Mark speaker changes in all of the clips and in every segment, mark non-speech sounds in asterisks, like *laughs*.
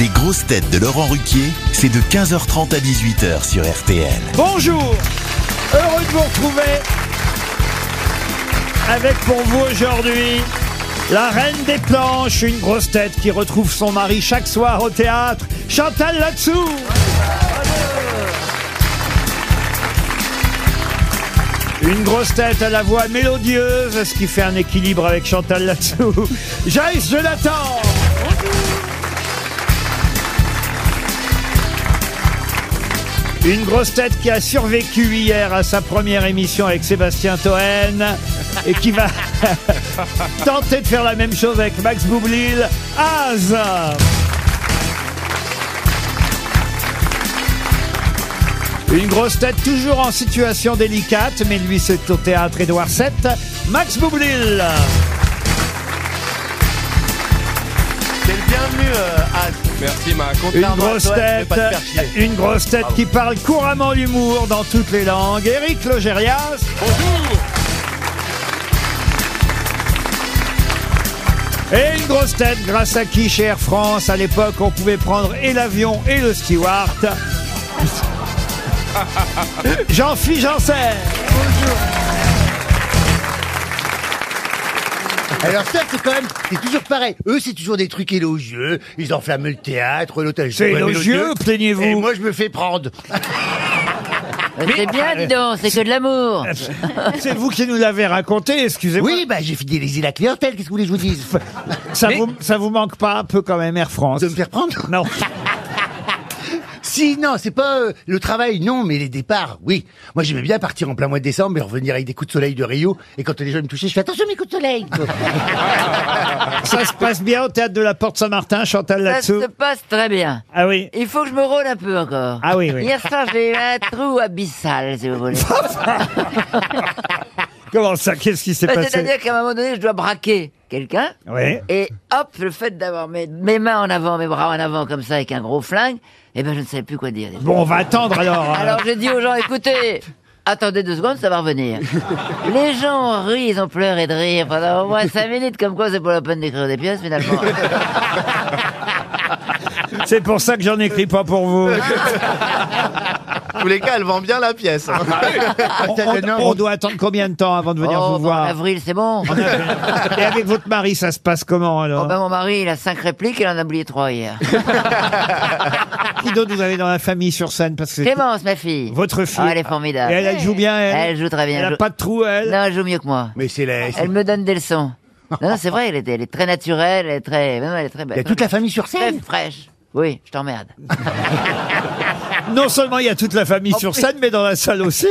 Speaker 1: Les grosses têtes de Laurent Ruquier, c'est de 15h30 à 18h sur RTL.
Speaker 2: Bonjour Heureux de vous retrouver avec pour vous aujourd'hui la reine des planches, une grosse tête qui retrouve son mari chaque soir au théâtre, Chantal Latsou Une grosse tête à la voix mélodieuse, ce qui fait un équilibre avec Chantal Latsou, *laughs* Jaïs Jonathan Une grosse tête qui a survécu hier à sa première émission avec Sébastien Toen et qui va tenter de faire la même chose avec Max Boublil, Az. Une grosse tête toujours en situation délicate, mais lui c'est au théâtre Édouard VII, Max Boublil.
Speaker 3: T'es le bienvenu, euh, Az. Merci, ma
Speaker 2: Une grosse tête, une grosse tête
Speaker 3: Bravo.
Speaker 2: qui parle couramment l'humour dans toutes les langues, Éric Logérias.
Speaker 3: Bonjour
Speaker 2: Et une grosse tête grâce à qui chez Air France, à l'époque, on pouvait prendre et l'avion et le
Speaker 3: *laughs*
Speaker 2: steward. Jean-Philippe Janssen.
Speaker 4: Alors ça, c'est quand même, c'est toujours pareil. Eux, c'est toujours des trucs élogieux. Ils enflamment le théâtre, l'autre elle joue
Speaker 2: C'est
Speaker 4: pas
Speaker 2: élogieux,
Speaker 4: mélodieux.
Speaker 2: plaignez-vous.
Speaker 4: Et moi, je me fais prendre.
Speaker 5: C'est bien, dis donc, c'est que de l'amour.
Speaker 2: *laughs* C'est vous qui nous l'avez raconté, excusez-moi.
Speaker 4: Oui, bah j'ai fidélisé la clientèle. Qu'est-ce que vous voulez que je vous dise
Speaker 2: Ça, vous, ça vous manque pas un peu quand même, Air France
Speaker 4: De me faire prendre
Speaker 2: Non.
Speaker 4: *laughs* Si, non, c'est pas euh, le travail, non, mais les départs, oui. Moi, j'aimais bien partir en plein mois de décembre et revenir avec des coups de soleil de Rio. Et quand les gens me touchaient, je fais attention mes coups de soleil.
Speaker 2: *laughs* ça se passe bien au théâtre de la Porte Saint-Martin, Chantal
Speaker 5: Ça
Speaker 2: là-dessous.
Speaker 5: se passe très bien.
Speaker 2: Ah oui.
Speaker 5: Il faut que je me rôle un peu encore.
Speaker 2: Ah oui, oui.
Speaker 5: Hier soir, j'ai eu un trou
Speaker 2: *laughs*
Speaker 5: abyssal, si vous voulez.
Speaker 2: Comment ça Qu'est-ce qui s'est
Speaker 5: Bah,
Speaker 2: passé
Speaker 5: C'est-à-dire qu'à un moment donné, je dois braquer quelqu'un.
Speaker 2: Oui.
Speaker 5: Et hop, le fait d'avoir mes, mes mains en avant, mes bras en avant comme ça avec un gros flingue, eh ben je ne savais plus quoi dire.
Speaker 2: Bon, on va attendre alors. hein.
Speaker 5: Alors j'ai dit aux gens, écoutez, attendez deux secondes, ça
Speaker 2: *laughs*
Speaker 5: va revenir. Les gens ont ri, ils ont pleuré de rire pendant au moins cinq minutes, comme quoi c'est pas la peine d'écrire des pièces finalement.
Speaker 2: C'est pour ça que j'en écris pas pour
Speaker 5: *laughs*
Speaker 2: vous.
Speaker 3: En tous les cas, elle vend bien la pièce. hein.
Speaker 2: Ah bah
Speaker 3: *laughs*
Speaker 2: On, on- on doit attendre combien de temps avant de venir
Speaker 5: oh,
Speaker 2: vous
Speaker 5: bon, en
Speaker 2: voir
Speaker 5: avril, c'est bon.
Speaker 2: Et avec votre mari, ça se passe comment alors
Speaker 5: Oh, ben, mon mari, il a cinq répliques, il en a oublié
Speaker 2: *laughs*
Speaker 5: trois hier.
Speaker 2: Qui d'autre vous avez dans la famille sur scène parce que c'est
Speaker 5: Clémence, ma fille.
Speaker 2: votre fille.
Speaker 5: Oh, elle est formidable.
Speaker 2: Et elle, elle joue bien. Elle,
Speaker 5: Elle joue très bien.
Speaker 2: Elle
Speaker 5: Elle
Speaker 2: a
Speaker 5: joue-
Speaker 2: pas de trou. Elle.
Speaker 5: Non, elle joue mieux que moi.
Speaker 4: mais c'est la... c'est-
Speaker 5: Elle me donne des leçons. Non, non, c'est vrai, elle est, elle est très naturelle, elle est très, non, elle est très belle.
Speaker 4: Il y a toute la famille sur
Speaker 5: Très
Speaker 4: scène.
Speaker 5: fraîche. Oui, je t'emmerde.
Speaker 2: Non seulement il y a toute la famille sur scène, mais dans la salle aussi.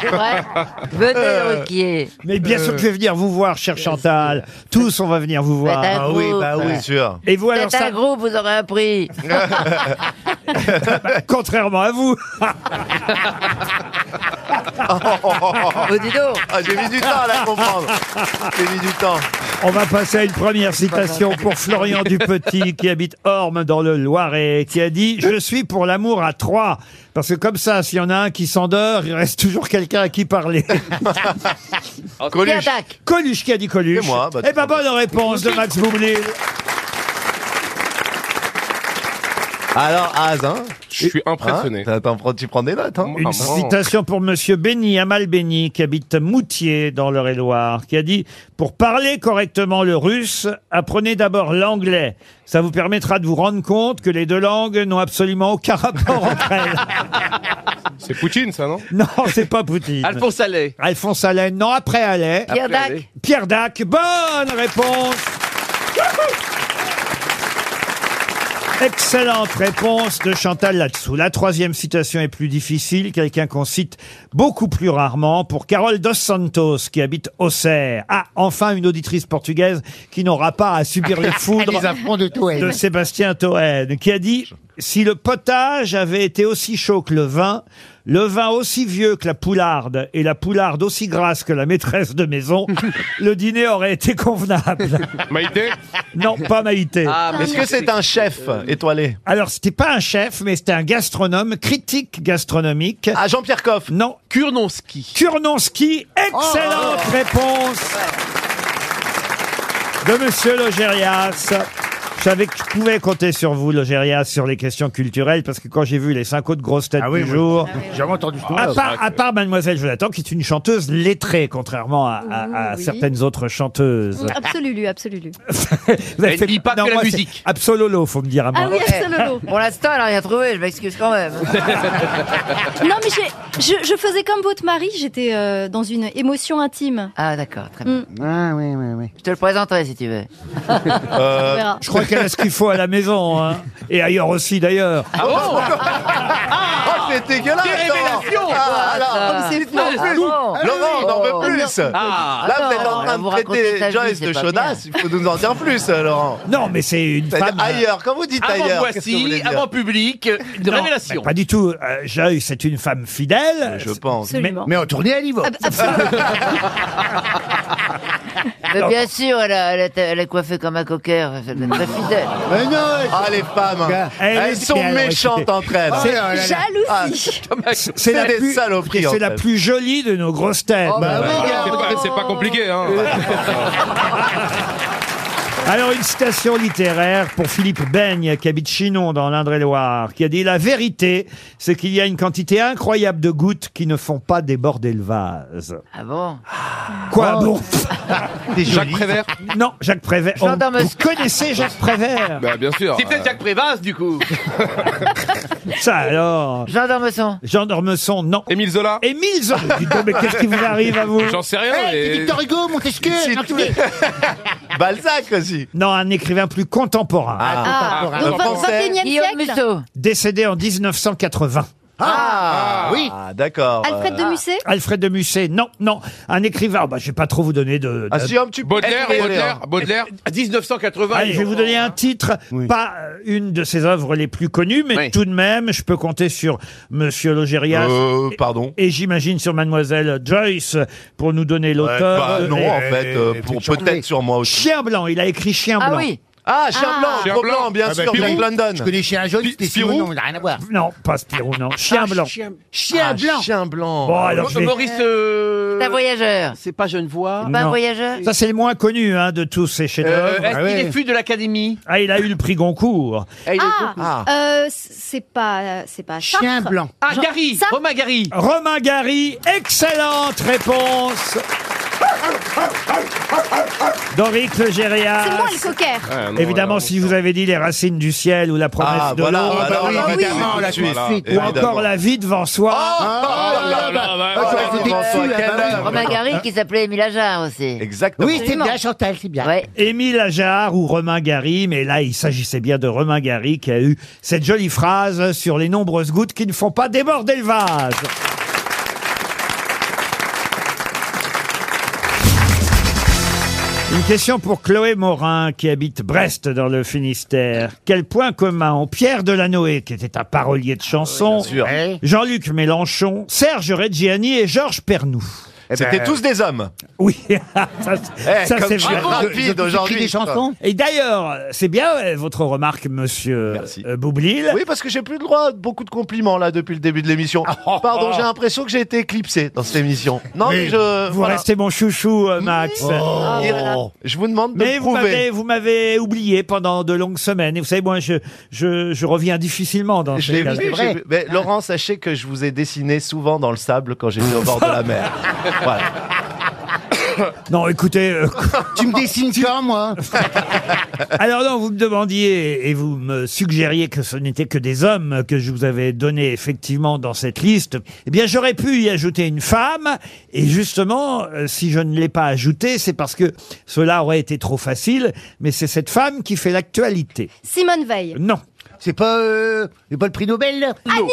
Speaker 5: C'est vrai. Venez, Ruquier.
Speaker 2: Euh, Mais bien sûr que
Speaker 3: Euh.
Speaker 2: je vais venir vous voir, cher Chantal. Tous, on va venir vous
Speaker 5: Vous êtes un
Speaker 4: Ah
Speaker 2: voir.
Speaker 5: groupe.
Speaker 3: oui, bah oui, sûr.
Speaker 2: Et vous
Speaker 5: Vous
Speaker 2: alors
Speaker 5: êtes
Speaker 2: ça,
Speaker 5: un groupe, vous aurez
Speaker 2: *laughs*
Speaker 5: un prix.
Speaker 2: bah, contrairement à vous.
Speaker 5: Oh, dis donc.
Speaker 3: *laughs* Ah, j'ai mis du temps à la comprendre. J'ai mis du temps.
Speaker 2: On va passer à une première citation pour Florian Dupetit, qui habite Orme dans le Loiret, qui a dit « Je suis pour l'amour à trois ». Parce que comme ça, s'il y en a un qui s'endort, il reste toujours quelqu'un à
Speaker 3: *laughs*
Speaker 2: qui parler.
Speaker 5: Qui
Speaker 3: Coluche.
Speaker 5: attaque
Speaker 2: Coluche, qui a dit Coluche
Speaker 3: Et moi, bah,
Speaker 2: Eh ben, bonne réponse de Max Boublil.
Speaker 3: Alors, Az, hein
Speaker 6: Je suis
Speaker 3: Hein
Speaker 6: impressionné.
Speaker 3: T'as- t'en prends- Tu prends des notes, hein
Speaker 2: Une citation pour Monsieur Béni, Amal Béni, qui habite Moutier dans l'Eure-et-Loire, qui a dit « Pour parler correctement le russe, apprenez d'abord l'anglais. Ça vous permettra de vous rendre compte que les deux langues n'ont absolument aucun rapport entre elles.
Speaker 6: *laughs* C'est Poutine, ça, non »
Speaker 2: Non, c'est pas Poutine.
Speaker 7: Alphonse Allais.
Speaker 2: Alphonse Allais, non, après Allais.
Speaker 5: Pierre Dac
Speaker 7: allez.
Speaker 2: Pierre Dac, bonne réponse Excellente réponse de Chantal là-dessous. La troisième citation est plus difficile, quelqu'un qu'on cite beaucoup plus rarement, pour Carole Dos Santos, qui habite Auxerre. Ah, enfin une auditrice portugaise qui n'aura pas à
Speaker 3: *laughs*
Speaker 4: *laughs*
Speaker 2: subir les foudres
Speaker 4: Les affronts de tout. Ah
Speaker 2: de Sébastien Toen, qui a dit Si le potage avait été aussi chaud que le vin, le vin aussi vieux que la poularde et la poularde aussi grasse que la maîtresse
Speaker 3: *laughs*
Speaker 2: de maison, le dîner aurait été convenable.
Speaker 6: Maïté
Speaker 2: non, pas Maïté.
Speaker 5: Ah,
Speaker 3: Est-ce que Ah, c'est un chef
Speaker 5: Euh,
Speaker 3: étoilé
Speaker 2: Alors, c'était pas un chef, mais c'était un gastronome, critique gastronomique.
Speaker 3: Ah, Jean-Pierre Coff.
Speaker 2: Non,
Speaker 7: Kurnonski.
Speaker 2: Kurnonski, excellente
Speaker 6: Oh.
Speaker 2: réponse de Monsieur Logérias. Je savais que je pouvais compter sur vous, Logérias, sur les questions culturelles, parce que quand j'ai vu les cinq autres grosses têtes
Speaker 4: Ah oui, Ah,
Speaker 2: du
Speaker 4: moi,
Speaker 2: jour,
Speaker 4: J'ai jamais entendu ce
Speaker 2: à
Speaker 4: nom-là.
Speaker 2: part, à part Mademoiselle Jonathan, qui est une chanteuse lettrée, contrairement à, à- à
Speaker 7: Ah, Oui.
Speaker 2: certaines autres chanteuses.
Speaker 7: Absolu, absolu.
Speaker 5: Ah,
Speaker 2: Vous avez
Speaker 6: Elle lit pas que la
Speaker 2: moi, c'est
Speaker 6: musique.
Speaker 2: Absololo, faut me dire à moi.
Speaker 7: Ah oui, absolument.
Speaker 5: Pour l'instant, elle a rien trouvé, je m'excuse quand même.
Speaker 7: Non, mais j'ai- je, je faisais comme votre mari, j'étais euh, dans une émotion intime.
Speaker 5: *laughs*
Speaker 7: Mm.
Speaker 5: Ah, d'accord, très bien. oui, oui, oui. Je te le présenterai si tu
Speaker 4: *laughs*
Speaker 5: veux.
Speaker 4: Euh,
Speaker 7: On verra.
Speaker 2: Euh, Je crois qu'elle a ce qu'il faut à la maison,
Speaker 7: *laughs*
Speaker 2: hein. et ailleurs aussi d'ailleurs.
Speaker 7: Ah
Speaker 5: Ah
Speaker 3: Oh,
Speaker 5: *laughs*
Speaker 3: c'est dégueulasse
Speaker 6: Des révélations
Speaker 3: Ah, alors,
Speaker 5: Ah,
Speaker 7: c'est fort.
Speaker 5: ah, bon.
Speaker 3: Laurent, on en veut plus
Speaker 6: Ah,
Speaker 3: Là, vous êtes
Speaker 5: Attends,
Speaker 3: en train
Speaker 5: vous
Speaker 3: de
Speaker 5: racontez ta
Speaker 3: traiter
Speaker 5: vie,
Speaker 3: Joyce
Speaker 5: c'est
Speaker 3: de
Speaker 5: pas
Speaker 3: chaudasse, il faut nous en dire plus, euh, Laurent.
Speaker 2: Non, mais c'est une
Speaker 3: C'est-à-dire
Speaker 2: femme.
Speaker 3: ailleurs, quand vous dites
Speaker 6: euh, avant
Speaker 3: ailleurs, qu'est-ce que vous voulez
Speaker 6: voici,
Speaker 3: dire
Speaker 6: avant public, euh, une
Speaker 2: Non,
Speaker 6: révélation.
Speaker 2: Pas du tout. Euh, Joyce, c'est une femme fidèle.
Speaker 3: Je pense.
Speaker 7: Absolument.
Speaker 4: Mais en tournée, elle y va.
Speaker 7: Ab- absolument.
Speaker 5: Mais bien sûr, elle, a- elle, est, elle est coiffée comme un coqueur. Elle est très fidèle.
Speaker 4: *laughs* Mais non, elle-
Speaker 3: Ah, les femmes, hein.
Speaker 2: Bah, Elle
Speaker 3: elles
Speaker 2: est-
Speaker 3: sont
Speaker 2: elle-
Speaker 3: méchantes
Speaker 2: écoutez.
Speaker 3: entre elles.
Speaker 4: Oh là là là.
Speaker 7: Jalousie.
Speaker 2: C'est la
Speaker 3: des
Speaker 2: plus,
Speaker 3: saloperies,
Speaker 2: c'est
Speaker 3: en
Speaker 2: la
Speaker 3: fait.
Speaker 2: plus jolie de nos grosses têtes.
Speaker 8: Oh,
Speaker 4: Bah oui,
Speaker 6: C'est
Speaker 4: regarde.
Speaker 6: pas, c'est pas compliqué, hein.
Speaker 2: Alors une citation littéraire pour Philippe Beigne, qui habite Chinon dans l'Indre-et-Loire, qui a dit la vérité, c'est qu'il y a une quantité incroyable de gouttes qui ne font pas déborder le vase.
Speaker 5: Ah bon Ah.
Speaker 2: Quoi
Speaker 5: *laughs*
Speaker 2: bon
Speaker 4: T'es
Speaker 6: Jacques
Speaker 4: jolie.
Speaker 6: Prévert.
Speaker 2: Non, Jacques Prévert.
Speaker 5: Jean
Speaker 2: Oh,
Speaker 5: Damas.
Speaker 2: vous connaissez Jacques Prévert
Speaker 8: Bah, bien sûr.
Speaker 6: C'est peut-être Jacques Prévas, du coup.
Speaker 2: Ça alors.
Speaker 5: Jean Dormesson.
Speaker 2: Jean Dormesson, non.
Speaker 6: Émile Zola.
Speaker 2: Émile Zola. Dites donc, mais qu'est-ce qui vous arrive à vous
Speaker 8: J'en sais rien.
Speaker 4: Hey,
Speaker 8: mais-
Speaker 4: Eh, c'est Victor Hugo, Montesquieu,
Speaker 3: Si-
Speaker 4: l'enculé.
Speaker 3: Balzac aussi.
Speaker 2: Non, un écrivain plus contemporain.
Speaker 7: Ah,
Speaker 3: contemporain.
Speaker 7: donc
Speaker 3: Un Français.
Speaker 7: 21e
Speaker 5: Guillaume
Speaker 7: siècle.
Speaker 5: Musso.
Speaker 2: Décédé en 1980.
Speaker 3: Ah,
Speaker 4: oui.
Speaker 3: Ah, d'accord.
Speaker 7: Alfred de Musset.
Speaker 2: Euh, ah. Alfred de Musset, non, non. Un écrivain, bah, je vais pas trop vous donner de... de-
Speaker 3: Ah, si, un petit peu.
Speaker 8: Baudelaire,
Speaker 3: Eh,
Speaker 8: Baudelaire, Baudelaire.
Speaker 6: 1980.
Speaker 2: Allez, je vais vous donner un titre, pas euh, une de ses œuvres les plus connues, mais
Speaker 6: Oui.
Speaker 2: tout de même, je peux compter sur Monsieur Logérias
Speaker 3: Euh, pardon.
Speaker 2: et j'imagine sur Mademoiselle Joyce pour nous donner
Speaker 3: Ouais,
Speaker 2: l'auteur.
Speaker 3: bah,
Speaker 2: Euh,
Speaker 3: non,
Speaker 2: et-
Speaker 3: en fait, euh, pour peut-être sur moi aussi.
Speaker 2: Chien blanc, il a écrit Chien
Speaker 5: Ah
Speaker 2: blanc.
Speaker 5: oui
Speaker 3: Ah, Chien
Speaker 7: Ah.
Speaker 3: Blanc,
Speaker 6: Chien
Speaker 3: Gros
Speaker 6: Blanc.
Speaker 3: Blanc, bien
Speaker 6: Ah, bah,
Speaker 3: sûr,
Speaker 6: Pirou.
Speaker 3: Jack London.
Speaker 4: Je connais chien jaune, c'était
Speaker 6: Spirou.
Speaker 4: Simon, non, il n'a rien
Speaker 8: *laughs*
Speaker 4: à voir.
Speaker 2: Non, pas Spirou, non.
Speaker 5: Ah,
Speaker 2: Chien blanc.
Speaker 4: Chien
Speaker 3: Ah,
Speaker 4: blanc.
Speaker 3: Chien Blanc.
Speaker 2: Bon, alors je vais-
Speaker 6: Maurice. euh,
Speaker 5: C'est un voyageur.
Speaker 6: C'est pas Genevois.
Speaker 5: Pas un
Speaker 2: Non.
Speaker 5: voyageur
Speaker 2: Ça, c'est le moins connu hein, de tous ces
Speaker 6: Euh, Est-ce
Speaker 2: chefs-d'œuvre.
Speaker 4: Ah
Speaker 6: qu'il
Speaker 4: ouais.
Speaker 6: est fut de l'Académie
Speaker 2: Ah, il a eu le prix Goncourt.
Speaker 6: Eh, il est-
Speaker 7: Ah,
Speaker 3: Ah.
Speaker 7: euh, c'est pas, c'est pas
Speaker 4: Chien
Speaker 7: Sartre.
Speaker 4: blanc.
Speaker 6: Ah, Gary
Speaker 7: Ça-
Speaker 6: Romain Gary
Speaker 2: Romain Gary, excellente réponse. Doric Le Gérias.
Speaker 7: C'est moi le coquère.
Speaker 8: Ah, non,
Speaker 2: Évidemment,
Speaker 8: alors,
Speaker 2: si vous avez dit les racines du ciel ou la promesse
Speaker 3: Ah,
Speaker 2: de
Speaker 3: voilà,
Speaker 2: l'eau,
Speaker 4: Ah, bah
Speaker 3: alors
Speaker 4: oui,
Speaker 3: là,
Speaker 4: évidemment, là, tout de
Speaker 3: Voilà,
Speaker 4: suite.
Speaker 2: ou encore
Speaker 3: évidemment.
Speaker 2: la vie devant soi. oh,
Speaker 4: Ah, là, là, bah,
Speaker 8: Ah,
Speaker 4: ça aurait
Speaker 3: ah,
Speaker 4: été
Speaker 3: François
Speaker 4: dessus, ah, bah oui.
Speaker 3: Cadavre.
Speaker 5: Romain Gary qui s'appelait Émile Ajar aussi.
Speaker 3: Exactement.
Speaker 4: Oui, c'est bien, Chantal, c'est bien.
Speaker 5: Ouais.
Speaker 2: Émile Ajar ou Romain Gary, mais là, il s'agissait bien de Romain Gary qui a eu cette jolie phrase sur les nombreuses gouttes qui ne font pas déborder le vase. Une question pour Chloé Morin, qui habite Brest dans le Finistère. Quel point commun ont Pierre Delanoë, qui était un parolier de chansons,
Speaker 3: Ah sûr.
Speaker 4: Ouais.
Speaker 2: Jean-Luc Mélenchon, Serge Reggiani et Georges Pernou
Speaker 3: C'était tous des hommes.
Speaker 2: Oui, *laughs* ça,
Speaker 3: ben, Eh,
Speaker 2: ça,
Speaker 3: comme
Speaker 2: c'est
Speaker 3: je
Speaker 2: vrai.
Speaker 3: suis rapide
Speaker 4: Écris
Speaker 3: aujourd'hui.
Speaker 4: Ah, des chansons.
Speaker 2: Et d'ailleurs, c'est bien euh, votre remarque, monsieur
Speaker 3: Merci.
Speaker 2: euh, Boublil.
Speaker 3: Oui, parce que j'ai plus le droit à beaucoup de compliments là depuis le début de
Speaker 2: *laughs*
Speaker 3: l'émission.
Speaker 2: Oh.
Speaker 3: Pardon, j'ai l'impression que j'ai été éclipsé dans cette émission. Non, mais,
Speaker 4: Mais
Speaker 3: je.
Speaker 2: Vous
Speaker 3: voilà. Oh.
Speaker 2: restez mon chouchou, euh, Max.
Speaker 3: Je vous demande de
Speaker 2: Mais
Speaker 3: le
Speaker 2: vous
Speaker 3: prouver.
Speaker 2: m'avez, vous m'avez oublié pendant de longues semaines. Et vous savez, moi, je, je, je reviens difficilement dans
Speaker 3: Je
Speaker 2: ces
Speaker 3: l'ai
Speaker 2: cas-là.
Speaker 3: vu, j'ai
Speaker 4: vrai.
Speaker 3: vu. Mais Laurent, sachez que je vous ai dessiné souvent dans le sable quand j'étais au bord
Speaker 2: *laughs*
Speaker 3: de la mer. Voilà.
Speaker 2: Non, écoutez, euh,
Speaker 4: Tu me dessines quand, moi
Speaker 2: alors non, vous me demandiez et vous me suggériez que ce n'était que des hommes que je vous avais donné effectivement dans cette liste. Eh bien, j'aurais pu y ajouter une femme. Et justement, euh, si je ne l'ai pas ajoutée, c'est parce que cela aurait été trop facile. Mais c'est cette femme qui fait l'actualité.
Speaker 7: Simone Veil.
Speaker 2: Non.
Speaker 4: C'est pas, euh, c'est pas le prix Nobel
Speaker 7: Annie Ernaux.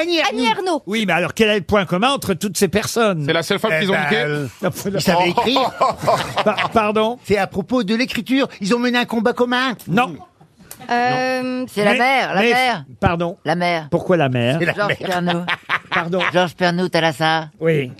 Speaker 4: Annie Ernaux.
Speaker 7: Annie Ernaux.
Speaker 2: Oui, mais alors quel est le point commun entre toutes ces personnes
Speaker 8: C'est la seule femme qu'ils ont
Speaker 4: Eh ben,
Speaker 8: niquée.
Speaker 4: euh,
Speaker 2: *laughs*
Speaker 4: Ils savaient écrire.
Speaker 2: Pa- Pardon
Speaker 4: C'est à propos de l'écriture. Ils ont mené un combat commun.
Speaker 2: Non.
Speaker 7: Euh,
Speaker 5: C'est la
Speaker 2: Mais-
Speaker 5: mère, la
Speaker 2: mais-
Speaker 5: mère.
Speaker 2: Pardon.
Speaker 5: La mère.
Speaker 2: Pourquoi la mère
Speaker 4: C'est la
Speaker 5: Georges
Speaker 4: merde.
Speaker 5: Pernaut.
Speaker 2: Pardon.
Speaker 5: Georges Pernaut, Talassa.
Speaker 2: Oui.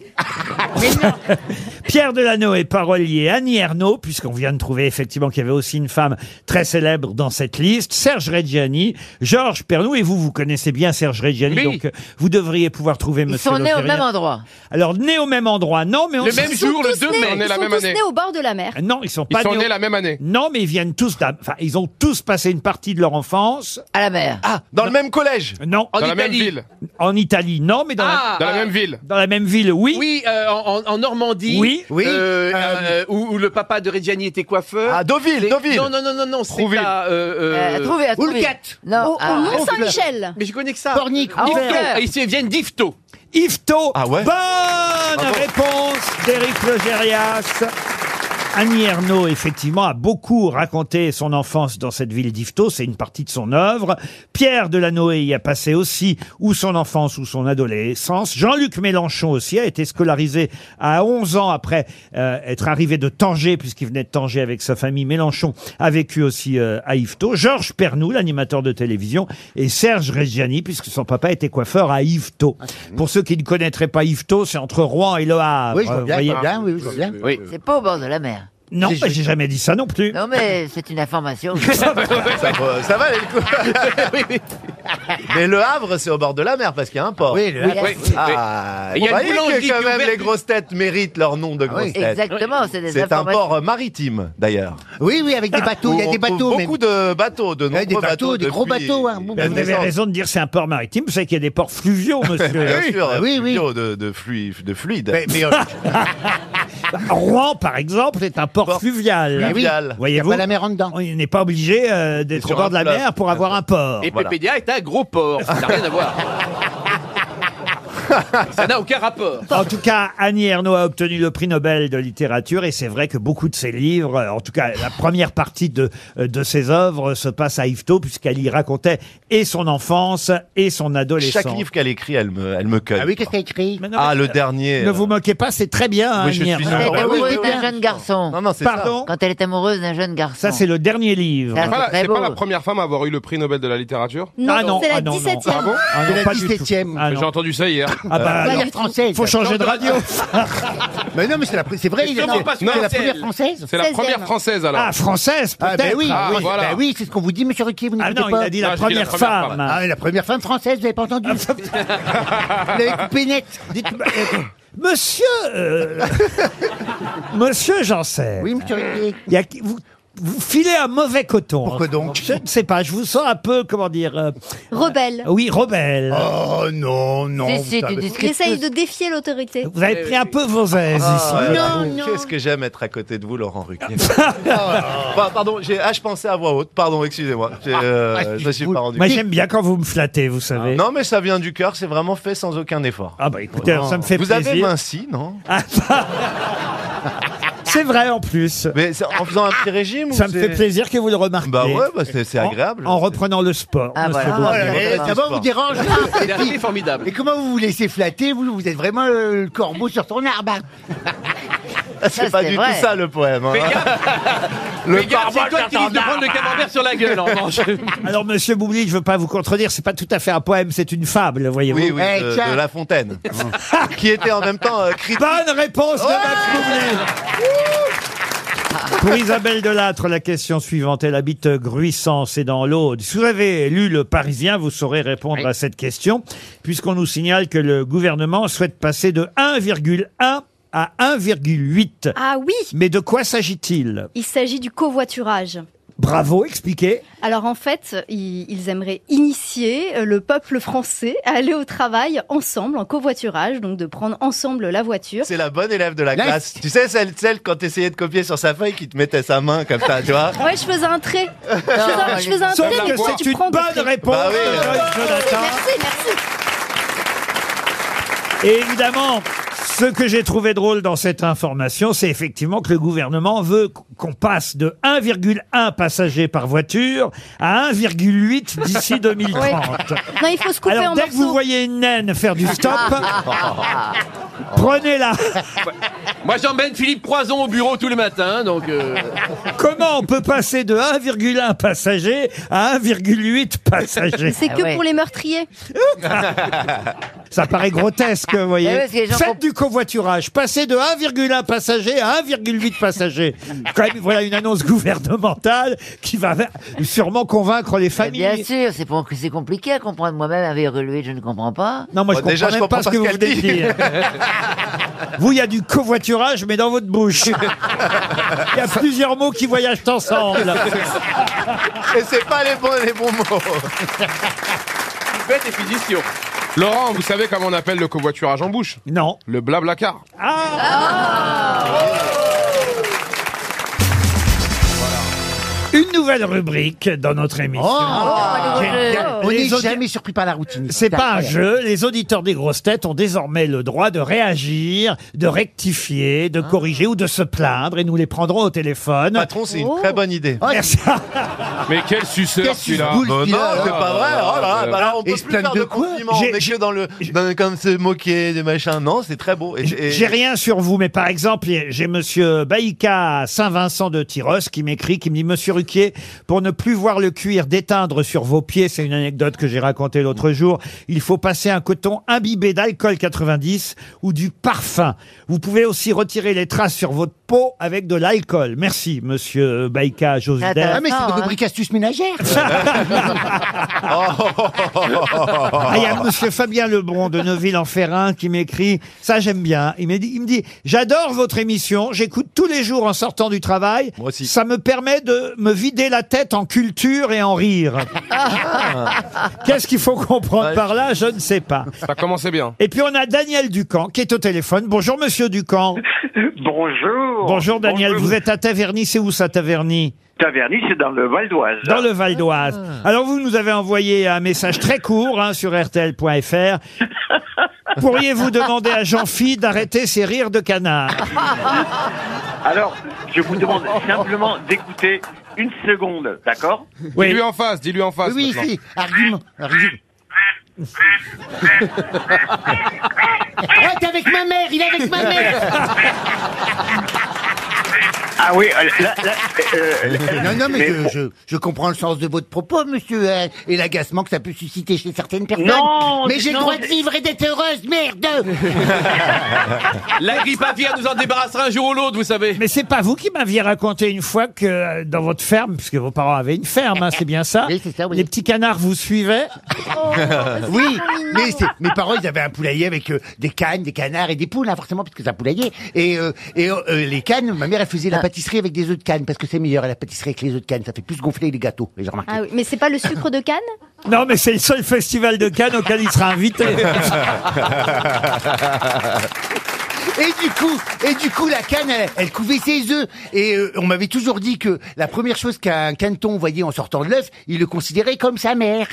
Speaker 2: Pierre Delano est parolier, Annie Ernaux, puisqu'on vient de trouver effectivement qu'il y avait aussi une femme très célèbre dans cette liste, Serge Reggiani, Georges Pernou, et vous, vous connaissez bien Serge Reggiani,
Speaker 6: Oui.
Speaker 2: donc euh, vous devriez pouvoir trouver
Speaker 5: Ils
Speaker 2: Monsieur
Speaker 5: sont nés au
Speaker 2: Loferrière.
Speaker 5: même endroit.
Speaker 2: Alors, nés au même endroit, non, mais on Ah,
Speaker 6: Le
Speaker 2: sait-
Speaker 6: même
Speaker 7: Ils sont
Speaker 6: jour, le
Speaker 7: tous
Speaker 6: 2
Speaker 7: nés-
Speaker 6: mai.
Speaker 7: Ils
Speaker 6: On est la
Speaker 7: sont
Speaker 6: même
Speaker 7: tous
Speaker 6: année.
Speaker 7: nés au bord de la mer.
Speaker 2: Non, ils sont
Speaker 6: Ils
Speaker 2: pas
Speaker 6: sont
Speaker 2: nés au-
Speaker 6: nés la même année.
Speaker 2: Non, mais ils viennent tous d'un- enfin, ils ont tous passé une partie de leur enfance.
Speaker 5: À la mer.
Speaker 3: Ah, dans le même collège
Speaker 2: Euh, Non.
Speaker 6: Dans la même
Speaker 2: Italie.
Speaker 6: ville.
Speaker 2: En Italie, non, mais dans,
Speaker 6: Ah,
Speaker 2: la...
Speaker 6: dans la
Speaker 2: euh,
Speaker 6: même ville.
Speaker 2: dans la même ville, oui.
Speaker 6: Oui, euh, en, en Normandie.
Speaker 2: Oui.
Speaker 4: Oui.
Speaker 6: euh,
Speaker 4: Euh,
Speaker 6: euh, où, où le papa de Reggiani était coiffeur.
Speaker 3: Ah, Deauville,
Speaker 6: C'est-
Speaker 3: Deauville
Speaker 6: Non, non, non, non, non. C'est
Speaker 3: Trouville.
Speaker 6: à. euh,
Speaker 5: Euh,
Speaker 6: euh,
Speaker 5: trouvez, à trouver.
Speaker 4: Houlgate.
Speaker 5: Non. ah.
Speaker 7: Au,
Speaker 5: à-
Speaker 7: Mont-Saint-Michel.
Speaker 6: Mais je connais que ça.
Speaker 4: Pornic,
Speaker 5: Ah,
Speaker 6: Ifto.
Speaker 5: Anvers.
Speaker 6: Ici, ils viennent d'Ifto.
Speaker 2: Ifto.
Speaker 3: Ah ouais
Speaker 2: Bonne
Speaker 3: Bravo.
Speaker 2: réponse d'Éric Logérias. Annie Ernaux, effectivement, a beaucoup raconté son enfance dans cette ville d'Ifto. C'est une partie de son œuvre. Pierre Delanoë y a passé aussi, ou son enfance, ou son adolescence. Jean-Luc Mélenchon aussi a été scolarisé à 11 ans après euh, être arrivé de Tanger, puisqu'il venait de Tanger avec sa famille. Mélenchon a vécu aussi euh, à Ifto. Georges Pernou, l'animateur de télévision, et Serge Reggiani, puisque son papa était coiffeur à
Speaker 4: Ah,
Speaker 2: Ifto. Pour ceux qui ne connaîtraient pas Ifto, c'est entre Rouen et Le Havre.
Speaker 4: Oui, je vois
Speaker 2: euh,
Speaker 4: bien, je
Speaker 2: voyez.
Speaker 4: vois bien, oui, oui, je vois bien.
Speaker 6: Oui.
Speaker 5: C'est pas au bord de la mer.
Speaker 2: Non,
Speaker 4: J'ai-
Speaker 2: mais j'ai jamais dit ça non plus.
Speaker 5: Non, mais c'est une information.
Speaker 3: ça, va-
Speaker 2: *laughs*
Speaker 3: ça va, les
Speaker 4: *laughs*
Speaker 3: coups. Mais le Havre, c'est au bord de la mer parce qu'il y a un port.
Speaker 4: Oui, le-
Speaker 6: Oui, oui.
Speaker 3: Ah,
Speaker 6: Il y a une
Speaker 3: vous voyez que
Speaker 6: boulangerie
Speaker 3: quand
Speaker 6: qui
Speaker 3: même
Speaker 6: ouvre-
Speaker 3: les grosses têtes méritent leur nom de
Speaker 4: Ah
Speaker 3: grosses
Speaker 4: oui.
Speaker 3: têtes.
Speaker 5: Exactement, c'est des
Speaker 3: C'est un
Speaker 5: informations.
Speaker 3: port maritime d'ailleurs.
Speaker 4: oui, oui,
Speaker 3: *laughs*
Speaker 4: avec des bateaux, il y a
Speaker 3: Où on
Speaker 4: des
Speaker 3: trouve
Speaker 4: bateaux.
Speaker 3: Beaucoup
Speaker 4: même.
Speaker 3: de bateaux, de nombreux
Speaker 4: des bateaux, des gros
Speaker 3: depuis-
Speaker 4: bateaux, hein. Bon,
Speaker 2: Ben,
Speaker 4: bah,
Speaker 2: vous avez
Speaker 3: Renaissance.
Speaker 2: raison de dire que c'est un port maritime, c'est qu'il y a des ports fluviaux, monsieur.
Speaker 3: Bien sûr,
Speaker 4: oui, oui.
Speaker 3: plutôt De, de, flui- de fluide.
Speaker 4: Mais, mais, euh,
Speaker 2: Rouen, par exemple, est un port
Speaker 3: Port
Speaker 2: fluvial.
Speaker 4: mais oui,
Speaker 3: Fluvial.
Speaker 4: il n'y a
Speaker 2: Voyez-vous,
Speaker 4: pas la mer en dedans.
Speaker 2: on n'est pas obligé euh, d'être
Speaker 3: Sur
Speaker 2: au bord
Speaker 3: un
Speaker 2: de la
Speaker 3: fleuve.
Speaker 2: mer pour avoir un port.
Speaker 6: Et
Speaker 3: Voilà.
Speaker 6: Pépédia est un gros porc. Ça n'a rien à voir. ça n'a aucun rapport.
Speaker 2: En tout cas, Annie Ernaux a obtenu le prix Nobel de littérature et c'est vrai que beaucoup de ses livres, euh, en tout cas la première partie de, euh, de ses œuvres, se passe à Yvetot puisqu'elle y racontait et son enfance et son adolescence.
Speaker 3: Chaque livre qu'elle écrit, elle me, elle me cueille.
Speaker 4: Ah oui, qu'est-ce qu'il y a écrit
Speaker 2: Mais non,
Speaker 3: Ah,
Speaker 2: mais,
Speaker 3: le
Speaker 2: euh,
Speaker 3: dernier.
Speaker 2: Ne vous moquez pas, c'est très bien, hein,
Speaker 3: Oui, je
Speaker 2: Annie
Speaker 3: suis
Speaker 2: Ernaux.
Speaker 5: Elle
Speaker 3: Ah,
Speaker 5: est
Speaker 3: bah oui,
Speaker 5: amoureuse
Speaker 3: oui,
Speaker 5: d'un jeune garçon.
Speaker 3: Non, non, c'est ça.
Speaker 2: Pardon
Speaker 5: Quand elle est amoureuse d'un jeune garçon.
Speaker 2: Ça, c'est le dernier livre.
Speaker 5: Ça,
Speaker 8: C'est pas,
Speaker 5: c'est
Speaker 8: la-
Speaker 5: très
Speaker 8: c'est pas
Speaker 5: beau.
Speaker 8: la première femme à avoir eu le prix Nobel de la littérature.
Speaker 7: Non,
Speaker 2: Ah non,
Speaker 7: c'est la
Speaker 2: ah non, non.
Speaker 7: 17e.
Speaker 8: Ah bon
Speaker 2: Ah non,
Speaker 4: C'est la
Speaker 2: pas du tout.
Speaker 4: 17e.
Speaker 2: Ah non.
Speaker 8: J'ai entendu ça hier.
Speaker 2: Ah bah,
Speaker 4: La
Speaker 2: alors,
Speaker 4: mer française.
Speaker 2: faut changer
Speaker 4: *laughs*
Speaker 2: de radio.
Speaker 4: Mais non, mais c'est la, pre- c'est vrai, il est-
Speaker 6: sûrement pas
Speaker 4: c'est la
Speaker 6: française.
Speaker 4: première française.
Speaker 8: C'est la
Speaker 7: 16e.
Speaker 8: première française alors.
Speaker 2: Ah, française, peut-être.
Speaker 4: Ah ben oui,
Speaker 8: Ah,
Speaker 4: oui,
Speaker 8: voilà.
Speaker 4: bah oui, c'est ce qu'on vous dit, monsieur Ruquier, vous
Speaker 2: Ah
Speaker 4: n'écoutez
Speaker 2: non, il
Speaker 4: pas.
Speaker 2: a dit la
Speaker 8: Ah, j'ai dit
Speaker 2: première
Speaker 8: la première
Speaker 2: femme. Ah,
Speaker 4: Ah, et la première femme française, vous n'avez pas entendu Vous l'avez coupé net. Dites-moi-
Speaker 2: Monsieur, euh, *laughs* Monsieur Janssen,
Speaker 4: Oui, monsieur Ruquier.
Speaker 2: il y a qui- vous, vous filez un mauvais coton.
Speaker 4: Pourquoi donc
Speaker 2: Je ne sais pas, je vous sens un peu, comment dire, euh,
Speaker 7: Rebelle.
Speaker 2: oui, rebelle.
Speaker 4: Oh non, non.
Speaker 5: Si,
Speaker 4: vous
Speaker 5: si, tu
Speaker 4: savez.
Speaker 7: Il
Speaker 5: discutes.
Speaker 7: essaye de défier l'autorité.
Speaker 2: Vous avez pris un peu vos aises ici.
Speaker 3: Ah,
Speaker 4: Non,
Speaker 3: ouais.
Speaker 4: non.
Speaker 3: Qu'est-ce que j'aime être à côté de vous, Laurent
Speaker 2: *laughs*
Speaker 3: Ruquier. Ah, Bah, pardon, j'ai- ah, je pensais à voix haute. Pardon, excusez-moi. J'ai, euh,
Speaker 4: Ah,
Speaker 3: je
Speaker 4: c'est
Speaker 3: me suis
Speaker 4: cool.
Speaker 3: pas rendu
Speaker 2: Moi,
Speaker 3: compte.
Speaker 2: j'aime bien quand vous me flattez, vous savez.
Speaker 3: Non, mais ça vient du cœur, c'est vraiment fait sans aucun effort.
Speaker 2: Ah bah écoutez, alors, ça me fait
Speaker 3: Vous
Speaker 2: plaisir. Ah, bah.
Speaker 3: avez minci, non
Speaker 2: C'est vrai en plus.
Speaker 3: Mais c'est en faisant un petit régime ou
Speaker 2: Ça me fait
Speaker 3: c'est-
Speaker 2: plaisir que vous le remarquiez.
Speaker 3: Bah ouais, bah, c'est c'est
Speaker 2: En-
Speaker 3: agréable.
Speaker 2: En, reprenant le sport.
Speaker 5: Ah,
Speaker 2: monsieur
Speaker 5: voilà.
Speaker 4: Oh
Speaker 2: Beaugrand.
Speaker 4: là là,
Speaker 3: Voilà.
Speaker 4: ça va, vous dérange là
Speaker 6: Il a fait formidable.
Speaker 4: Et comment vous vous laissez flatter vous, vous êtes vraiment euh, le corbeau sur ton arbre. hein.
Speaker 5: Ça,
Speaker 3: *laughs*
Speaker 2: Ah,
Speaker 3: C'est pas
Speaker 5: c'est
Speaker 3: du
Speaker 5: vrai.
Speaker 3: tout ça le poème. hein.
Speaker 6: Fais gaffe,
Speaker 3: *laughs* Le
Speaker 6: fais gaffe, c'est
Speaker 3: barbare
Speaker 6: toi qui risques de prendre le
Speaker 3: *laughs*
Speaker 2: *laughs*
Speaker 6: camembert sur la gueule en revanche.
Speaker 2: Alors, monsieur Boubli, je veux pas vous contredire, c'est pas tout à fait un poème, c'est une fable, voyez-vous.
Speaker 3: Oui, oui,
Speaker 4: Eh,
Speaker 3: de,
Speaker 4: tiens.
Speaker 3: de La
Speaker 2: *laughs*
Speaker 3: Fontaine. qui était en même temps euh, critique. Oh,
Speaker 2: Bonne réponse
Speaker 4: Oh!
Speaker 2: de Max Boublil. Pour Isabelle Delattre, la question suivante. Elle habite Gruissant, c'est dans l'Aude. Si vous avez lu Le Parisien, vous saurez répondre à cette question, puisqu'on nous signale que le gouvernement souhaite passer de 1,1 à 1,8.
Speaker 7: Ah oui,
Speaker 2: Mais de quoi s'agit-il
Speaker 7: il s'agit du covoiturage.
Speaker 2: Bravo, expliquez.
Speaker 7: Alors en fait, i- ils aimeraient initier euh, le peuple français à aller au travail ensemble, en covoiturage, donc de prendre ensemble la voiture.
Speaker 3: C'est la bonne élève *laughs* de la
Speaker 4: Là,
Speaker 3: classe. Tu sais, celle, celle quand t'essayais de copier sur sa feuille, qui te mettait sa main comme ça, tu
Speaker 4: *laughs*
Speaker 3: vois
Speaker 7: Ouais, je faisais un trait. Je faisais un, je faisais un
Speaker 2: Sauf
Speaker 7: trait, mais
Speaker 2: que
Speaker 7: tu-
Speaker 2: c'est
Speaker 7: Ah, tu
Speaker 2: une
Speaker 7: prends des
Speaker 2: bonne
Speaker 7: traits.
Speaker 2: réponse
Speaker 3: Bah oui.
Speaker 2: de Joyce Jonathan.
Speaker 7: Merci, merci.
Speaker 2: Et évidemment, ce que j'ai trouvé drôle dans cette information, c'est effectivement que le gouvernement veut qu'on passe de 1,1 passagers par voiture à 1,8
Speaker 7: *laughs*
Speaker 2: d'ici 2030.
Speaker 7: Non, il faut se couper
Speaker 2: Alors
Speaker 7: en
Speaker 2: dès que vous
Speaker 7: morceaux.
Speaker 2: voyez une naine faire du
Speaker 7: *laughs*
Speaker 2: stop, prenez-la.
Speaker 6: Moi j'emmène Philippe Croison au bureau tous les matins, donc euh,
Speaker 2: Comment on peut passer de 1,1 passagers à 1,8 passagers
Speaker 7: C'est
Speaker 5: Ah
Speaker 7: que
Speaker 5: ouais.
Speaker 7: pour les meurtriers.
Speaker 2: Ça paraît grotesque, vous
Speaker 5: *laughs*
Speaker 2: voyez.
Speaker 5: Eh oui, parce que les gens
Speaker 2: Faites
Speaker 5: comp-
Speaker 2: du covoiturage. Passez de 1,1 passager à 1,8
Speaker 5: *laughs*
Speaker 2: passager. Quand même, voilà une annonce gouvernementale qui va sûrement convaincre les
Speaker 5: Mais Bien
Speaker 2: familles.
Speaker 5: sûr, c'est pour- c'est compliqué à comprendre. Moi-même, avec lui, je ne comprends pas.
Speaker 2: Non, moi, Bah, je
Speaker 3: Bon, déjà,
Speaker 2: comprends même
Speaker 3: je comprends
Speaker 2: pas ce que vous
Speaker 3: pas ce
Speaker 2: venez de
Speaker 3: qu'elle
Speaker 2: dire.
Speaker 3: *laughs*
Speaker 5: *laughs*
Speaker 2: vous, il y a du covoiturage, mais dans votre bouche.
Speaker 3: *laughs*
Speaker 2: Il y a plusieurs mots qui voyagent
Speaker 3: *laughs*
Speaker 2: ensemble.
Speaker 3: Et c'est pas les bons, les
Speaker 4: *laughs*
Speaker 3: bons mots.
Speaker 6: Belle définition.
Speaker 8: Laurent, vous savez comment on appelle le covoiturage en bouche
Speaker 2: Non.
Speaker 8: Le blablacar.
Speaker 2: Ah Une nouvelle rubrique dans notre émission.
Speaker 7: Oh,
Speaker 2: J'ai-
Speaker 7: les
Speaker 2: bien-
Speaker 7: jeux.
Speaker 4: On n'est
Speaker 2: les audi-
Speaker 4: jamais surpris par la routine.
Speaker 2: C'est pas un
Speaker 4: incroyable.
Speaker 2: jeu. Les auditeurs des grosses têtes ont désormais le droit de réagir, de rectifier, de corriger ou de se plaindre et nous les prendrons au téléphone.
Speaker 3: Ah. Patron, c'est
Speaker 7: Oh.
Speaker 3: une très bonne idée.
Speaker 4: Oh,
Speaker 2: Merci.
Speaker 8: Mais quel suceur
Speaker 4: Qu'est-ce qu'il
Speaker 8: celui-là
Speaker 4: boule
Speaker 3: Bah Non, non, c'est
Speaker 4: qu'il a, là.
Speaker 3: pas vrai. Oh là là, bah là, on
Speaker 4: Et
Speaker 3: peut
Speaker 4: se
Speaker 3: plus
Speaker 4: plaignent
Speaker 3: faire
Speaker 4: de
Speaker 3: de
Speaker 4: quoi
Speaker 3: compliments.
Speaker 2: J'ai-
Speaker 3: On est
Speaker 2: j'ai-
Speaker 3: que dans le, dans- comme se moquer des machins. Non, c'est très beau. Et- et-
Speaker 2: J'ai rien sur vous, mais par exemple, j'ai Monsieur Baïka à Saint-Vincent de Tyros qui m'écrit, qui me dit Monsieur Ruquier, pour ne plus voir le cuir déteindre sur vos pieds, c'est une anecdote que j'ai racontée l'autre jour. Il faut passer un coton imbibé d'alcool 90 ou du parfum. Vous pouvez aussi retirer les traces sur votre peau avec de l'alcool. Merci, Monsieur Baïka Josuder.
Speaker 5: Attends.
Speaker 4: Ah, mais c'est
Speaker 5: Non,
Speaker 4: une
Speaker 5: hein.
Speaker 4: rubrique astuce ménagère.
Speaker 2: *laughs* Ah, Il y
Speaker 8: Oh.
Speaker 2: a Monsieur Fabien Lebron de Neuville-en-Ferrin qui m'écrit, ça j'aime bien. Il me dit, il me dit, j'adore votre émission, j'écoute tous les jours en sortant du travail.
Speaker 3: Moi aussi.
Speaker 2: Ça me permet de me vider la tête en culture et
Speaker 8: *laughs*
Speaker 2: en rire. Qu'est-ce qu'il faut comprendre par là Je ne sais pas.
Speaker 8: Ça commençait bien.
Speaker 2: Et puis on a Daniel Ducamp qui est au téléphone. Bonjour Monsieur Ducamp.
Speaker 9: Bonjour.
Speaker 2: Bonjour Daniel. Vous êtes à Taverny. C'est où ça Taverny
Speaker 9: Taverny, c'est dans le Val d'Oise.
Speaker 2: Dans le Val d'Oise. Alors vous nous avez envoyé un message très court hein, sur rtl.fr. Pourriez-vous demander à Jean-Phi d'arrêter ses rires de canard
Speaker 10: Ah.
Speaker 9: Alors, je
Speaker 11: *laughs*
Speaker 9: vous demande simplement d'écouter une seconde, d'accord
Speaker 8: Dis-lui en face, dis-lui en face.
Speaker 4: Oui, oui,
Speaker 8: maintenant.
Speaker 4: si. Argument. Argument. Ouais, t'es avec ma mère, il est avec ma mère.
Speaker 9: Ah oui, euh, là, là, euh, euh,
Speaker 4: Non, non, mais,
Speaker 9: Mais
Speaker 4: je,
Speaker 9: bon.
Speaker 4: je, je comprends le sens de votre propos, monsieur, hein, et l'agacement que ça peut susciter chez certaines personnes.
Speaker 9: Non,
Speaker 4: mais j'ai le
Speaker 9: non,
Speaker 4: droit de
Speaker 9: mais-
Speaker 4: vivre et d'être heureuse, *laughs* merde
Speaker 6: La grippe aviaire nous en débarrassera un jour ou l'autre, vous savez.
Speaker 2: Mais c'est pas vous qui m'aviez raconté une fois que euh, dans votre ferme, puisque vos parents avaient une ferme, hein, c'est bien ça,
Speaker 4: Oui, c'est ça, oui.
Speaker 2: les petits canards vous suivaient.
Speaker 4: *laughs* Oui, mais c'est- mes parents, ils avaient un poulailler avec euh, des cannes, des canards et des poules, hein, forcément, puisque c'est un poulailler. Et, euh, et euh, euh, les cannes, ma mère, elle faisait la pâtisserie avec des œufs de canne, parce que c'est meilleur à la pâtisserie avec les œufs de canne, ça fait plus gonfler les gâteaux, les gens remarqué.
Speaker 7: Ah oui, mais c'est pas le sucre de canne
Speaker 2: Non, mais c'est le seul festival de Cannes auquel il sera invité.
Speaker 4: *laughs* Et du coup, et du coup, la canne, elle, elle couvait ses œufs. Et euh, on m'avait toujours dit que la première chose qu'un caneton voyait en sortant de l'œuf, il le considérait comme sa mère.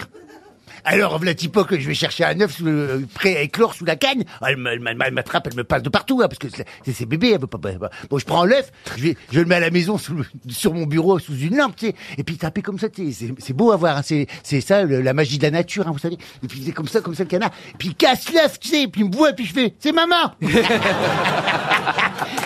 Speaker 4: Alors, voilà pas que je vais chercher un œuf sous le- euh, prêt à éclore sous la canne. Ah, Elle me- elle m'a- elle m'attrape, elle me passe de partout, hein, parce que c'est- c'est ses bébés. elle veut pas- bah, bah. Bon, je prends l'œuf, je, vais- je le mets à la maison sous le- sur mon bureau sous une lampe, tu sais. Et puis taper comme ça, tu sais, c'est c'est beau à voir. hein, c'est c'est ça le- la magie de la nature, hein, vous savez. Et puis c'est comme ça, comme ça le canard. Et puis il casse l'œuf, tu sais. Et puis il me voit, et puis je fais, c'est
Speaker 2: *laughs*
Speaker 4: maman.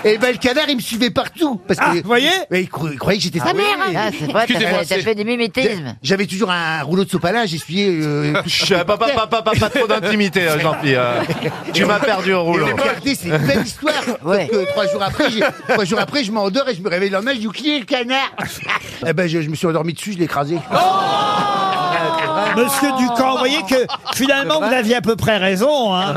Speaker 4: Et ben le canard, il me suivait partout parce que
Speaker 2: Ah, vous voyez
Speaker 4: Ouais, il, cro- il croyait que j'étais sa
Speaker 5: Ah oui,
Speaker 4: mère. hein.
Speaker 5: ah, c'est pas, t'as
Speaker 8: Excusez-moi,
Speaker 5: fait, t'as
Speaker 8: c'est-
Speaker 5: fait du mimétisme.
Speaker 4: J'avais toujours un rouleau de sopalin, j'essuyais.
Speaker 5: *laughs*
Speaker 4: Euh, tout ce
Speaker 3: Je
Speaker 4: qui
Speaker 3: suis- pas, pas,
Speaker 4: portait.
Speaker 3: pas, pas, pas, pas trop d'intimité, euh, Jean-Pierre.
Speaker 4: *laughs*
Speaker 3: euh. tu m'as perdu au
Speaker 4: Et
Speaker 3: rouleau.
Speaker 4: regardez, c'est une belle histoire.
Speaker 5: Ouais.
Speaker 4: Parce que trois jours après, j'ai- trois jours après, je m'endors et je me réveille le lendemain, je dis qui est le canard Eh ben, je, je me suis endormi dessus, je l'ai écrasé.
Speaker 2: Monsieur Ducamp, vous voyez que finalement vous aviez à peu près raison.
Speaker 4: *laughs*
Speaker 2: hein.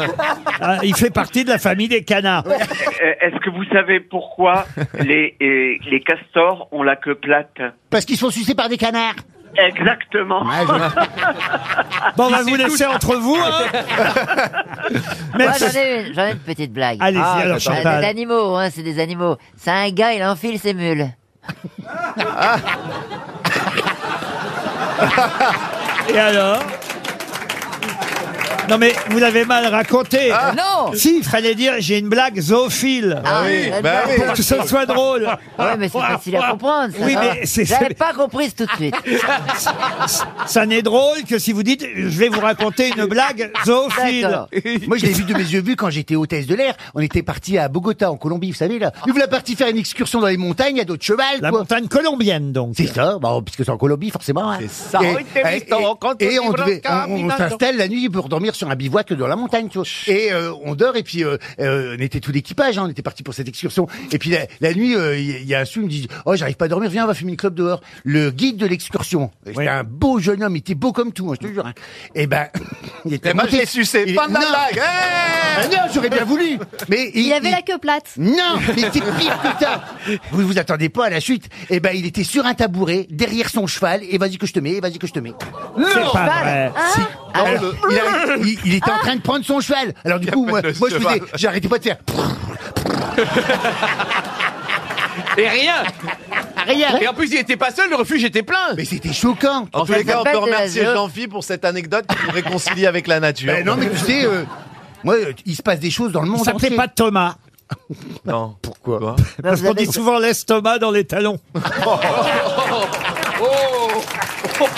Speaker 2: Ah, Il fait partie de la famille des canards.
Speaker 9: *laughs* Euh, Est-ce que vous savez pourquoi les, euh, les castors ont la queue plate
Speaker 4: Parce qu'ils sont sucés par des canards.
Speaker 9: Exactement.
Speaker 2: *laughs* Bon, on va vous laisser entre vous. hein.
Speaker 5: Moi,
Speaker 2: Merci.
Speaker 5: j'en ai une, *laughs* j'en ai une petite blague.
Speaker 2: Allez-y,
Speaker 5: Ah,
Speaker 2: alors,
Speaker 5: c'est
Speaker 2: Chantal.
Speaker 5: des animaux, hein, c'est des animaux. C'est un gars, il enfile ses mules.
Speaker 3: Ah.
Speaker 5: Ah,
Speaker 2: Et alors Non mais vous l'avez mal raconté.
Speaker 5: Ah. Non
Speaker 2: Si, il fallait dire j'ai une blague zoophile.
Speaker 5: Ah
Speaker 3: oui,
Speaker 5: j'aime
Speaker 3: bah
Speaker 5: bien.
Speaker 3: oui.
Speaker 2: Pour que ce soit drôle. Ah.
Speaker 5: Ouais, Ah mais c'est facile à comprendre, ça. Ah.
Speaker 2: Oui,
Speaker 5: non
Speaker 2: mais c'est-
Speaker 5: J'avais pas comprise tout de suite.
Speaker 2: Ça n'est drôle que si vous dites je vais vous raconter une blague zoophile.
Speaker 5: D'accord.
Speaker 4: Moi, je l'ai vu de mes yeux vus quand j'étais hôtesse de l'air. On était parti à Bogota, en Colombie, vous savez, là. Nous voilà partis faire une excursion dans les montagnes à dos de cheval,
Speaker 2: La
Speaker 4: quoi.
Speaker 2: montagne colombienne donc.
Speaker 4: C'est ça, bah, puisque c'est en Colombie, forcément. hein.
Speaker 3: C'est ça.
Speaker 4: Et,
Speaker 3: Oui, t'es
Speaker 4: et-
Speaker 3: visto, quand
Speaker 4: et
Speaker 3: tu
Speaker 4: on,
Speaker 3: vibras
Speaker 4: devait- on- on
Speaker 3: caminando.
Speaker 4: s'installe la nuit pour dormir sur un bivouac dans la montagne, tu vois. Et euh, on dort, et puis euh, euh, on était tout l'équipage, hein, on était parti pour cette excursion. Et puis la, la nuit, euh, il y a- il y, a un sou, il me dit « Oh, j'arrive pas à dormir, viens, on va fumer une clope dehors. » Le guide de l'excursion, c'était
Speaker 2: Oui.
Speaker 4: un beau jeune homme, il était beau comme tout, hein, je te jure. hein. Et ben, *laughs* il était
Speaker 3: Et moi, je
Speaker 4: monté-
Speaker 3: l'ai sucé.
Speaker 4: il est-
Speaker 3: Fin de la
Speaker 4: Non.
Speaker 3: blague.
Speaker 4: Ah
Speaker 3: Hey
Speaker 4: non, j'aurais bien voulu Mais
Speaker 7: Il avait la queue plate.
Speaker 4: non, mais c'est pire que ça. Vous vous attendez pas à la chute. Eh ben, il était sur un tabouret, derrière son cheval, et vas-y que je te mets, et vas-y que je te mets.
Speaker 2: C'est pas vrai.
Speaker 4: Si.
Speaker 8: Ah
Speaker 10: Ah.
Speaker 4: Alors,
Speaker 3: le-
Speaker 4: il, a- il- il était en train de prendre son cheval. Alors du coup, moi,
Speaker 3: pas de
Speaker 4: moi, je faisais,
Speaker 3: cheval.
Speaker 4: j'arrêtais pas de faire.
Speaker 6: Et rien
Speaker 4: Rien.
Speaker 6: Et en plus, il était pas seul, le refuge était plein
Speaker 4: Mais c'était choquant.
Speaker 3: En tous les cas, on
Speaker 5: s'appelle
Speaker 3: peut
Speaker 5: de la
Speaker 3: remercier
Speaker 5: zone.
Speaker 3: Jean-Phi pour cette anecdote qui nous réconcilie avec la nature.
Speaker 4: Ben non, mais tu sais, euh, moi, euh, il se passe des choses dans le monde
Speaker 2: Il s'appelait
Speaker 4: entier.
Speaker 2: pas Thomas.
Speaker 3: Non. Pourquoi
Speaker 2: Parce
Speaker 5: vous
Speaker 2: qu'on
Speaker 5: avez-
Speaker 2: dit souvent laisse Thomas dans les talons.
Speaker 6: *laughs* Oh,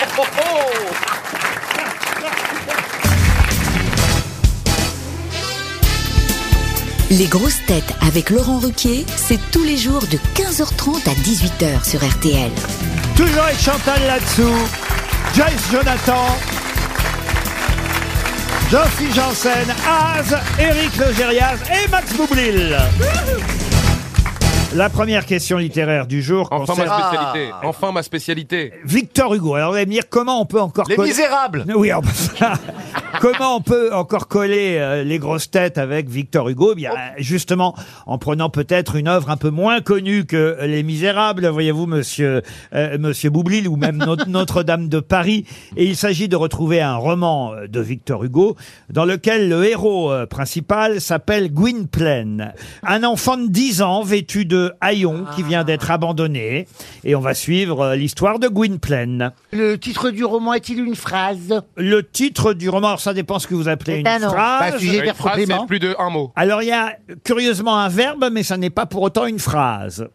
Speaker 12: Les grosses têtes avec Laurent Ruquier, c'est tous
Speaker 10: *laughs*
Speaker 12: les jours de 15h30 à 18h sur RTL.
Speaker 2: Toujours avec Chantal là-dessous. Joyce Jonathan. Geoffrey Janssen, Az, Éric Logérias et Max Boublil. La première question littéraire du jour
Speaker 8: Enfin
Speaker 2: concerne Ah.
Speaker 8: ma spécialité. Enfin ma spécialité.
Speaker 2: Victor Hugo. Alors, vous allez me dire comment on peut encore
Speaker 3: Les
Speaker 2: coller-
Speaker 3: Misérables
Speaker 2: Oui, alors, ça, *laughs* comment on peut encore coller euh, les grosses têtes avec Victor Hugo Eh Bien, euh, justement, en prenant peut-être une œuvre un peu moins connue que Les Misérables, voyez-vous, Monsieur euh, Monsieur Boublil ou même Not- Notre-Dame de Paris. Et il s'agit de retrouver un roman euh, de Victor Hugo dans lequel le héros euh, principal s'appelle Gwynplaine, un enfant de 10 ans vêtu de haillons
Speaker 4: Ah.
Speaker 2: qui vient d'être abandonné. Et on va suivre euh, l'histoire de Gwynplaine.
Speaker 4: Le titre du roman est-il une phrase
Speaker 2: Le titre du roman, alors ça dépend ce que vous appelez
Speaker 5: C'est
Speaker 2: une
Speaker 5: un nom.
Speaker 4: Pas un
Speaker 2: phrase.
Speaker 4: sujet
Speaker 8: Une
Speaker 4: vers
Speaker 8: phrase,
Speaker 4: complément.
Speaker 8: c'est plus de un mot.
Speaker 2: Alors il y a curieusement un verbe, mais ça n'est pas pour autant une phrase.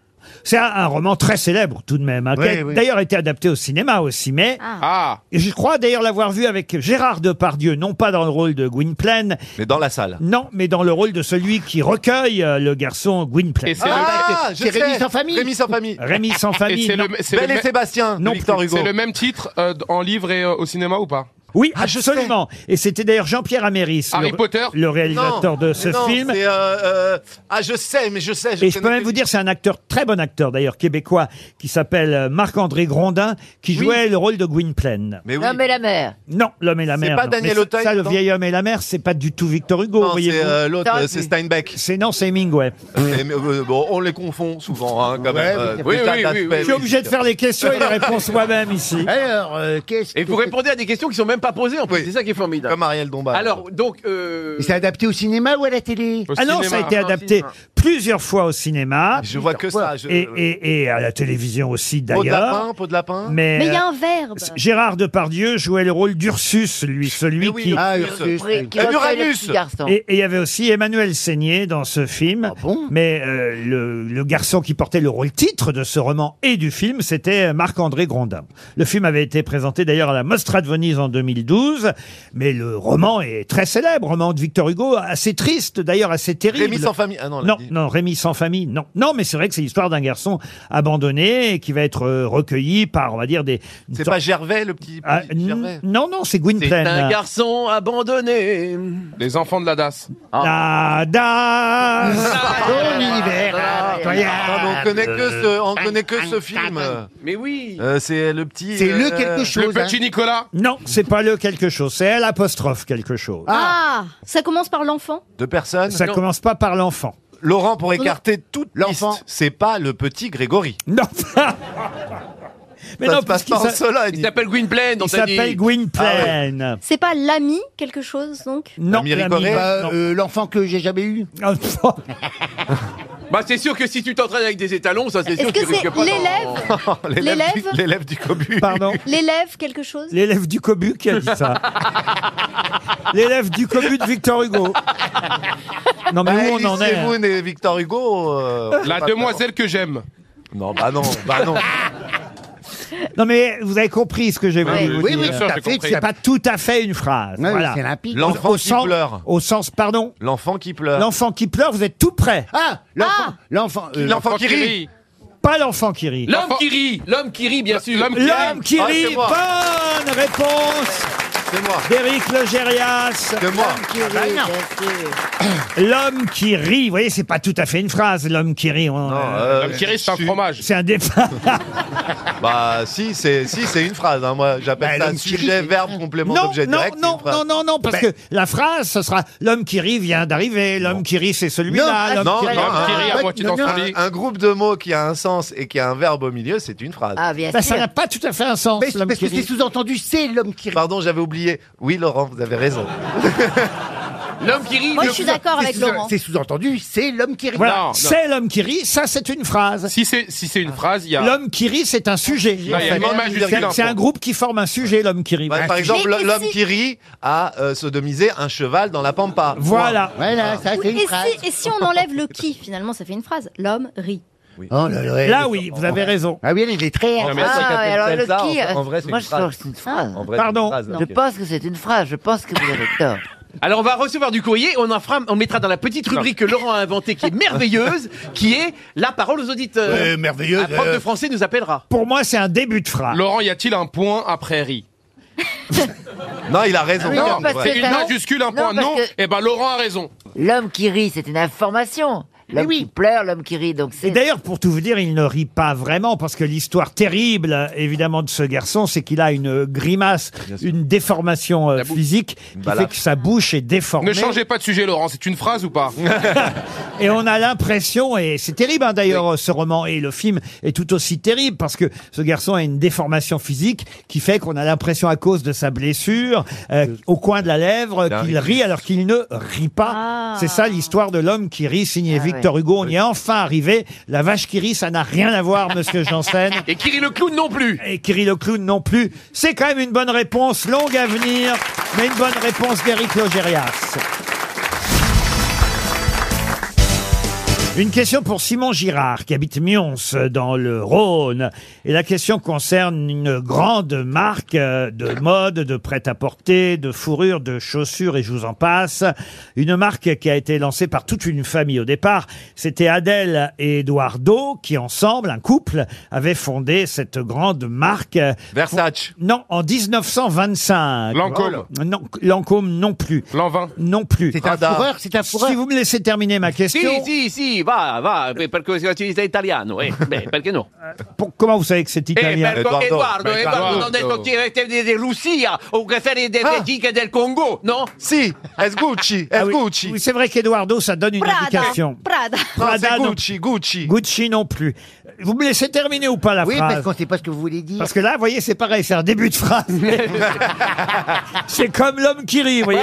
Speaker 2: C'est un, un roman très célèbre tout de même, hein, qui
Speaker 4: Oui,
Speaker 2: a
Speaker 4: oui.
Speaker 2: d'ailleurs été adapté au cinéma aussi, mais
Speaker 8: Ah.
Speaker 2: je crois d'ailleurs l'avoir vu avec Gérard Depardieu, non pas dans le rôle de Gwynplaine,
Speaker 3: Mais dans la salle.
Speaker 2: non, mais dans le rôle de celui qui recueille euh, le garçon
Speaker 8: Et
Speaker 2: Gwynplaine.
Speaker 8: c'est
Speaker 3: Ah,
Speaker 4: c'est
Speaker 3: je sais.
Speaker 4: Rémi sans famille.
Speaker 3: Rémi sans famille.
Speaker 2: Rémi sans
Speaker 8: le, et
Speaker 2: famille.
Speaker 8: c'est le,
Speaker 2: non.
Speaker 8: c'est le
Speaker 3: Belle et
Speaker 8: même-
Speaker 3: Sébastien
Speaker 2: Non
Speaker 3: de Victor Hugo.
Speaker 8: c'est le même titre euh, en livre et euh, au cinéma ou pas
Speaker 2: Oui,
Speaker 3: Ah, je sais.
Speaker 2: absolument. Et c'était d'ailleurs Jean-Pierre Améris,
Speaker 8: Harry
Speaker 2: le,
Speaker 8: Potter
Speaker 2: le réalisateur de ce
Speaker 3: non,
Speaker 2: film.
Speaker 3: c'est, euh, euh, ah, je sais, mais je sais.
Speaker 2: Et je peux
Speaker 3: connais
Speaker 2: même vous dire, c'est un acteur, très bon acteur d'ailleurs, québécois, qui s'appelle euh, Marc-André Grondin, qui jouait le rôle de Gwynplaine.
Speaker 3: Mais oui.
Speaker 5: L'homme et la mer.
Speaker 2: Non, l'homme et la
Speaker 3: C'est
Speaker 2: mer.
Speaker 3: pas
Speaker 2: non.
Speaker 3: Daniel
Speaker 2: Mais
Speaker 3: Auteuil,
Speaker 2: Ça, le
Speaker 3: non
Speaker 2: vieil homme et la mer, c'est pas du tout Victor Hugo,
Speaker 3: Non,
Speaker 2: voyez
Speaker 3: c'est euh, l'autre, euh, c'est Steinbeck.
Speaker 2: C'est non, c'est Hemingway.
Speaker 3: Mais, mais, euh, bon, on les confond souvent, hein, quand même. Euh,
Speaker 8: oui,
Speaker 3: des tas
Speaker 8: oui,
Speaker 3: d'aspects.
Speaker 8: oui, oui.
Speaker 2: Je suis obligé de faire les questions et les réponses
Speaker 3: *laughs*
Speaker 2: moi-même ici.
Speaker 4: Alors, euh, qu'est-ce
Speaker 6: Et
Speaker 4: que-
Speaker 6: vous répondez à des questions qui sont même pas posées en plus,
Speaker 3: Oui.
Speaker 6: c'est ça qui est formidable.
Speaker 3: Comme Ariel Dombal.
Speaker 6: Alors, donc. euh,
Speaker 4: C'est adapté au cinéma ou à la télé
Speaker 8: Au
Speaker 2: Ah non, ça a
Speaker 8: cinéma.
Speaker 2: été adapté plusieurs fois au cinéma
Speaker 3: je vois que ça. Je...
Speaker 2: et, et- et à la télévision aussi
Speaker 3: peau de
Speaker 2: d'ailleurs.
Speaker 3: lapin, peau de lapin.
Speaker 2: Mais,
Speaker 7: Mais il y a
Speaker 2: euh,
Speaker 7: un verbe.
Speaker 2: Gérard Depardieu jouait le rôle d'Ursus, lui, celui
Speaker 3: Mais oui,
Speaker 2: qui,
Speaker 4: Ah,
Speaker 3: Uranus.
Speaker 4: Uranus, oui.
Speaker 5: Qui
Speaker 3: Euh,
Speaker 5: recueille le
Speaker 3: Uranus.
Speaker 5: petit garçon.
Speaker 2: Et et il y avait aussi Emmanuel Seigné dans ce film.
Speaker 4: Ah bon
Speaker 2: mais euh, le, le garçon qui portait le rôle titre de ce roman et du film, c'était Marc-André Grondin. Le film avait été présenté d'ailleurs à la Mostra de Venise en 2012. Mais le roman est très célèbre, roman de Victor Hugo, assez triste, d'ailleurs assez terrible.
Speaker 3: Rémi sans famille. Ah non, on l'a
Speaker 2: Non,
Speaker 3: dit.
Speaker 2: non, Rémi sans famille, non. Non, mais c'est vrai que c'est l'histoire d'un garçon abandonné et qui va être euh, recueilli par, on va dire, des...
Speaker 3: C'est pas Gervais, le petit.
Speaker 2: Ah,
Speaker 3: petit Gervais.
Speaker 2: n- non, non, c'est
Speaker 6: C'est
Speaker 2: Gwynplaine.
Speaker 6: un garçon abandonné. Ah.
Speaker 8: Les enfants de la DAS.
Speaker 2: Da,
Speaker 6: *laughs*
Speaker 2: da.
Speaker 4: Ton
Speaker 3: Euh,
Speaker 4: univers à toi.
Speaker 3: Ah, mais on connaît que ce, on connaît que ce film.
Speaker 6: Mais oui.
Speaker 3: Euh, c'est le petit.
Speaker 4: C'est le
Speaker 3: euh,
Speaker 4: quelque
Speaker 8: Le
Speaker 4: chose. hein.
Speaker 8: petit Nicolas.
Speaker 2: Non, c'est pas le quelque chose, c'est l'apostrophe quelque chose.
Speaker 7: Ah, ça commence par l'enfant
Speaker 3: De personnes.
Speaker 2: Ça
Speaker 6: non.
Speaker 2: commence pas par l'enfant.
Speaker 3: Laurent, pour écarter toute
Speaker 4: L'enfant.
Speaker 3: piste, c'est pas le petit Grégory.
Speaker 2: Non. Mais
Speaker 3: ça
Speaker 2: non,
Speaker 3: se passe
Speaker 2: parce qu'il
Speaker 3: pas en
Speaker 2: s'a-
Speaker 6: Il
Speaker 3: Sologne.
Speaker 6: s'appelle Gwynplaine, on
Speaker 2: il
Speaker 6: t'a dit.
Speaker 2: s'appelle Gwynplaine.
Speaker 7: C'est pas l'ami quelque chose donc
Speaker 2: Non,
Speaker 3: Amiri
Speaker 2: l'ami-
Speaker 3: Corée
Speaker 4: Bah,
Speaker 2: non. Ah,
Speaker 4: euh, L'enfant que j'ai jamais eu. *laughs*
Speaker 6: Bah, c'est sûr que si tu t'entraînes avec des étalons, ça c'est sûr
Speaker 7: Est-ce que
Speaker 6: tu risques
Speaker 7: c'est
Speaker 6: pas d'en-
Speaker 3: *laughs*
Speaker 7: l'élève
Speaker 3: L'élève du-
Speaker 7: L'élève
Speaker 3: L'élève du cobu. *laughs*
Speaker 2: Pardon.
Speaker 7: L'élève quelque chose
Speaker 2: L'élève du cobu qui a dit ça. L'élève du cobu de Victor Hugo. Non, mais
Speaker 3: Bah,
Speaker 2: où on en est hein
Speaker 3: Elie Sevoun et Victor Hugo. euh,
Speaker 8: La
Speaker 3: pas
Speaker 8: demoiselle que j'aime.
Speaker 3: d'accord. Non, bah non, bah non.
Speaker 2: hein Non, mais vous avez compris ce que j'ai voulu
Speaker 7: Oui,
Speaker 2: vous
Speaker 4: Oui,
Speaker 2: dire.
Speaker 4: oui,
Speaker 8: bien
Speaker 4: tout
Speaker 8: sûr,
Speaker 4: à
Speaker 8: j'ai
Speaker 4: fait.
Speaker 8: compris.
Speaker 4: c'est
Speaker 2: C'est
Speaker 4: pas-
Speaker 2: pas tout à fait une phrase.
Speaker 4: Ouais,
Speaker 2: voilà.
Speaker 4: C'est limpide.
Speaker 3: L'enfant
Speaker 2: au
Speaker 3: qui
Speaker 2: sens,
Speaker 3: pleure.
Speaker 2: au sens, pardon.
Speaker 3: L'enfant qui pleure.
Speaker 2: L'enfant qui pleure, vous êtes tout près.
Speaker 4: Ah L'enfant. L'enfant. euh,
Speaker 3: L'enfant qui rit.
Speaker 2: Pas l'enfant qui rit.
Speaker 6: L'homme qui rit. L'homme qui rit, bien sûr.
Speaker 8: L'homme qui
Speaker 2: L'homme qui
Speaker 3: Ah,
Speaker 2: rit,
Speaker 3: c'est moi.
Speaker 2: bonne réponse
Speaker 3: C'est moi.
Speaker 2: D'Éric Logérias.
Speaker 3: C'est
Speaker 4: Ah,
Speaker 3: moi.
Speaker 2: L'homme qui rit. Vous voyez, c'est pas tout à fait une phrase, l'homme qui rit. on-
Speaker 3: euh,
Speaker 8: L'homme qui rit, c'est un fromage.
Speaker 2: C'est un *laughs* débat.
Speaker 3: Bah si, c'est si, c'est une phrase. hein, Moi, j'appelle
Speaker 2: Bah,
Speaker 3: ça
Speaker 2: l'homme qui
Speaker 3: sujet,
Speaker 2: rit.
Speaker 3: verbe, complément,
Speaker 2: Non,
Speaker 3: objet
Speaker 2: non,
Speaker 3: direct. c'est
Speaker 2: non,
Speaker 3: une phrase.
Speaker 2: non, non, non, parce
Speaker 3: Ben,
Speaker 2: que la phrase, ce sera l'homme qui rit vient d'arriver, l'homme qui rit, c'est celui-là. l'homme
Speaker 3: non,
Speaker 2: qui
Speaker 3: non,
Speaker 2: rit-
Speaker 8: L'homme qui rit à
Speaker 3: un-
Speaker 8: moitié
Speaker 3: non,
Speaker 8: dans son
Speaker 3: un-
Speaker 8: lit.
Speaker 3: un groupe de mots qui a un sens et qui a un verbe au milieu, c'est une phrase.
Speaker 5: Ah, bien
Speaker 2: Ben,
Speaker 5: sûr.
Speaker 2: ça n'a pas tout à fait un sens,
Speaker 4: Mais-
Speaker 2: l'homme
Speaker 4: parce
Speaker 2: qui
Speaker 4: que c'est
Speaker 2: rit.
Speaker 4: sous-entendu, c'est l'homme qui rit.
Speaker 3: Pardon, j'avais oublié. Oui, Laurent, vous avez raison.
Speaker 6: L'homme qui rit.
Speaker 7: Moi,
Speaker 6: le
Speaker 7: je suis
Speaker 6: plus-
Speaker 7: d'accord avec
Speaker 4: C'est sous-
Speaker 7: Laurent.
Speaker 4: C'est sous-entendu, c'est l'homme qui rit.
Speaker 2: Voilà,
Speaker 8: Non, non.
Speaker 2: c'est l'homme qui rit, ça c'est une phrase.
Speaker 8: Si c'est si c'est une phrase, il y a.
Speaker 2: L'homme qui rit, c'est un sujet.
Speaker 8: Non, il y a une majuscule,
Speaker 2: C'est-
Speaker 8: un
Speaker 2: C'est un
Speaker 8: point.
Speaker 2: groupe qui forme un sujet, l'homme qui rit.
Speaker 3: Bah, par exemple,
Speaker 7: Mais- mais
Speaker 3: l'homme
Speaker 7: si-
Speaker 3: qui rit a euh, sodomisé un cheval dans la pampa.
Speaker 2: Voilà.
Speaker 4: Voilà, ça c'est
Speaker 7: Oui,
Speaker 4: une
Speaker 7: et,
Speaker 4: phrase.
Speaker 7: si, et si on enlève le qui, finalement, ça fait une phrase. L'homme rit.
Speaker 4: Oh là là.
Speaker 2: Là oui, vous avez raison.
Speaker 4: Ah oui, elle est lettrée.
Speaker 5: Ah,
Speaker 3: mais ça, quand
Speaker 5: ouais,
Speaker 3: elle
Speaker 5: alors
Speaker 3: fait
Speaker 5: le
Speaker 3: ça,
Speaker 5: qui.
Speaker 3: en- en vrai, c'est
Speaker 5: Moi,
Speaker 3: une
Speaker 5: je
Speaker 3: phrase.
Speaker 5: pense que c'est une phrase.
Speaker 3: En vrai, c'est
Speaker 2: Pardon.
Speaker 3: une phrase,
Speaker 5: Je
Speaker 3: hein.
Speaker 5: pense que c'est une phrase. Je pense que vous avez tort.
Speaker 6: Alors on va recevoir du courrier et on en fera, on mettra dans la petite rubrique que Laurent a inventée qui est merveilleuse, qui est la parole aux auditeurs.
Speaker 8: Euh,
Speaker 4: merveilleuse.
Speaker 6: Un prof de français nous appellera.
Speaker 2: Pour moi, c'est un début de phrase.
Speaker 8: Laurent, y a-t-il un point après ri
Speaker 3: *laughs* Non, il a raison.
Speaker 5: Oui,
Speaker 3: Non,
Speaker 5: non, parce
Speaker 3: ouais.
Speaker 5: que-
Speaker 8: C'est une
Speaker 5: Non.
Speaker 8: majuscule, un
Speaker 5: Non,
Speaker 8: point.
Speaker 5: parce
Speaker 8: Non,
Speaker 5: que-
Speaker 8: eh ben Laurent a raison.
Speaker 5: L'homme qui rit, c'est une information. L'homme
Speaker 4: oui.
Speaker 5: qui pleure, l'homme qui rit. Donc
Speaker 2: Et
Speaker 5: c'est.
Speaker 2: d'ailleurs, pour tout vous dire, il ne rit pas vraiment, parce que l'histoire terrible, euh, évidemment, de ce garçon, c'est qu'il a une euh, grimace, une déformation euh,
Speaker 8: La bouche.
Speaker 2: physique, qui fait
Speaker 3: balafre.
Speaker 2: que sa bouche est déformée.
Speaker 8: Ne changez pas de sujet, Laurent. C'est une phrase ou
Speaker 2: *laughs*
Speaker 8: pas
Speaker 2: Et on a l'impression, et c'est terrible hein, d'ailleurs euh, ce roman, et le film est tout aussi terrible, parce que ce garçon a une déformation physique qui fait qu'on a l'impression à cause de sa blessure, euh, au coin de la lèvre,
Speaker 3: D'un
Speaker 2: qu'il
Speaker 3: rictus.
Speaker 2: rit alors qu'il ne rit pas.
Speaker 7: Ah.
Speaker 2: C'est ça l'histoire de l'homme qui rit, signé
Speaker 5: Ah ouais.
Speaker 2: Victor Hugo. On y est enfin arrivé. La vache qui rit, ça n'a rien à voir, monsieur Janssen.
Speaker 6: Et qui rit le clown non plus.
Speaker 2: Et qui rit le clown non plus. C'est quand même une bonne réponse, longue à venir, mais une bonne réponse d'Éric Logérias. Une question pour Simon Girard, qui habite Mions, euh, dans le Rhône. Et la question concerne une grande marque euh, de mode, de prêt-à-porter, de fourrure, de chaussures, et je vous en passe. Une marque qui a été lancée par toute une famille au départ. C'était Adèle et Eduardo, qui ensemble, un couple, avaient fondé cette grande marque. euh,
Speaker 3: Versace.
Speaker 2: Non, en 1925.
Speaker 8: Lancôme.
Speaker 2: Non, Lancôme non plus.
Speaker 8: L'an 20.
Speaker 2: Non plus.
Speaker 4: C'est un
Speaker 3: Prada.
Speaker 4: fourreur, c'est un fourreur.
Speaker 2: Si vous me laissez terminer ma
Speaker 6: Si,
Speaker 2: question.
Speaker 6: si, si, va, va, eh, perché si utilizza italiano, eh, beh, perché no?
Speaker 2: Pour- comment vous savez que c'est
Speaker 6: Eh,
Speaker 2: italien
Speaker 6: Eduardo,
Speaker 3: Eduardo.
Speaker 6: Eduardo,
Speaker 2: Ben,
Speaker 6: Eduardo,
Speaker 8: Eduardo.
Speaker 6: non detto che è di Russia o che sei di
Speaker 3: Ah.
Speaker 6: Belgique e del Congo, no?
Speaker 3: Si, es Gucci, es
Speaker 2: Ah oui.
Speaker 3: Eh, Gucci.
Speaker 2: Oui, c'est vrai qu'Eduardo, ça donne une
Speaker 7: Prada.
Speaker 2: indication.
Speaker 3: Non,
Speaker 7: Prada.
Speaker 3: c'est
Speaker 2: Prada, non.
Speaker 3: Gucci, Gucci.
Speaker 2: Gucci non plus. Vous me laissez terminer ou pas la
Speaker 4: Oui,
Speaker 2: phrase
Speaker 4: parce qu'on sait
Speaker 2: *laughs*
Speaker 4: pas ce que vous voulez dire.
Speaker 2: Parce que là, vous voyez, c'est pareil, c'est un début
Speaker 4: *laughs*
Speaker 2: de phrase. c'est comme l'homme qui rit, vous voyez.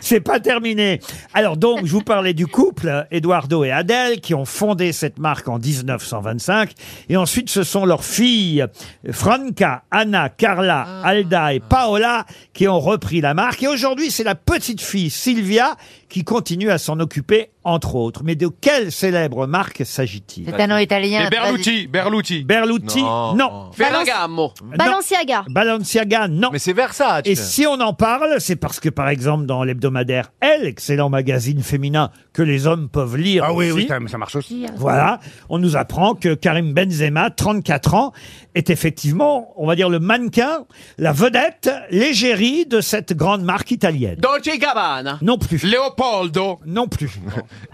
Speaker 2: C'est pas terminé. Alors donc, je vous parlais du couple, Eduardo et Adèle, qui ont fondé cette marque en 1925. Et ensuite, ce sont leurs filles, Franca, Anna, Carla,
Speaker 4: Ah.
Speaker 2: Alda et Paola, qui ont repris la marque. Et aujourd'hui, c'est la petite fille, Sylvia, qui continue à s'en occuper, entre autres. Mais de quelle célèbre marque s'agit-il
Speaker 5: C'est un nom italien.
Speaker 8: Et Berluti, Berluti.
Speaker 2: Berluti
Speaker 3: Non.
Speaker 2: Non.
Speaker 6: Ferragamo.
Speaker 7: Balenciaga.
Speaker 2: Balenciaga, non.
Speaker 3: Mais c'est Versace.
Speaker 2: Et si on en parle, c'est parce que, par exemple, dans l'hebdomadaire Elle, excellent magazine féminin que les hommes peuvent lire.
Speaker 4: Ah oui,
Speaker 2: aussi,
Speaker 4: oui, ça, ça marche aussi. hein.
Speaker 2: Voilà, on nous apprend que Karim Benzema, 34 ans, est effectivement, on va dire, le mannequin, la vedette, l'égérie de cette grande marque italienne.
Speaker 6: *laughs* Dolce Gabbana.
Speaker 2: Non plus.
Speaker 8: Leopoldo.
Speaker 2: Non plus.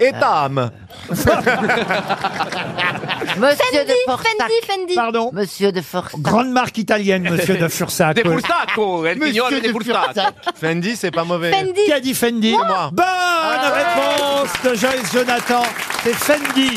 Speaker 3: Et Tam.
Speaker 4: *laughs*
Speaker 5: Monsieur
Speaker 7: Fendi,
Speaker 5: de Forsac.
Speaker 7: Fendi, Fendi.
Speaker 2: Pardon.
Speaker 5: Monsieur de Forsac.
Speaker 2: Grande marque italienne, monsieur de Fursac.
Speaker 6: De
Speaker 2: oh,
Speaker 6: Furstacco, il
Speaker 4: Monsieur
Speaker 6: signore
Speaker 4: de
Speaker 6: de Furstacco.
Speaker 4: Fursac.
Speaker 3: Fendi, c'est pas mauvais.
Speaker 7: Fendi.
Speaker 2: Qui a dit Fendi
Speaker 3: Moi.
Speaker 2: Bonne
Speaker 4: Ah
Speaker 2: réponse de Joyce Jonathan. C'est Fendi.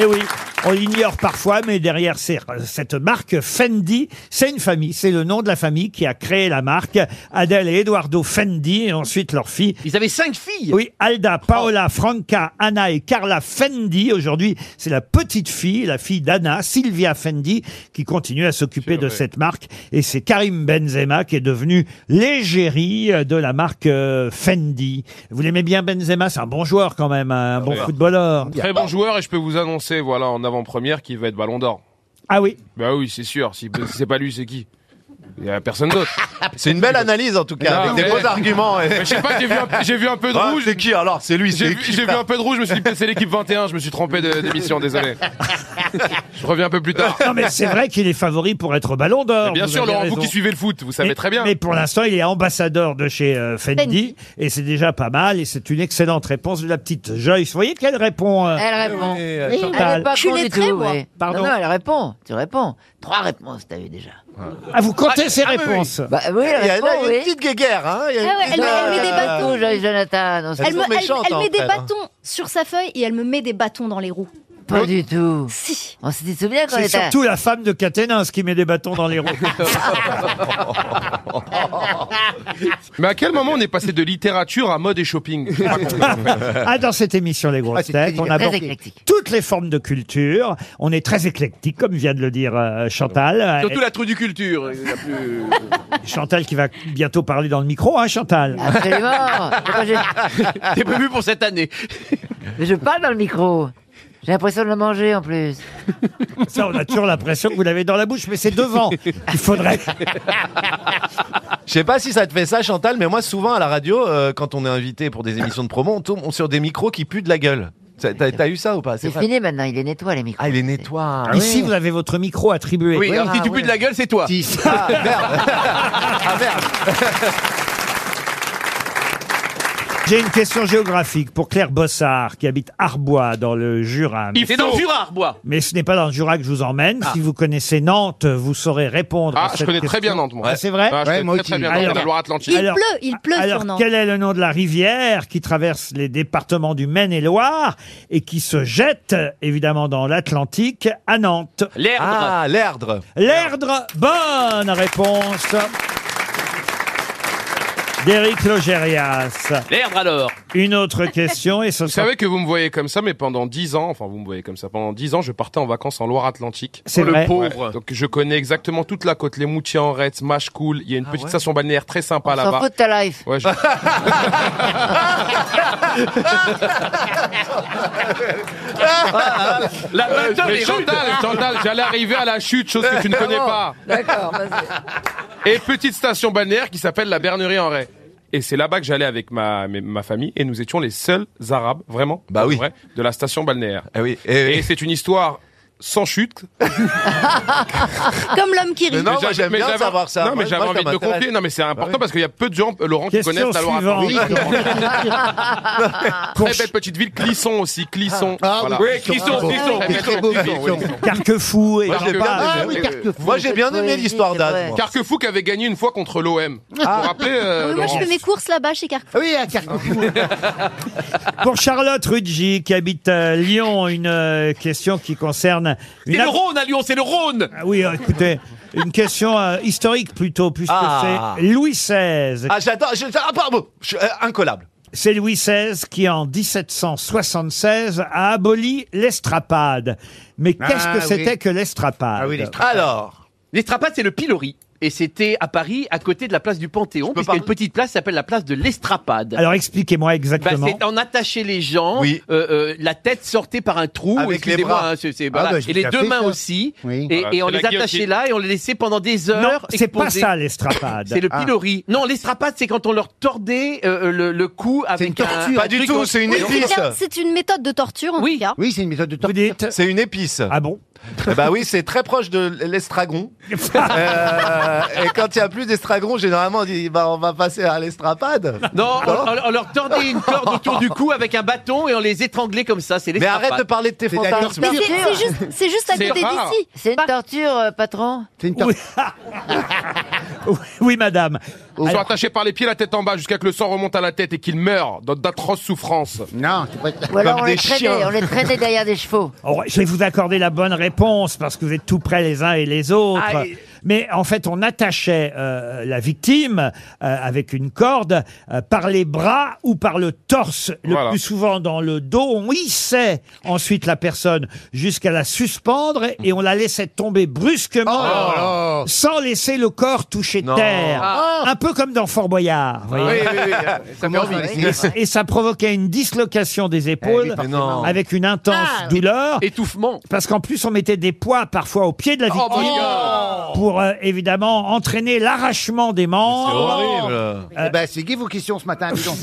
Speaker 2: Eh oui. On l'ignore parfois, mais derrière ces- cette marque Fendi, c'est une famille. C'est le nom de la famille qui a créé la marque. Adèle et Eduardo Fendi, et ensuite leur fille.
Speaker 6: Ils avaient cinq filles. Oh.
Speaker 2: Oui, Alda, Paola, Franca, Anna et Carla Fendi. Aujourd'hui, c'est la petite fille, la fille d'Anna, Sylvia Fendi, qui continue à s'occuper de cette marque. Et c'est Karim Benzema qui est devenu l'égérie de la marque euh, Fendi. Vous l'aimez bien Benzema C'est un bon joueur quand même, hein, un bon footballeur.
Speaker 8: Ah Très bon joueur et je peux vous annoncer, voilà, en avant-première, qu'il va être Ballon d'Or.
Speaker 2: Ah oui,
Speaker 8: Bah oui, c'est sûr. Si si c'est pas lui, c'est qui Il y a personne d'autre.
Speaker 3: *laughs* C'est une belle analyse en tout cas, avec des beaux arguments. et-
Speaker 8: Je sais pas, j'ai vu, un- j'ai vu un peu de
Speaker 3: Ah,
Speaker 8: rouge.
Speaker 3: C'est qui alors C'est lui, c'est
Speaker 8: J'ai vu,
Speaker 3: qui,
Speaker 8: j'ai vu
Speaker 3: frère
Speaker 8: un peu de rouge, je me suis dit peut-être c'est l'équipe 21, je me suis trompé de- d'émission,
Speaker 3: *laughs*
Speaker 8: désolé. Je reviens un peu plus tard.
Speaker 2: Non, mais c'est vrai qu'il est favori pour être au Ballon d'Or.
Speaker 8: Et bien
Speaker 2: vous
Speaker 8: sûr,
Speaker 2: avez
Speaker 8: Laurent, vous
Speaker 2: raison.
Speaker 8: qui suivez le foot, vous savez
Speaker 2: mais,
Speaker 8: très bien.
Speaker 2: mais pour l'instant, il est ambassadeur de chez euh, Fendi,
Speaker 7: Fendi.
Speaker 2: et c'est déjà pas mal, et c'est une excellente réponse de la petite Joyce. Vous voyez qu'elle répond. euh,
Speaker 5: Elle répond.
Speaker 2: Oui,
Speaker 5: Elle est pas
Speaker 2: je suis
Speaker 5: con du
Speaker 2: lettré,
Speaker 5: tout,
Speaker 2: moi.
Speaker 5: oui.
Speaker 2: Pardon.
Speaker 5: Non, non, elle répond. Tu réponds. Trois réponses, t'as vu déjà.
Speaker 2: Ah, vous comptez
Speaker 5: Ah,
Speaker 2: ses
Speaker 5: ah, oui, oui.
Speaker 2: réponses
Speaker 5: Bah
Speaker 3: Il
Speaker 5: oui,
Speaker 3: y
Speaker 5: elle
Speaker 3: a,
Speaker 5: répond,
Speaker 3: là, il y a
Speaker 5: oui.
Speaker 3: une petite guéguerre. Hein il y a une
Speaker 7: Ah ouais,
Speaker 3: petite,
Speaker 7: elle, elle met des
Speaker 3: euh,
Speaker 7: bâtons.
Speaker 5: Tout, Joyce Jonathan. non, c'est
Speaker 7: Elle,
Speaker 3: sont
Speaker 7: me- elle-
Speaker 3: méchantes,
Speaker 7: elle met
Speaker 3: entre
Speaker 7: des
Speaker 3: elles, hein.
Speaker 7: bâtons sur sa feuille et elle me met des bâtons dans les roues.
Speaker 5: Pas du tout.
Speaker 7: Si.
Speaker 5: On se souvient quand on
Speaker 2: C'est
Speaker 5: était.
Speaker 2: surtout la femme de Caténins qui met des bâtons dans les roues.
Speaker 8: Mais à quel moment on est passé de littérature à mode et shopping J'ai
Speaker 2: *laughs*
Speaker 8: pas compris.
Speaker 2: ah, dans cette émission, les grosses
Speaker 4: Ah, c'est
Speaker 2: têtes, on
Speaker 4: très
Speaker 2: aborde
Speaker 5: éclectique.
Speaker 2: toutes les formes de culture. On est très éclectique, comme vient de le dire euh, Chantal. Euh,
Speaker 6: Surtout la trou du culture. la
Speaker 2: *laughs*
Speaker 6: plus-
Speaker 2: Chantal qui va bientôt parler dans le micro, hein, Chantal
Speaker 5: Absolument. Moi,
Speaker 6: *laughs*
Speaker 5: je...
Speaker 6: T'es prévu pour cette année.
Speaker 5: mais je parle dans le micro. J'ai l'impression de le manger en plus.
Speaker 2: *laughs* Ça, on a toujours l'impression que vous l'avez dans la bouche, mais c'est devant. Il faudrait.
Speaker 3: Je sais pas si ça te fait ça, Chantal, mais moi, souvent à la radio, euh, quand on est invité pour des émissions de promo, on tombe sur des micros qui puent de la gueule. Ça- T'as t'as eu ça ou pas
Speaker 5: C'est
Speaker 3: vrai.
Speaker 5: fini maintenant, il les nettoie les micros.
Speaker 3: Ah, il est nettoie.
Speaker 2: Ici, vous avez votre micro attribué.
Speaker 6: Oui, alors si tu pues de la gueule, c'est toi.
Speaker 3: Ah,
Speaker 6: *laughs*
Speaker 3: merde. ah, merde.
Speaker 2: J'ai une question géographique pour Claire Bossard, qui habite Arbois, dans le Jura.
Speaker 6: C'est dans le Jura, bois.
Speaker 2: Mais ce n'est pas dans le Jura que je vous emmène. Si vous connaissez Nantes, vous saurez répondre à
Speaker 8: Ah, je
Speaker 2: cette
Speaker 8: connais
Speaker 2: question.
Speaker 8: très bien Nantes, moi.
Speaker 2: Ah, c'est vrai
Speaker 8: Ah, je
Speaker 4: Ouais,
Speaker 8: connais
Speaker 4: moi
Speaker 8: très, très
Speaker 4: aussi.
Speaker 8: bien Nantes,
Speaker 2: Alors-
Speaker 8: la
Speaker 7: Il
Speaker 8: Loire-Atlantique.
Speaker 2: Alors-
Speaker 7: pleut, il pleut
Speaker 2: Alors,
Speaker 7: sur Nantes.
Speaker 2: quel est le nom de la rivière qui traverse les départements du Maine-et-Loire et qui se jette, évidemment, dans l'Atlantique, à Nantes
Speaker 6: L'herbe.
Speaker 3: Ah, l'erdre.
Speaker 2: L'Erdre, bonne réponse d'Éric Logérias.
Speaker 6: L'herbe alors.
Speaker 2: Une autre question, et ce
Speaker 8: Vous
Speaker 2: sera...
Speaker 8: savez que vous me voyez comme ça, mais pendant 10 ans, enfin vous me voyez comme ça, pendant 10 ans, je partais en vacances en Loire-Atlantique.
Speaker 2: C'est vrai.
Speaker 8: Ouais. Donc je connais exactement toute la côte, les Moutiers, Retz, Machecoul. Il y a une
Speaker 6: Ah
Speaker 8: petite station balnéaire très sympa
Speaker 5: On s'en
Speaker 8: là-bas.
Speaker 5: fout de
Speaker 3: *laughs*
Speaker 5: ta life.
Speaker 8: *laughs* Ouais, je-
Speaker 6: La Madone
Speaker 8: Mais
Speaker 6: est rude.
Speaker 8: Chantal, Chantal, j'allais arriver à la chute, chose que tu ne connais pas.
Speaker 5: D'accord, vas-y.
Speaker 8: Et petite station balnéaire qui s'appelle la Bernerie en Ray. Et c'est là-bas que j'allais avec ma, mes- ma famille et nous étions les seuls Arabes, vraiment,
Speaker 3: Bah
Speaker 8: pour
Speaker 3: oui.
Speaker 8: de vrai, de la station balnéaire.
Speaker 3: Eh oui.
Speaker 8: Et
Speaker 3: Et,
Speaker 8: c'est une histoire sans chute.
Speaker 7: Comme l'homme qui rit.
Speaker 3: Mais
Speaker 8: Mais
Speaker 3: non, moi
Speaker 8: j'avais-
Speaker 3: j'aime
Speaker 8: mais
Speaker 3: bien
Speaker 8: j'avais-
Speaker 3: savoir ça.
Speaker 8: Non, mais
Speaker 3: Moi,
Speaker 8: j'avais
Speaker 3: moi, ça
Speaker 8: envie de le
Speaker 3: m'intéresse. Ah
Speaker 8: confier. Non, mais c'est important parce qu'il y a peu de gens, euh, Laurent, qui
Speaker 2: Question
Speaker 8: connaissent la Loire.
Speaker 2: suivante.
Speaker 3: *laughs*
Speaker 8: Très belle petite ville, Clisson aussi, Clisson.
Speaker 4: Ah,
Speaker 8: Voilà.
Speaker 4: oui, Clisson,
Speaker 8: Clisson,
Speaker 4: Clisson,
Speaker 8: très
Speaker 4: très
Speaker 8: belle
Speaker 4: beau,
Speaker 8: ville,
Speaker 4: Clisson.
Speaker 8: oui.
Speaker 2: Carquefou et
Speaker 8: Moi,
Speaker 2: j'en
Speaker 8: j'ai bien aimé.
Speaker 2: passe.
Speaker 4: Ah oui,
Speaker 8: oui,
Speaker 4: Carquefou.
Speaker 3: Moi j'ai bien aimé
Speaker 5: Poésie,
Speaker 3: l'histoire
Speaker 5: c'est
Speaker 3: d'Anne.
Speaker 5: vrai. Ah.
Speaker 3: moi.
Speaker 8: Carquefou qui avait gagné une fois contre l'OM. Vous vous rappelez euh,
Speaker 7: Oui, moi, je
Speaker 8: Laurent
Speaker 7: fais mes courses là-bas chez Carrefour.
Speaker 4: Ah Oui, à Carquefou.
Speaker 2: Pour Charlotte Ruggi, qui habite euh, Lyon, une euh, question qui concerne...
Speaker 6: C'est
Speaker 2: Une
Speaker 6: le
Speaker 2: av-
Speaker 6: Rhône à Lyon, c'est le Rhône.
Speaker 2: Ah oui, euh, écoutez, *laughs* une question euh, historique plutôt, puisque
Speaker 3: Ah.
Speaker 2: c'est Louis XVI.
Speaker 3: Ah, j'adore. je- Ah, pardon. Je suis euh, incollable.
Speaker 2: C'est Louis XVI qui, en 1776, a aboli l'estrapade. Mais qu'est-ce
Speaker 4: Ah
Speaker 2: que
Speaker 4: oui.
Speaker 2: c'était que l'estrapade
Speaker 4: Ah oui, l'estra-
Speaker 3: Alors.
Speaker 6: L'estrapade, c'est le pilori. Et c'était à Paris, à côté de la place du Panthéon, puisqu'il y a
Speaker 3: parler
Speaker 6: une petite place qui s'appelle la place de l'estrapade.
Speaker 2: Alors expliquez-moi
Speaker 6: Bah,
Speaker 2: exactement.
Speaker 6: c'est en attacher les gens,
Speaker 3: Oui.
Speaker 6: euh, euh, la tête sortait par un trou,
Speaker 3: Avec les
Speaker 6: excusez-moi,
Speaker 3: bras.
Speaker 6: hein, c'est- c'est-
Speaker 4: Ah,
Speaker 6: voilà.
Speaker 4: bah, j'ai
Speaker 6: et les
Speaker 4: déjà
Speaker 6: deux
Speaker 4: fait
Speaker 6: mains
Speaker 4: ça.
Speaker 6: aussi,
Speaker 4: Oui.
Speaker 6: et,
Speaker 2: Ah,
Speaker 8: Voilà,
Speaker 6: et on
Speaker 8: c'est la
Speaker 6: les
Speaker 8: guillotine.
Speaker 6: attachait là et on les laissait pendant des
Speaker 2: non,
Speaker 6: heures.
Speaker 2: c'est pas
Speaker 6: exposés.
Speaker 2: ça l'estrapade.
Speaker 6: C'est le
Speaker 4: Ah.
Speaker 6: pilori. Non, l'estrapade, c'est quand on leur tordait euh, le, le cou avec
Speaker 4: une torture.
Speaker 6: un-
Speaker 3: Pas
Speaker 6: un
Speaker 3: du
Speaker 6: truc
Speaker 3: tout,
Speaker 6: en-
Speaker 3: c'est une
Speaker 7: Oui, c'est
Speaker 3: épice.
Speaker 7: bien, c'est une méthode de torture en
Speaker 6: Oui.
Speaker 7: tout cas.
Speaker 4: Oui, c'est une méthode de
Speaker 2: Vous
Speaker 4: torture.
Speaker 2: dites
Speaker 3: C'est une épice.
Speaker 2: Ah bon
Speaker 3: Eh Bah oui, c'est très proche de
Speaker 2: *laughs*
Speaker 3: l'estragon. Euh, et quand il n'y a plus d'estragon, généralement on dit bah, on va passer à l'estrapade.
Speaker 6: Non,
Speaker 2: Oh
Speaker 6: on, on- on leur tordait une corde autour du cou avec un bâton et on les étranglait comme ça. C'est
Speaker 3: Mais arrête de
Speaker 6: l'estrapade.
Speaker 3: parler de tes
Speaker 4: C'est-à-dire
Speaker 3: fantasmes.
Speaker 7: Mais c'est- c'est juste, c'est juste à
Speaker 8: C'est
Speaker 7: côté
Speaker 8: rare.
Speaker 7: d'ici.
Speaker 5: C'est une torture, euh, patron.
Speaker 4: C'est une
Speaker 2: oui.
Speaker 4: torture.
Speaker 2: oui, madame.
Speaker 8: Ils sont attachés par les pieds, la tête en bas, jusqu'à que le sang remonte à la tête et qu'ils meurent dans d'atroces souffrances.
Speaker 4: Non, c'est pas
Speaker 5: Ou alors on
Speaker 3: des
Speaker 5: les traînait,
Speaker 3: chiens.
Speaker 5: on les traînait derrière des chevaux.
Speaker 2: Alors, Oh, je vais vous accorder la bonne réponse parce que vous êtes tout près les uns et les autres.
Speaker 6: Ah, et-
Speaker 2: Mais en fait, on attachait euh, la victime euh, avec une corde euh, par les bras ou par le torse, le
Speaker 8: Voilà.
Speaker 2: plus souvent dans le dos. On hissait
Speaker 13: Oh,
Speaker 2: ensuite la personne jusqu'à la suspendre et on la laissait tomber brusquement sans laisser le corps toucher terre.
Speaker 13: Ah.
Speaker 2: Un peu comme dans Fort Boyard. vous
Speaker 13: Oui,
Speaker 2: voyez.
Speaker 13: oui, oui, ça fait Comment envie. ça, oui.
Speaker 2: Et ça- Et ça provoquait une dislocation des
Speaker 13: Eh
Speaker 2: épaules
Speaker 13: oui, forcément.
Speaker 2: avec une intense
Speaker 13: Ah.
Speaker 2: douleur. Étouffement. Parce qu'en plus, on mettait des poids parfois au pied de
Speaker 6: Oh,
Speaker 2: la victime pour euh, évidemment entraîner l'arrachement des membres. Euh,
Speaker 4: Eh ben, c'est Guy vos questions ce matin, dis donc.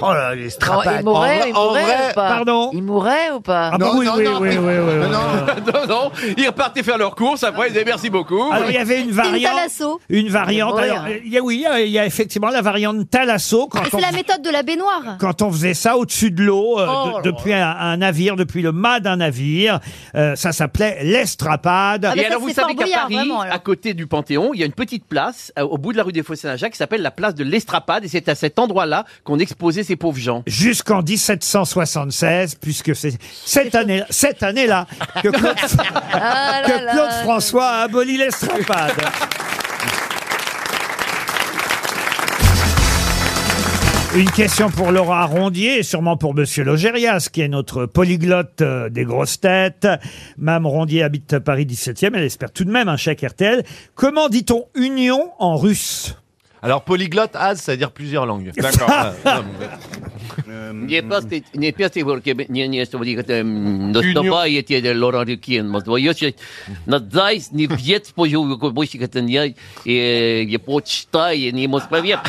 Speaker 4: Oh
Speaker 2: Ah,
Speaker 4: là, les strapates.
Speaker 5: il mourait,
Speaker 4: En vrai-
Speaker 5: il mourait
Speaker 4: en vrai-
Speaker 5: ou pas
Speaker 4: Pardon
Speaker 5: Il mourait ou pas
Speaker 2: Ah bah oui, oui, oui, oui, oui, oui.
Speaker 6: *laughs* non, non, ils repartaient faire leurs courses, après ils disaient merci beaucoup.
Speaker 2: *laughs* Alors, il y avait une variante. Une variante. Alors, euh, il y a, oui, il y a- il y a effectivement la variante Talasso. Quand on,
Speaker 7: Ah,
Speaker 2: Ah,
Speaker 7: C'est la méthode de la baignoire.
Speaker 2: quand on faisait ça au-dessus de l'eau, euh, de-
Speaker 7: Oh là
Speaker 2: depuis un, un navire, depuis le mât d'un navire, euh, ça s'appelait l'estrapade.
Speaker 6: Et Ah, alors, vous savez qu'à Paris, à côté du Panthéon, il y a une petite place euh, au bout de la rue des Fossés Saint-Jacques qui s'appelle la place de l'Estrapade et c'est à cet endroit-là qu'on exposait ces pauvres gens.
Speaker 2: Jusqu'en 1776, puisque c'est cette année, cette année-là que
Speaker 13: *laughs*
Speaker 2: Claude,
Speaker 13: Ah là
Speaker 2: que
Speaker 13: là.
Speaker 2: Claude François a aboli l'estrapade. Une question pour Laura Rondier, et sûrement pour Monsieur Logérias, qui est notre polyglotte euh, des grosses têtes. Mme Rondier habite Paris 17e, elle espère tout de même un chèque RTL. Comment dit-on union en russe
Speaker 3: Alors polyglotte, as, Ah, ça veut dire plusieurs langues.
Speaker 2: D'accord.
Speaker 3: Ah, non, mais-
Speaker 6: Не просто, не просто его руки, не, не, что вы говорите, м, наступаете, э, Лора Рюкин, вот вы ещё на зайс не въед, позже вы как больше это не, э, не почитай, не может повет.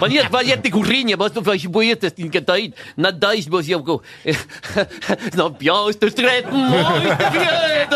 Speaker 6: Повет, повет, ты кури, не, просто вообще будет, если не катай, на зайс бы съел, ку- э, на пьяс, ты стрет, мой, ты ведай.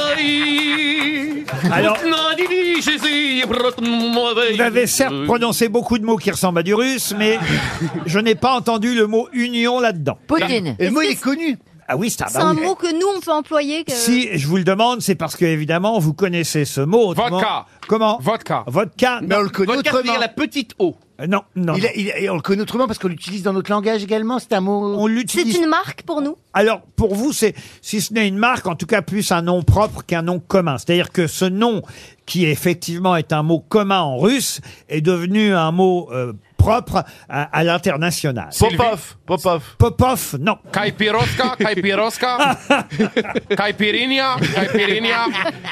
Speaker 2: Алло.
Speaker 6: На дивиши, сы, брат мой.
Speaker 2: Vous avez certes prononcé beaucoup de mots qui ressemblent à du russe, mais
Speaker 7: Ah.
Speaker 2: je n'ai pas entendu le mot union là-dedans.
Speaker 7: Poutine. Et le mot, il est
Speaker 2: connu. Ah oui, c'est un,
Speaker 7: C'est
Speaker 2: bah
Speaker 7: un
Speaker 2: oui.
Speaker 7: mot que nous, on peut employer. que-
Speaker 2: Si je vous le demande, c'est parce que évidemment vous connaissez ce mot. autrement-
Speaker 8: Vodka.
Speaker 2: Comment Vodka. Vodka. Euh,
Speaker 4: Mais on le connaît Vodka, autrement. c'est-à-dire la
Speaker 6: petite eau.
Speaker 2: Non, non.
Speaker 4: Il a- il a- et on le connaît autrement parce qu'on l'utilise dans notre langage également, c'est un mot.
Speaker 2: On l'utilise.
Speaker 7: C'est une marque pour nous.
Speaker 2: Alors, pour vous, c'est, si ce n'est une marque, en tout cas plus un nom propre qu'un nom commun. C'est-à-dire que ce nom, qui effectivement est un mot commun en russe, est devenu un mot euh, propre à, à l'international.
Speaker 8: Popov,
Speaker 2: Popov. Popov, non.
Speaker 8: Kaipiroska,
Speaker 2: *laughs*
Speaker 8: Kaipiroska, Kaipirinha,
Speaker 6: *laughs*
Speaker 8: Kaipirinha,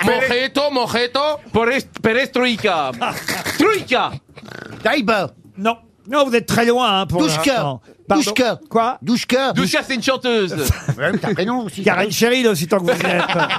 Speaker 8: Mojito, Mojito.
Speaker 6: Perestroïka. Troïka.
Speaker 4: Taïba.
Speaker 2: Non. Non, vous êtes très loin hein, pour
Speaker 6: Douchka.
Speaker 2: l'instant. Pardon
Speaker 6: Douchka.
Speaker 2: Quoi
Speaker 4: Douchka.
Speaker 6: Douchka, c'est une
Speaker 4: *laughs*
Speaker 6: chanteuse.
Speaker 2: Karen Cheryl, aussi tant que vous y êtes.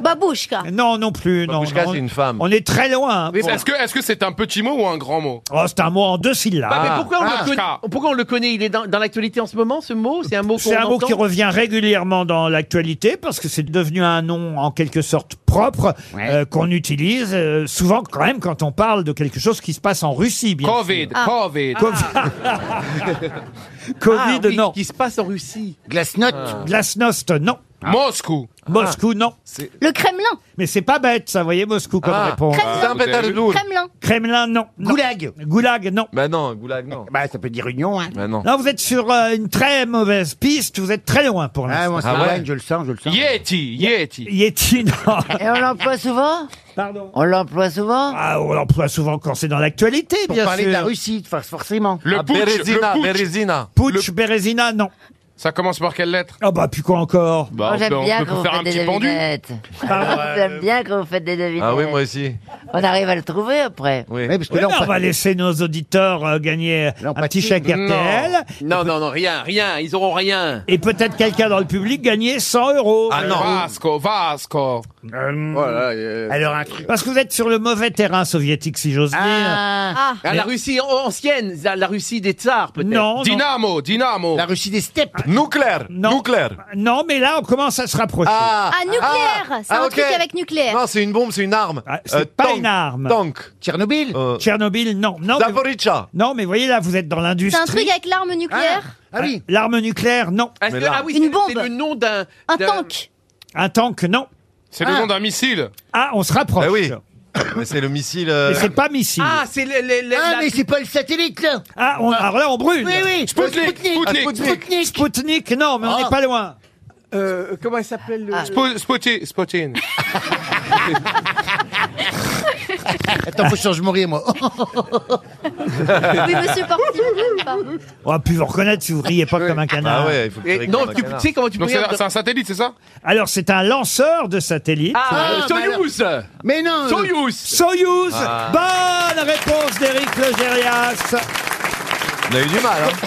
Speaker 7: Babouchka.
Speaker 2: Non, non plus. Non,
Speaker 3: Babouchka,
Speaker 2: non.
Speaker 3: c'est une femme.
Speaker 2: On est très loin. hein,
Speaker 8: Mais
Speaker 2: pour-
Speaker 8: Est-ce que est-ce que c'est un petit mot ou un grand mot
Speaker 2: Oh, c'est un mot en deux syllabes.
Speaker 6: Bah, mais pourquoi, on le connaît, pourquoi on le connaît Il est dans, dans l'actualité en ce moment, ce mot C'est un mot qu'on
Speaker 2: C'est un mot
Speaker 6: entend
Speaker 2: qui revient régulièrement dans l'actualité parce que c'est devenu un nom en quelque sorte propre euh, qu'on utilise euh, souvent quand même quand on parle de quelque chose qui se passe en Russie. Bien
Speaker 8: Covid,
Speaker 2: sûr.
Speaker 8: Ah. Covid.
Speaker 2: Covid. *laughs*
Speaker 8: *laughs*
Speaker 2: Covid, non.
Speaker 6: Ah, Qui se passe en Russie. Ah.
Speaker 4: Glasnost.
Speaker 2: Glasnost, non.
Speaker 8: Moscou.
Speaker 2: Ah. Moscou, non.
Speaker 7: Le Kremlin.
Speaker 2: Mais c'est pas bête, ça, voyez, Moscou comme
Speaker 3: Ah.
Speaker 2: réponse.
Speaker 3: Kremlin. C'est un bête à la douche.
Speaker 7: Kremlin.
Speaker 2: Kremlin, non. Non.
Speaker 4: Goulag.
Speaker 2: Goulag, non.
Speaker 3: Bah non, goulag, non.
Speaker 4: Bah, ça peut dire union, hein.
Speaker 3: Bah non.
Speaker 2: Non, vous êtes sur euh, une très mauvaise piste, vous êtes très loin pour
Speaker 4: Ah,
Speaker 2: l'instant.
Speaker 4: on s'éloigne, je le sens, je le sens.
Speaker 8: Yeti, Yeti.
Speaker 2: Yeti, non.
Speaker 5: Et on l'emploie souvent
Speaker 2: Pardon
Speaker 5: On l'emploie souvent
Speaker 2: Ah, on l'emploie souvent quand c'est dans l'actualité,
Speaker 4: Pour
Speaker 2: bien
Speaker 4: parler
Speaker 2: sûr.
Speaker 4: de la Russie, for- forcément.
Speaker 8: Le
Speaker 3: Ah,
Speaker 8: putsch,
Speaker 3: Bérésina,
Speaker 8: le putsch.
Speaker 3: Bérésina.
Speaker 2: Putsch, Bérésina, non.
Speaker 8: Ça commence par quelle lettre
Speaker 2: Ah bah, puis quoi encore Ah,
Speaker 8: Bah,
Speaker 5: Moi,
Speaker 8: on peut,
Speaker 5: j'aime
Speaker 8: on
Speaker 5: bien
Speaker 8: peut
Speaker 5: quand vous
Speaker 8: faire un
Speaker 5: faites
Speaker 8: petit
Speaker 5: des
Speaker 8: pendu. Ah
Speaker 5: devinettes. *laughs* J'aime bien quand vous faites des devinettes.
Speaker 3: Ah oui, moi aussi.
Speaker 5: On arrive à le trouver après.
Speaker 3: Oui.
Speaker 4: Ouais, parce que
Speaker 2: Oui,
Speaker 4: là,
Speaker 2: mais on,
Speaker 4: on,
Speaker 2: va laisser nos auditeurs euh, gagner
Speaker 4: Là, on
Speaker 2: un petit
Speaker 4: patine.
Speaker 2: chèque RTL.
Speaker 6: Non, non, non, rien, rien. Ils auront rien.
Speaker 2: Et peut-être quelqu'un dans le public gagner 100 euros. Euh,
Speaker 3: Ah non.
Speaker 8: Vasco, Vasco.
Speaker 3: euh,
Speaker 4: Alors, un truc.
Speaker 2: Parce que vous êtes sur le mauvais terrain soviétique, si j'ose dire.
Speaker 5: Ah,
Speaker 7: Ah,
Speaker 6: Ah,
Speaker 2: Mais-
Speaker 6: La Russie an- ancienne, la, la Russie des tsars, peut-être.
Speaker 2: Non, non,
Speaker 8: Dynamo, Dynamo.
Speaker 4: La Russie des steppes.
Speaker 3: Nucléaire.
Speaker 2: Non.
Speaker 3: Nucléaire.
Speaker 2: non, mais là, on commence à se rapprocher.
Speaker 7: Ah, nucléaire.
Speaker 3: Ah,
Speaker 7: c'est un
Speaker 3: ah,
Speaker 7: truc
Speaker 3: ok.
Speaker 7: avec nucléaire.
Speaker 3: Non, c'est une bombe, c'est une arme. Euh,
Speaker 2: Ah, c'est pas
Speaker 3: tank,
Speaker 2: une arme.
Speaker 3: Tank.
Speaker 4: Tchernobyl.
Speaker 3: Euh,
Speaker 2: Tchernobyl, non. Non, mais,
Speaker 3: Zaporizhzhia.
Speaker 2: non, mais voyez, là, vous êtes dans
Speaker 7: C'est un
Speaker 2: l'industrie.
Speaker 7: truc avec l'arme nucléaire.
Speaker 4: Ah oui.
Speaker 2: L'arme nucléaire, non.
Speaker 6: Est-ce
Speaker 3: Mais
Speaker 6: que-
Speaker 3: là-
Speaker 6: ah oui,
Speaker 7: Une
Speaker 6: c'est-
Speaker 7: bombe.
Speaker 6: C'est le nom d'un.
Speaker 7: Un
Speaker 6: d'un-
Speaker 7: tank.
Speaker 2: Un tank, non.
Speaker 8: C'est le nom d'un missile.
Speaker 2: Ah, on se rapproche.
Speaker 3: Bah oui. *coughs* Mais c'est le missile. euh,
Speaker 2: Mais c'est pas missile.
Speaker 6: Ah, c'est le. le- le-
Speaker 4: Ah,
Speaker 6: la-
Speaker 4: mais c'est pas le satellite, là.
Speaker 2: Ah, on- alors là, on brûle.
Speaker 4: Oui, oui.
Speaker 8: Spoutnik,
Speaker 3: ah,
Speaker 8: Spoutnik,
Speaker 3: Spoutnik.
Speaker 2: Spoutnik, non, mais on n'est pas loin.
Speaker 6: euh, comment il s'appelle
Speaker 7: Ah.
Speaker 6: le.
Speaker 8: Spo- Spoti-
Speaker 3: *laughs*
Speaker 8: Spotin.
Speaker 4: Attends, faut que je change mon rire, moi.
Speaker 7: Oui, monsieur Porti, pardon.
Speaker 2: On va plus vous reconnaître si vous riez pas comme un canard.
Speaker 3: Ah ouais, il faut que tu Et rigoles non, comme un tu- canard. tu sais comment tu
Speaker 8: Donc
Speaker 3: peux
Speaker 8: c'est
Speaker 3: dire-
Speaker 8: c'est un satellite, c'est ça
Speaker 2: Alors, c'est un lanceur de satellite.
Speaker 8: Ah, Ah, Soyouz bah alors-
Speaker 4: Mais non euh,
Speaker 8: Soyouz
Speaker 2: Soyouz
Speaker 3: Ah.
Speaker 2: Bonne réponse d'Éric Logérias
Speaker 3: On a eu du mal, hein.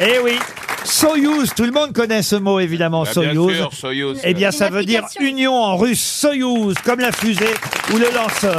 Speaker 2: Eh oui Soyouz, tout le monde connaît ce mot évidemment,
Speaker 8: Bah, bien
Speaker 2: Soyouz.
Speaker 8: sûr, Soyouz.
Speaker 2: Eh bien,
Speaker 8: Une
Speaker 2: ça veut dire union en russe, Soyouz, comme la fusée ou le lanceur.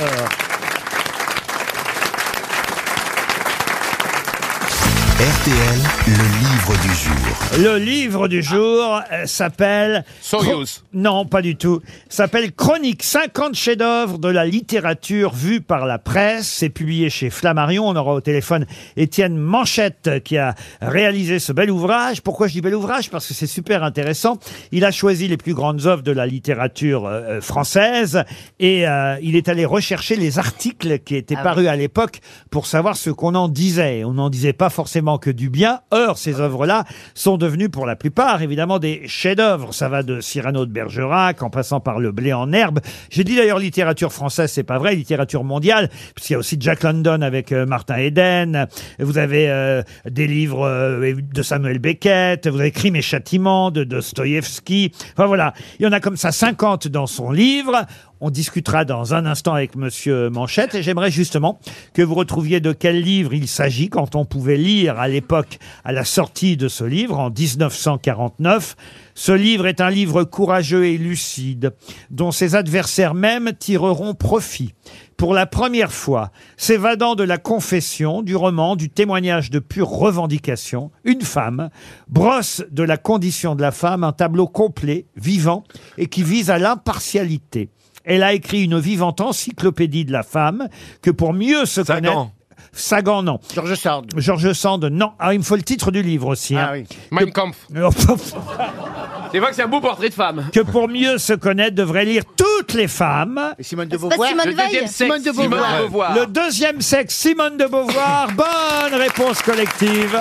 Speaker 1: RTL, le livre du jour.
Speaker 2: Le livre du jour euh, s'appelle...
Speaker 8: Soyuz.
Speaker 2: Non, pas du tout. S'appelle Chronique 50 chefs-d'œuvre de la littérature vue par la presse. C'est publié chez Flammarion. On aura au téléphone Étienne Manchette euh, qui a réalisé ce bel ouvrage. Pourquoi je dis bel ouvrage Parce que c'est super intéressant. Il a choisi les plus grandes œuvres de la littérature euh, euh, française et euh, il est allé rechercher les articles qui étaient
Speaker 14: Ah
Speaker 2: parus
Speaker 14: oui.
Speaker 2: à l'époque pour savoir ce qu'on en disait. On n'en disait pas forcément que du bien. Or, ces œuvres-là sont devenues pour la plupart, évidemment, des chefs-d'œuvre. Ça va de Cyrano de Bergerac en passant par le blé en herbe. J'ai dit d'ailleurs littérature française, c'est pas vrai, littérature mondiale, puisqu'il y a aussi Jack London avec euh, Martin Eden. Vous avez euh, des livres euh, de Samuel Beckett. Vous avez Crime et châtiment de Dostoïevski. Enfin voilà, il y en a comme ça 50 dans son livre. On discutera dans un instant avec Monsieur Manchette et j'aimerais justement que vous retrouviez de quel livre il s'agit quand on pouvait lire à l'époque, à la sortie de ce livre, en 1949. Ce livre est un livre courageux et lucide, dont ses adversaires même tireront profit. Pour la première fois, s'évadant de la confession, du roman, du témoignage de pure revendication, une femme brosse de la condition de la femme un tableau complet, vivant, et qui vise à l'impartialité. Elle a écrit une vivante encyclopédie de la femme que pour mieux se connaître... Sagan, non. Georges Sand. Georges Sand, non. Ah, il me faut le titre du livre aussi. Oh, Ah oui.
Speaker 8: Mein
Speaker 2: *laughs*
Speaker 8: Kampf. C'est vrai que c'est un beau portrait de femme.
Speaker 2: que pour mieux se connaître, devrait lire toutes les femmes.
Speaker 4: Simone de
Speaker 8: C'est pas
Speaker 4: Beauvoir.
Speaker 8: Simone Le Veil deuxième sexe,
Speaker 4: Simone de
Speaker 8: Simone
Speaker 4: Beauvoir.
Speaker 8: de Beauvoir.
Speaker 2: Le deuxième sexe, Simone
Speaker 4: *laughs*
Speaker 2: de Beauvoir. Bonne réponse collective.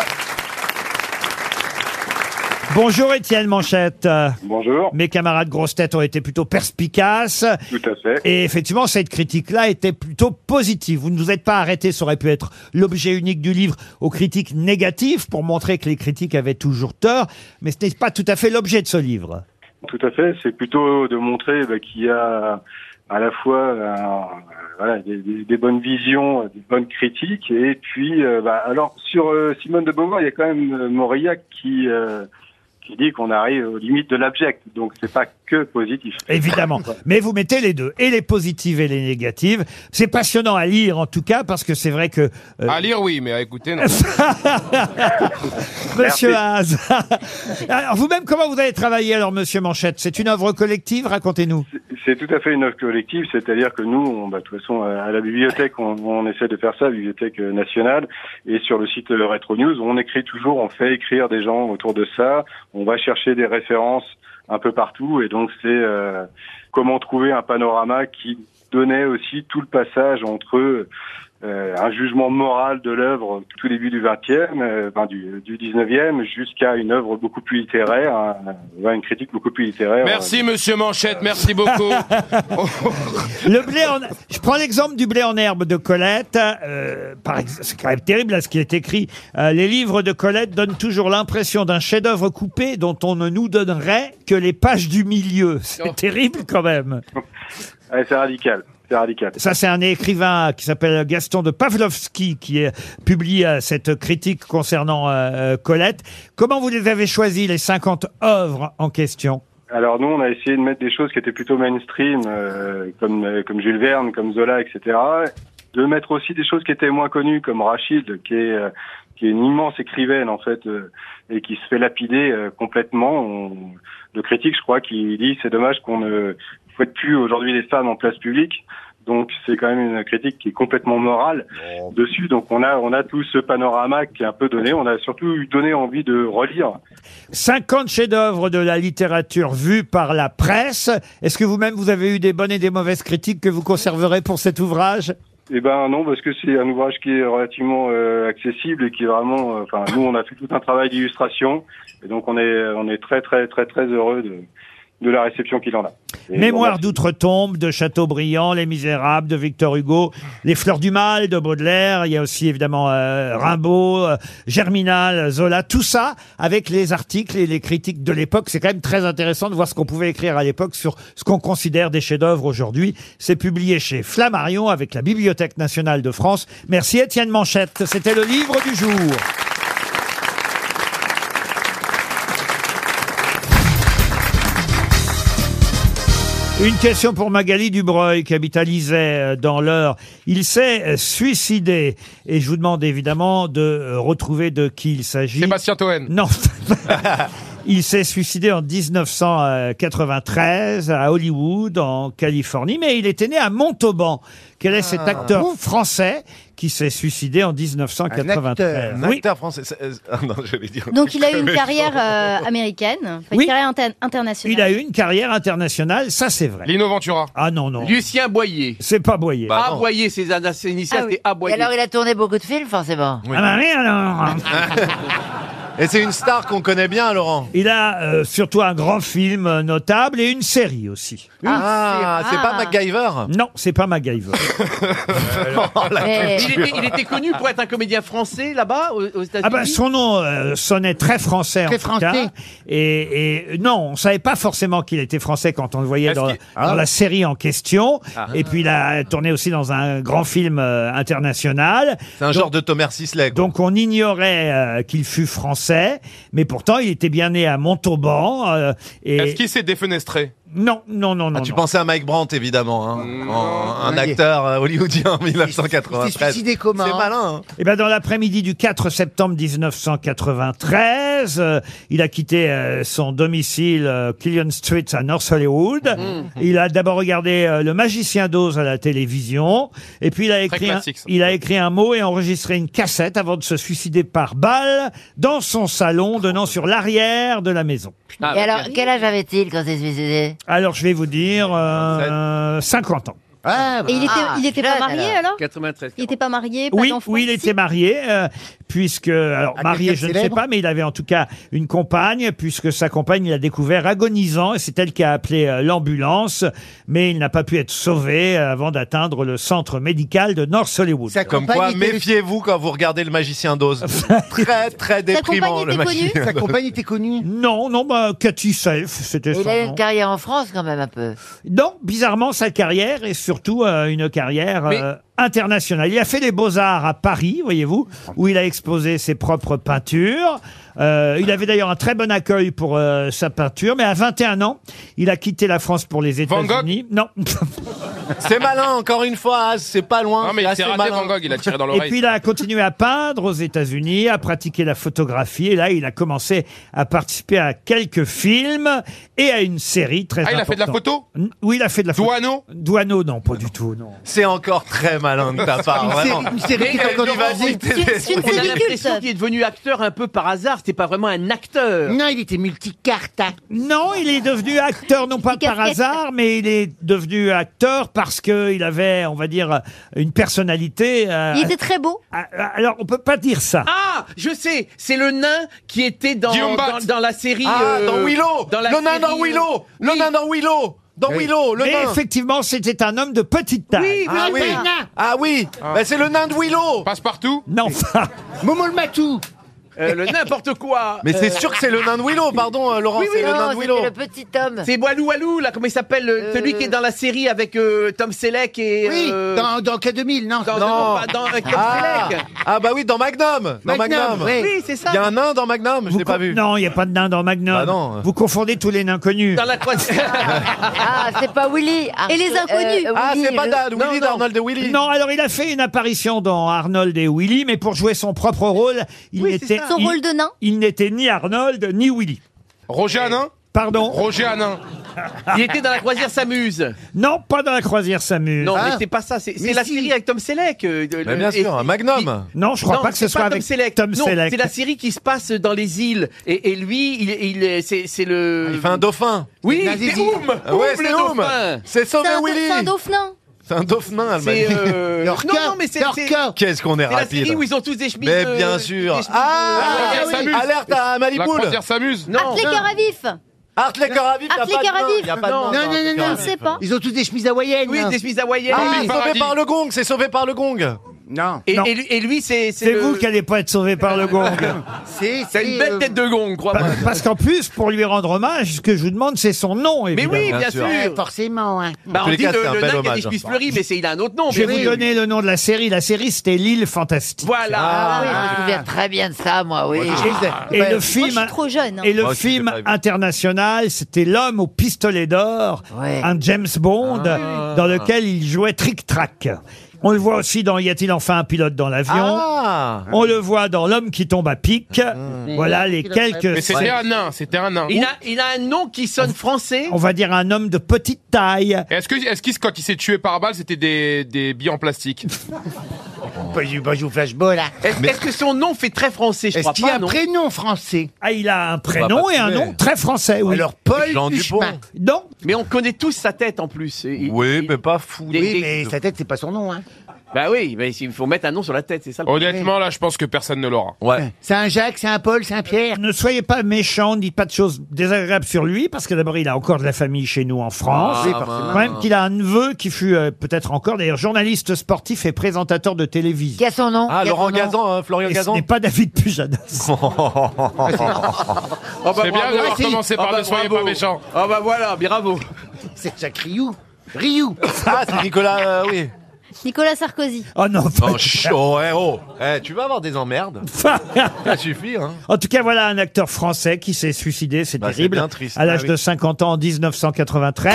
Speaker 2: Bonjour Étienne Manchette.
Speaker 11: Bonjour.
Speaker 2: Mes camarades grosses têtes ont été plutôt perspicaces.
Speaker 11: Tout à fait.
Speaker 2: Et effectivement, cette critique-là était plutôt positive. Vous ne vous êtes pas arrêté, ça aurait pu être l'objet unique du livre aux critiques négatives pour montrer que les critiques avaient toujours tort, mais ce n'est pas tout à fait l'objet de ce livre.
Speaker 11: Tout à fait. C'est plutôt de montrer bah, qu'il y a à la fois euh, voilà, des, des- des bonnes visions, euh, des bonnes critiques. Et puis, euh, bah, alors, sur euh, Simone de Beauvoir, il y a quand même euh, Mauriac qui, euh, qui dit qu'on arrive aux limites de l'abject. Donc, c'est pas que positif.
Speaker 2: Évidemment. Mais vous mettez les deux, et les positives et les négatives. C'est passionnant à lire en tout cas, parce que c'est vrai que... euh,
Speaker 8: À lire, oui, mais à écouter,
Speaker 2: *laughs*
Speaker 8: non.
Speaker 2: Monsieur
Speaker 8: Merci.
Speaker 2: Haas. *laughs* alors vous-même, comment vous avez travaillé alors, monsieur Manchette C'est une œuvre collective, racontez-nous.
Speaker 11: C'est tout à fait une œuvre collective, c'est-à-dire que nous, on, bah, de toute façon, à la bibliothèque, on, on essaie de faire ça, la bibliothèque euh, nationale, et sur le site euh, Retro News, on écrit toujours, on fait écrire des gens autour de ça, on va chercher des références un peu partout, et donc c'est euh, comment trouver un panorama qui donnait aussi tout le passage entre euh, un jugement moral de l'œuvre tout début du 20e, euh, enfin, du, du 19e, jusqu'à une œuvre beaucoup plus littéraire, hein, ouais, une critique beaucoup plus littéraire. euh,
Speaker 8: Merci, monsieur Manchette, merci beaucoup.
Speaker 2: *laughs* Le blé en... Je prends l'exemple du blé en herbe de Colette. euh, par ex- C'est quand même terrible là, ce qui est écrit. Euh, les livres de Colette donnent toujours l'impression d'un chef-d'œuvre coupé dont on ne nous donnerait que les pages du milieu. *laughs* C'est terrible quand même.
Speaker 11: Ouais, c'est radical. C'est radical.
Speaker 2: Ça, c'est un écrivain qui s'appelle Gaston de Pavlovski qui euh, publie euh, cette critique concernant euh, euh, Colette. Comment vous les avez choisis, les 50 œuvres en question
Speaker 11: Alors nous, on a essayé de mettre des choses qui étaient plutôt mainstream, euh, comme euh, comme Jules Verne, comme Zola, etc. De mettre aussi des choses qui étaient moins connues, comme Rachid, qui est euh, qui est une immense écrivaine en fait euh, et qui se fait lapider euh, complètement. On- le critique, je crois, qui dit c'est dommage qu'on ne fouette plus aujourd'hui les femmes en place publique. Donc c'est quand même une critique qui est complètement morale dessus. Donc on a on a tout ce panorama qui est un peu donné. On a surtout eu donné envie de relire.
Speaker 2: 50 chefs-d'œuvre de la littérature vus par la presse. Est-ce que vous-même, vous avez eu des bonnes et des mauvaises critiques que vous conserverez pour cet ouvrage
Speaker 11: Eh ben non, parce que c'est un ouvrage qui est relativement euh, accessible et qui est vraiment. euh, Enfin, nous, on a fait tout un travail d'illustration et donc on est on est très très très très heureux de de la réception qu'il en a. Et
Speaker 2: Mémoire d'outre-tombe de Chateaubriand, Les Misérables de Victor Hugo, Les Fleurs du Mal de Baudelaire, il y a aussi évidemment euh, Rimbaud, euh, Germinal, Zola, tout ça avec les articles et les critiques de l'époque. C'est quand même très intéressant de voir ce qu'on pouvait écrire à l'époque sur ce qu'on considère des chefs-d'œuvre aujourd'hui. C'est publié chez Flammarion avec la Bibliothèque nationale de France. Merci Étienne Manchette, c'était le livre du jour. Une question pour Magali Dubreuil qui habite à Lisay euh, dans l'heure. Il s'est euh, suicidé et je vous demande évidemment de euh, retrouver de qui il s'agit. Sébastien Toen. Non. *laughs* Il s'est suicidé en 1993 à Hollywood, en Californie, mais il était né à Montauban. Quel est cet
Speaker 3: Ah.
Speaker 2: acteur
Speaker 3: Ouf.
Speaker 2: français qui s'est suicidé en
Speaker 3: Un acteur,
Speaker 2: 1993
Speaker 3: un acteur français. c'est- euh, *laughs* ah non, j'allais dire-
Speaker 7: Donc il a eu
Speaker 4: *laughs*
Speaker 7: une
Speaker 2: Méchant.
Speaker 7: carrière euh, américaine, enfin, une
Speaker 2: Oui.
Speaker 7: carrière inter- internationale.
Speaker 2: Il a eu une carrière internationale, ça c'est vrai. Lino Ventura. Ah non, non.
Speaker 6: Lucien Boyer.
Speaker 2: C'est pas Boyer.
Speaker 5: Ah,
Speaker 6: Aboyer, ses initiales, c'est
Speaker 5: Et
Speaker 6: aboyer.
Speaker 5: alors, il a tourné beaucoup de films, forcément.
Speaker 2: Ah bah oui,
Speaker 5: *laughs*
Speaker 2: alors
Speaker 3: Et c'est une star qu'on connaît bien, Laurent.
Speaker 2: Il a euh, surtout un grand film euh, notable et une série aussi.
Speaker 3: Ah, c'est pas MacGyver
Speaker 2: Non, c'est pas MacGyver.
Speaker 6: *laughs* il, était, il était connu pour être un comédien français là-bas, aux, aux États-Unis.
Speaker 2: Ah bah, son nom euh, sonnait très français
Speaker 6: Très
Speaker 2: en tout
Speaker 6: français.
Speaker 2: cas. Et, et non, on savait pas forcément qu'il était français quand on le voyait dans, dans la série en question.
Speaker 3: Ah.
Speaker 2: Et puis il a tourné aussi dans un grand film euh, international.
Speaker 3: C'est un genre de Thomas Sisley. quoi.
Speaker 2: Donc on ignorait euh, qu'il fût français, mais pourtant il était bien né à Montauban. euh, et...
Speaker 8: Est-ce qu'il s'est défenestré Mm.
Speaker 2: Non, non, non, non.
Speaker 3: Ah, tu
Speaker 2: non.
Speaker 3: pensais à Mike Brandt, évidemment. hein. En- un
Speaker 2: Non.
Speaker 3: acteur euh, hollywoodien en 1993. C'est malin. hein.
Speaker 2: Eh ben, dans l'après-midi du 4 septembre 1993, euh, il a quitté euh, son domicile euh, Killian Street à North Hollywood.
Speaker 8: Mm. Mm-hmm.
Speaker 2: Il a d'abord regardé euh, Le Magicien d'Oz à la télévision. Et puis, il a, écrit un,
Speaker 8: classique, ça.
Speaker 2: il a écrit un mot et enregistré une cassette avant de se suicider par balle dans son salon donnant sur l'arrière de la maison.
Speaker 8: Ah.
Speaker 5: Et alors, quel âge avait-il quand il s'est suicidé
Speaker 2: Alors, je vais vous dire euh, 50 ans.
Speaker 7: Et il était,
Speaker 5: Ah,
Speaker 7: il était pas
Speaker 5: jeune,
Speaker 7: marié alors
Speaker 6: 93.
Speaker 7: Il était pas marié, pas
Speaker 2: Oui,
Speaker 7: d'enfant
Speaker 2: oui, il était marié, euh, puisque alors
Speaker 7: À
Speaker 2: marié,
Speaker 7: quelqu'un
Speaker 2: je
Speaker 7: de
Speaker 2: ne sais
Speaker 7: célèbre
Speaker 2: pas, mais il avait en tout cas une compagne, puisque sa compagne il a découvert agonisant, et c'est elle qui a appelé euh, l'ambulance, mais il n'a pas pu être sauvé euh, avant d'atteindre le centre médical de North Hollywood.
Speaker 3: Comme quoi, méfiez-vous quand vous regardez le
Speaker 6: *laughs*
Speaker 3: magicien d'Oz. très, très déprimant, le magicien. d'Oz.
Speaker 2: était connue Non, non, bah, Cathy Safe, c'était
Speaker 5: Il
Speaker 2: son
Speaker 5: a eu
Speaker 2: nom.
Speaker 5: une carrière en France, quand même, un peu.
Speaker 2: Non, bizarrement, sa carrière est surtout euh, une carrière
Speaker 5: Mais-
Speaker 2: euh, internationale. Il a fait les beaux-arts à Paris, voyez-vous, où il a exposé ses propres peintures. Euh, il avait d'ailleurs un très bon accueil pour euh, sa peinture, mais à 21 ans, il a quitté la France pour les
Speaker 3: Van Gogh
Speaker 2: États-Unis. Non.
Speaker 3: C'est malin, encore une fois, hein, c'est pas loin.
Speaker 8: Non, mais
Speaker 3: c'est
Speaker 8: il s'est
Speaker 3: assez
Speaker 8: raté
Speaker 3: malin.
Speaker 8: Van Gogh, il a tiré dans
Speaker 2: Et
Speaker 8: l'oreille.
Speaker 2: puis il a continué à peindre aux États-Unis, à pratiquer la photographie. Et là, il a commencé à participer à quelques films et à une série très
Speaker 8: Ah, il a fait de la
Speaker 2: importante. Oui, il a fait de la photo. Douano Douano, non, pas du tout, non.
Speaker 3: C'est encore très malin de ta part, vraiment.
Speaker 6: Mais, euh, Laurent, on a l'impression
Speaker 2: culte.
Speaker 6: qu'il est devenu acteur un peu par hasard, c'était pas vraiment un acteur.
Speaker 2: Non, il était multicarte. Non, il est devenu acteur, non pas par hasard, mais il est devenu acteur parce qu'il avait, on va dire, une personnalité. euh,
Speaker 6: Il était très
Speaker 7: beau.
Speaker 2: Ah, Alors, on peut pas dire ça.
Speaker 6: Ah, je sais, c'est le nain qui était dans,
Speaker 2: Guillaume
Speaker 6: dans,
Speaker 2: Batz.
Speaker 6: dans la série.
Speaker 3: Ah,
Speaker 6: euh,
Speaker 3: dans Willow
Speaker 6: dans la
Speaker 3: Le nain
Speaker 6: série,
Speaker 3: dans
Speaker 6: euh,
Speaker 3: Willow Le nain dans Willow Dans
Speaker 2: Oui.
Speaker 3: Willow, le
Speaker 2: Mais
Speaker 3: nain
Speaker 2: effectivement, c'était un homme de petite taille.
Speaker 3: ah oui. Ah oui, Bah, c'est le nain de Willow. Passe partout.
Speaker 2: Non.
Speaker 3: Ah. Momo le matou.
Speaker 6: euh, le n'importe quoi.
Speaker 3: Mais c'est
Speaker 6: Euh,
Speaker 3: sûr que c'est le nain de Willow, pardon, euh, Laurent,
Speaker 6: Oui, oui,
Speaker 3: c'est le
Speaker 6: non,
Speaker 3: nain de
Speaker 6: c'était
Speaker 3: Willow.
Speaker 6: le
Speaker 5: petit homme.
Speaker 6: C'est Walou Walou, là, comment il s'appelle le- Celui qui est dans la série avec euh, Tom Selleck et.
Speaker 4: Oui, dans-
Speaker 6: K2000, non Dans,
Speaker 3: Non.
Speaker 6: pas dans avec Tom
Speaker 3: ah.
Speaker 6: Selleck.
Speaker 3: Ah bah oui, dans Magnum. Dans
Speaker 6: Magnum,
Speaker 3: Magnum.
Speaker 6: oui. Oui, c'est ça.
Speaker 3: Il y a un nain dans Magnum, je l'ai pas vu. Bah
Speaker 2: Non, il n'y a pas de nain dans Magnum. Vous confondez tous les nains connus.
Speaker 6: Dans la troisième.
Speaker 3: *laughs*
Speaker 5: Ah, c'est pas Willy. Ah,
Speaker 7: Et les
Speaker 5: euh,
Speaker 7: inconnus.
Speaker 5: euh,
Speaker 3: Ah,
Speaker 5: Willy,
Speaker 3: c'est pas
Speaker 5: le-
Speaker 3: Dan,
Speaker 5: Non,
Speaker 3: Willy
Speaker 5: non.
Speaker 3: d'Arnold de Willy.
Speaker 2: Non, alors il a fait une apparition dans Arnold et Willy, mais pour jouer son propre rôle, il n'était
Speaker 7: ça. Son
Speaker 2: il-
Speaker 7: rôle de nain
Speaker 2: Il n'était ni Arnold ni Willy.
Speaker 8: Roger Hanin
Speaker 2: Pardon
Speaker 8: Roger Hanin.
Speaker 6: Il était dans la croisière s'amuse.
Speaker 2: Non, pas dans la croisière s'amuse.
Speaker 6: Non, mais
Speaker 2: Ah.
Speaker 6: c'est pas ça. C'est c'est
Speaker 2: Mais
Speaker 6: la
Speaker 2: si.
Speaker 6: série avec Tom Selleck. euh, de-
Speaker 2: Mais
Speaker 6: le-
Speaker 2: bien
Speaker 6: et-
Speaker 2: sûr, un
Speaker 6: et-
Speaker 2: Magnum.
Speaker 6: qui-
Speaker 2: Non, je crois pas que ce
Speaker 6: c'est
Speaker 2: soit avec Tom
Speaker 6: Non,
Speaker 2: Selleck.
Speaker 6: C'est la série qui se passe dans les îles. Et, et lui, il, il- c'est c'est le. Il fait
Speaker 3: Ah, un dauphin.
Speaker 6: Oui,
Speaker 3: C'est
Speaker 6: c'est
Speaker 3: nazi.
Speaker 6: Oum.
Speaker 3: Ah ouais,
Speaker 6: Oum,
Speaker 3: c'est
Speaker 6: le
Speaker 3: Oum.
Speaker 6: dauphin.
Speaker 3: C'est Sauvé
Speaker 7: C'est un-
Speaker 3: Willy.
Speaker 7: C'est un dauphin.
Speaker 3: C'est un dauphin, elle m'a
Speaker 6: C'est,
Speaker 3: dit.
Speaker 6: euh, Lorca, non, non, mais c'est- Lorca. c'est-
Speaker 3: Qu'est-ce qu'on est
Speaker 6: C'est la
Speaker 3: rapide.
Speaker 6: série où ils ont tous des chemises.
Speaker 3: Mais
Speaker 6: euh,
Speaker 3: bien sûr.
Speaker 6: des chemises,
Speaker 3: Ah,
Speaker 6: euh,
Speaker 3: alerte à Malibu.
Speaker 6: Non.
Speaker 7: Avec les cœurs à vif.
Speaker 3: Art les cœurs à vif,
Speaker 7: Art
Speaker 3: y a
Speaker 7: les
Speaker 3: pas de
Speaker 7: cœurs à
Speaker 3: main,
Speaker 7: vif.
Speaker 3: y a pas de
Speaker 7: Non,
Speaker 3: main
Speaker 7: non,
Speaker 3: dans Art les
Speaker 7: non,
Speaker 3: cœurs
Speaker 7: non,
Speaker 3: à
Speaker 7: je
Speaker 3: vif.
Speaker 7: sais pas.
Speaker 4: Ils ont tous des chemises hawaïennes.
Speaker 14: Oui,
Speaker 4: hein.
Speaker 14: des chemises hawaïennes.
Speaker 4: Ah,
Speaker 14: Ah,
Speaker 4: oui.
Speaker 2: paradis.
Speaker 3: Sauvé par le gong, c'est sauvé par le gong.
Speaker 4: Non.
Speaker 14: Et,
Speaker 2: Non.
Speaker 14: et lui- et lui, c'est.
Speaker 2: C'est vous qui allez pas être sauvé par le
Speaker 6: *laughs*
Speaker 2: gong. euh,
Speaker 4: C'est
Speaker 14: T'as une belle tête de gong, crois-moi.
Speaker 2: Parce qu'en plus, pour lui rendre hommage, ce que je vous demande, c'est son nom, évidemment.
Speaker 14: oui, bien sûr.
Speaker 4: Ouais, forcément. hein.
Speaker 14: Bah,
Speaker 2: tous
Speaker 14: on
Speaker 2: les
Speaker 14: dit
Speaker 2: cas,
Speaker 14: le,
Speaker 2: c'est un
Speaker 14: le
Speaker 2: bel
Speaker 14: nain qui a
Speaker 2: hommage.
Speaker 14: des cuisses fleuries, mais c'est- il a un autre nom.
Speaker 2: Je vais
Speaker 14: mais
Speaker 2: vous
Speaker 14: oui.
Speaker 2: donner le nom de la série. La série, c'était L'île fantastique.
Speaker 14: Voilà.
Speaker 5: Ah, oui, je me souviens très bien de ça, moi, oui.
Speaker 2: Et le film,
Speaker 7: Moi, je suis trop jeune. hein.
Speaker 2: Et le film international, c'était L'homme au pistolet d'or, un James Bond,
Speaker 7: Ah.
Speaker 2: dans lequel il jouait Trick-Track. On le voit aussi dans Y a-t-il enfin un pilote dans l'avion
Speaker 3: Ah.
Speaker 2: On le voit dans L'homme qui tombe à pic. Voilà les quelques...
Speaker 8: Mais c'était
Speaker 2: scènes.
Speaker 8: un nain, c'était un nain.
Speaker 14: Il a, il a un nom qui sonne français.
Speaker 2: On va dire un homme de petite taille.
Speaker 8: Est-ce que, est-ce qu'il, quand il s'est tué par balle, c'était des, des billes en
Speaker 2: *laughs*
Speaker 8: plastique
Speaker 2: Bah,
Speaker 4: Pas du pas du flashball, là.
Speaker 14: Est-ce est-ce que son nom fait très français Je
Speaker 4: Est-ce
Speaker 14: crois
Speaker 4: qu'il y a
Speaker 14: pas,
Speaker 4: un
Speaker 14: non
Speaker 4: prénom français
Speaker 2: Ah, il a un
Speaker 14: On va
Speaker 2: prénom
Speaker 14: pas
Speaker 2: et un
Speaker 14: trouver.
Speaker 2: nom très français, oui.
Speaker 4: Alors, Paul Duchemin.
Speaker 2: Non.
Speaker 14: Mais on connaît tous sa tête en plus. Il-
Speaker 3: Oui,
Speaker 14: il-
Speaker 3: mais pas fou.
Speaker 14: Des-
Speaker 4: Oui,
Speaker 14: des-
Speaker 4: mais sa tête, c'est pas son nom. Hein.
Speaker 14: Bah oui, mais il faut mettre un nom sur la tête, c'est ça. le problème.
Speaker 8: Honnêtement, là, je pense que personne ne l'aura.
Speaker 3: Ouais.
Speaker 4: C'est un Jacques, c'est un Paul, c'est un Pierre.
Speaker 2: Ne soyez pas méchants, ne dites pas de choses désagréables sur lui, parce que d'abord, il a encore de la famille chez nous en France.
Speaker 4: Ah, Oui, forcément.
Speaker 2: Quand même qu'il a un neveu qui fut euh, peut-être encore, d'ailleurs, journaliste sportif et présentateur de télévision.
Speaker 5: Qui a son nom
Speaker 3: Ah,
Speaker 5: Qui a
Speaker 3: Laurent
Speaker 5: son nom
Speaker 3: Gazan, hein, Florian
Speaker 2: Et ce
Speaker 3: Gazan. *laughs* Ah, bah,
Speaker 2: n'est pas David Pujadas.
Speaker 14: Oh bah
Speaker 8: C'est bien
Speaker 14: bravo.
Speaker 8: d'avoir
Speaker 14: Ah, si.
Speaker 8: commencé
Speaker 14: Oh
Speaker 8: par
Speaker 14: bah
Speaker 8: ne soyez pas
Speaker 14: bravo.
Speaker 8: méchants.
Speaker 14: Ah bah voilà, bravo.
Speaker 4: C'est Jacques Rioux. Rioux.
Speaker 3: Ah, c'est Nicolas, euh, oui.
Speaker 7: Nicolas Sarkozy.
Speaker 2: Oh non.
Speaker 3: Non, chut, oh, eh, oh. Eh, tu vas avoir des
Speaker 2: *laughs*
Speaker 3: emmerdes. Ça suffit, hein.
Speaker 2: En tout cas, voilà un acteur français qui s'est suicidé, c'est
Speaker 3: Bah, c'est
Speaker 2: terrible,
Speaker 3: bien triste.
Speaker 2: à l'âge
Speaker 3: Ah oui.
Speaker 2: de 50 ans en 1993.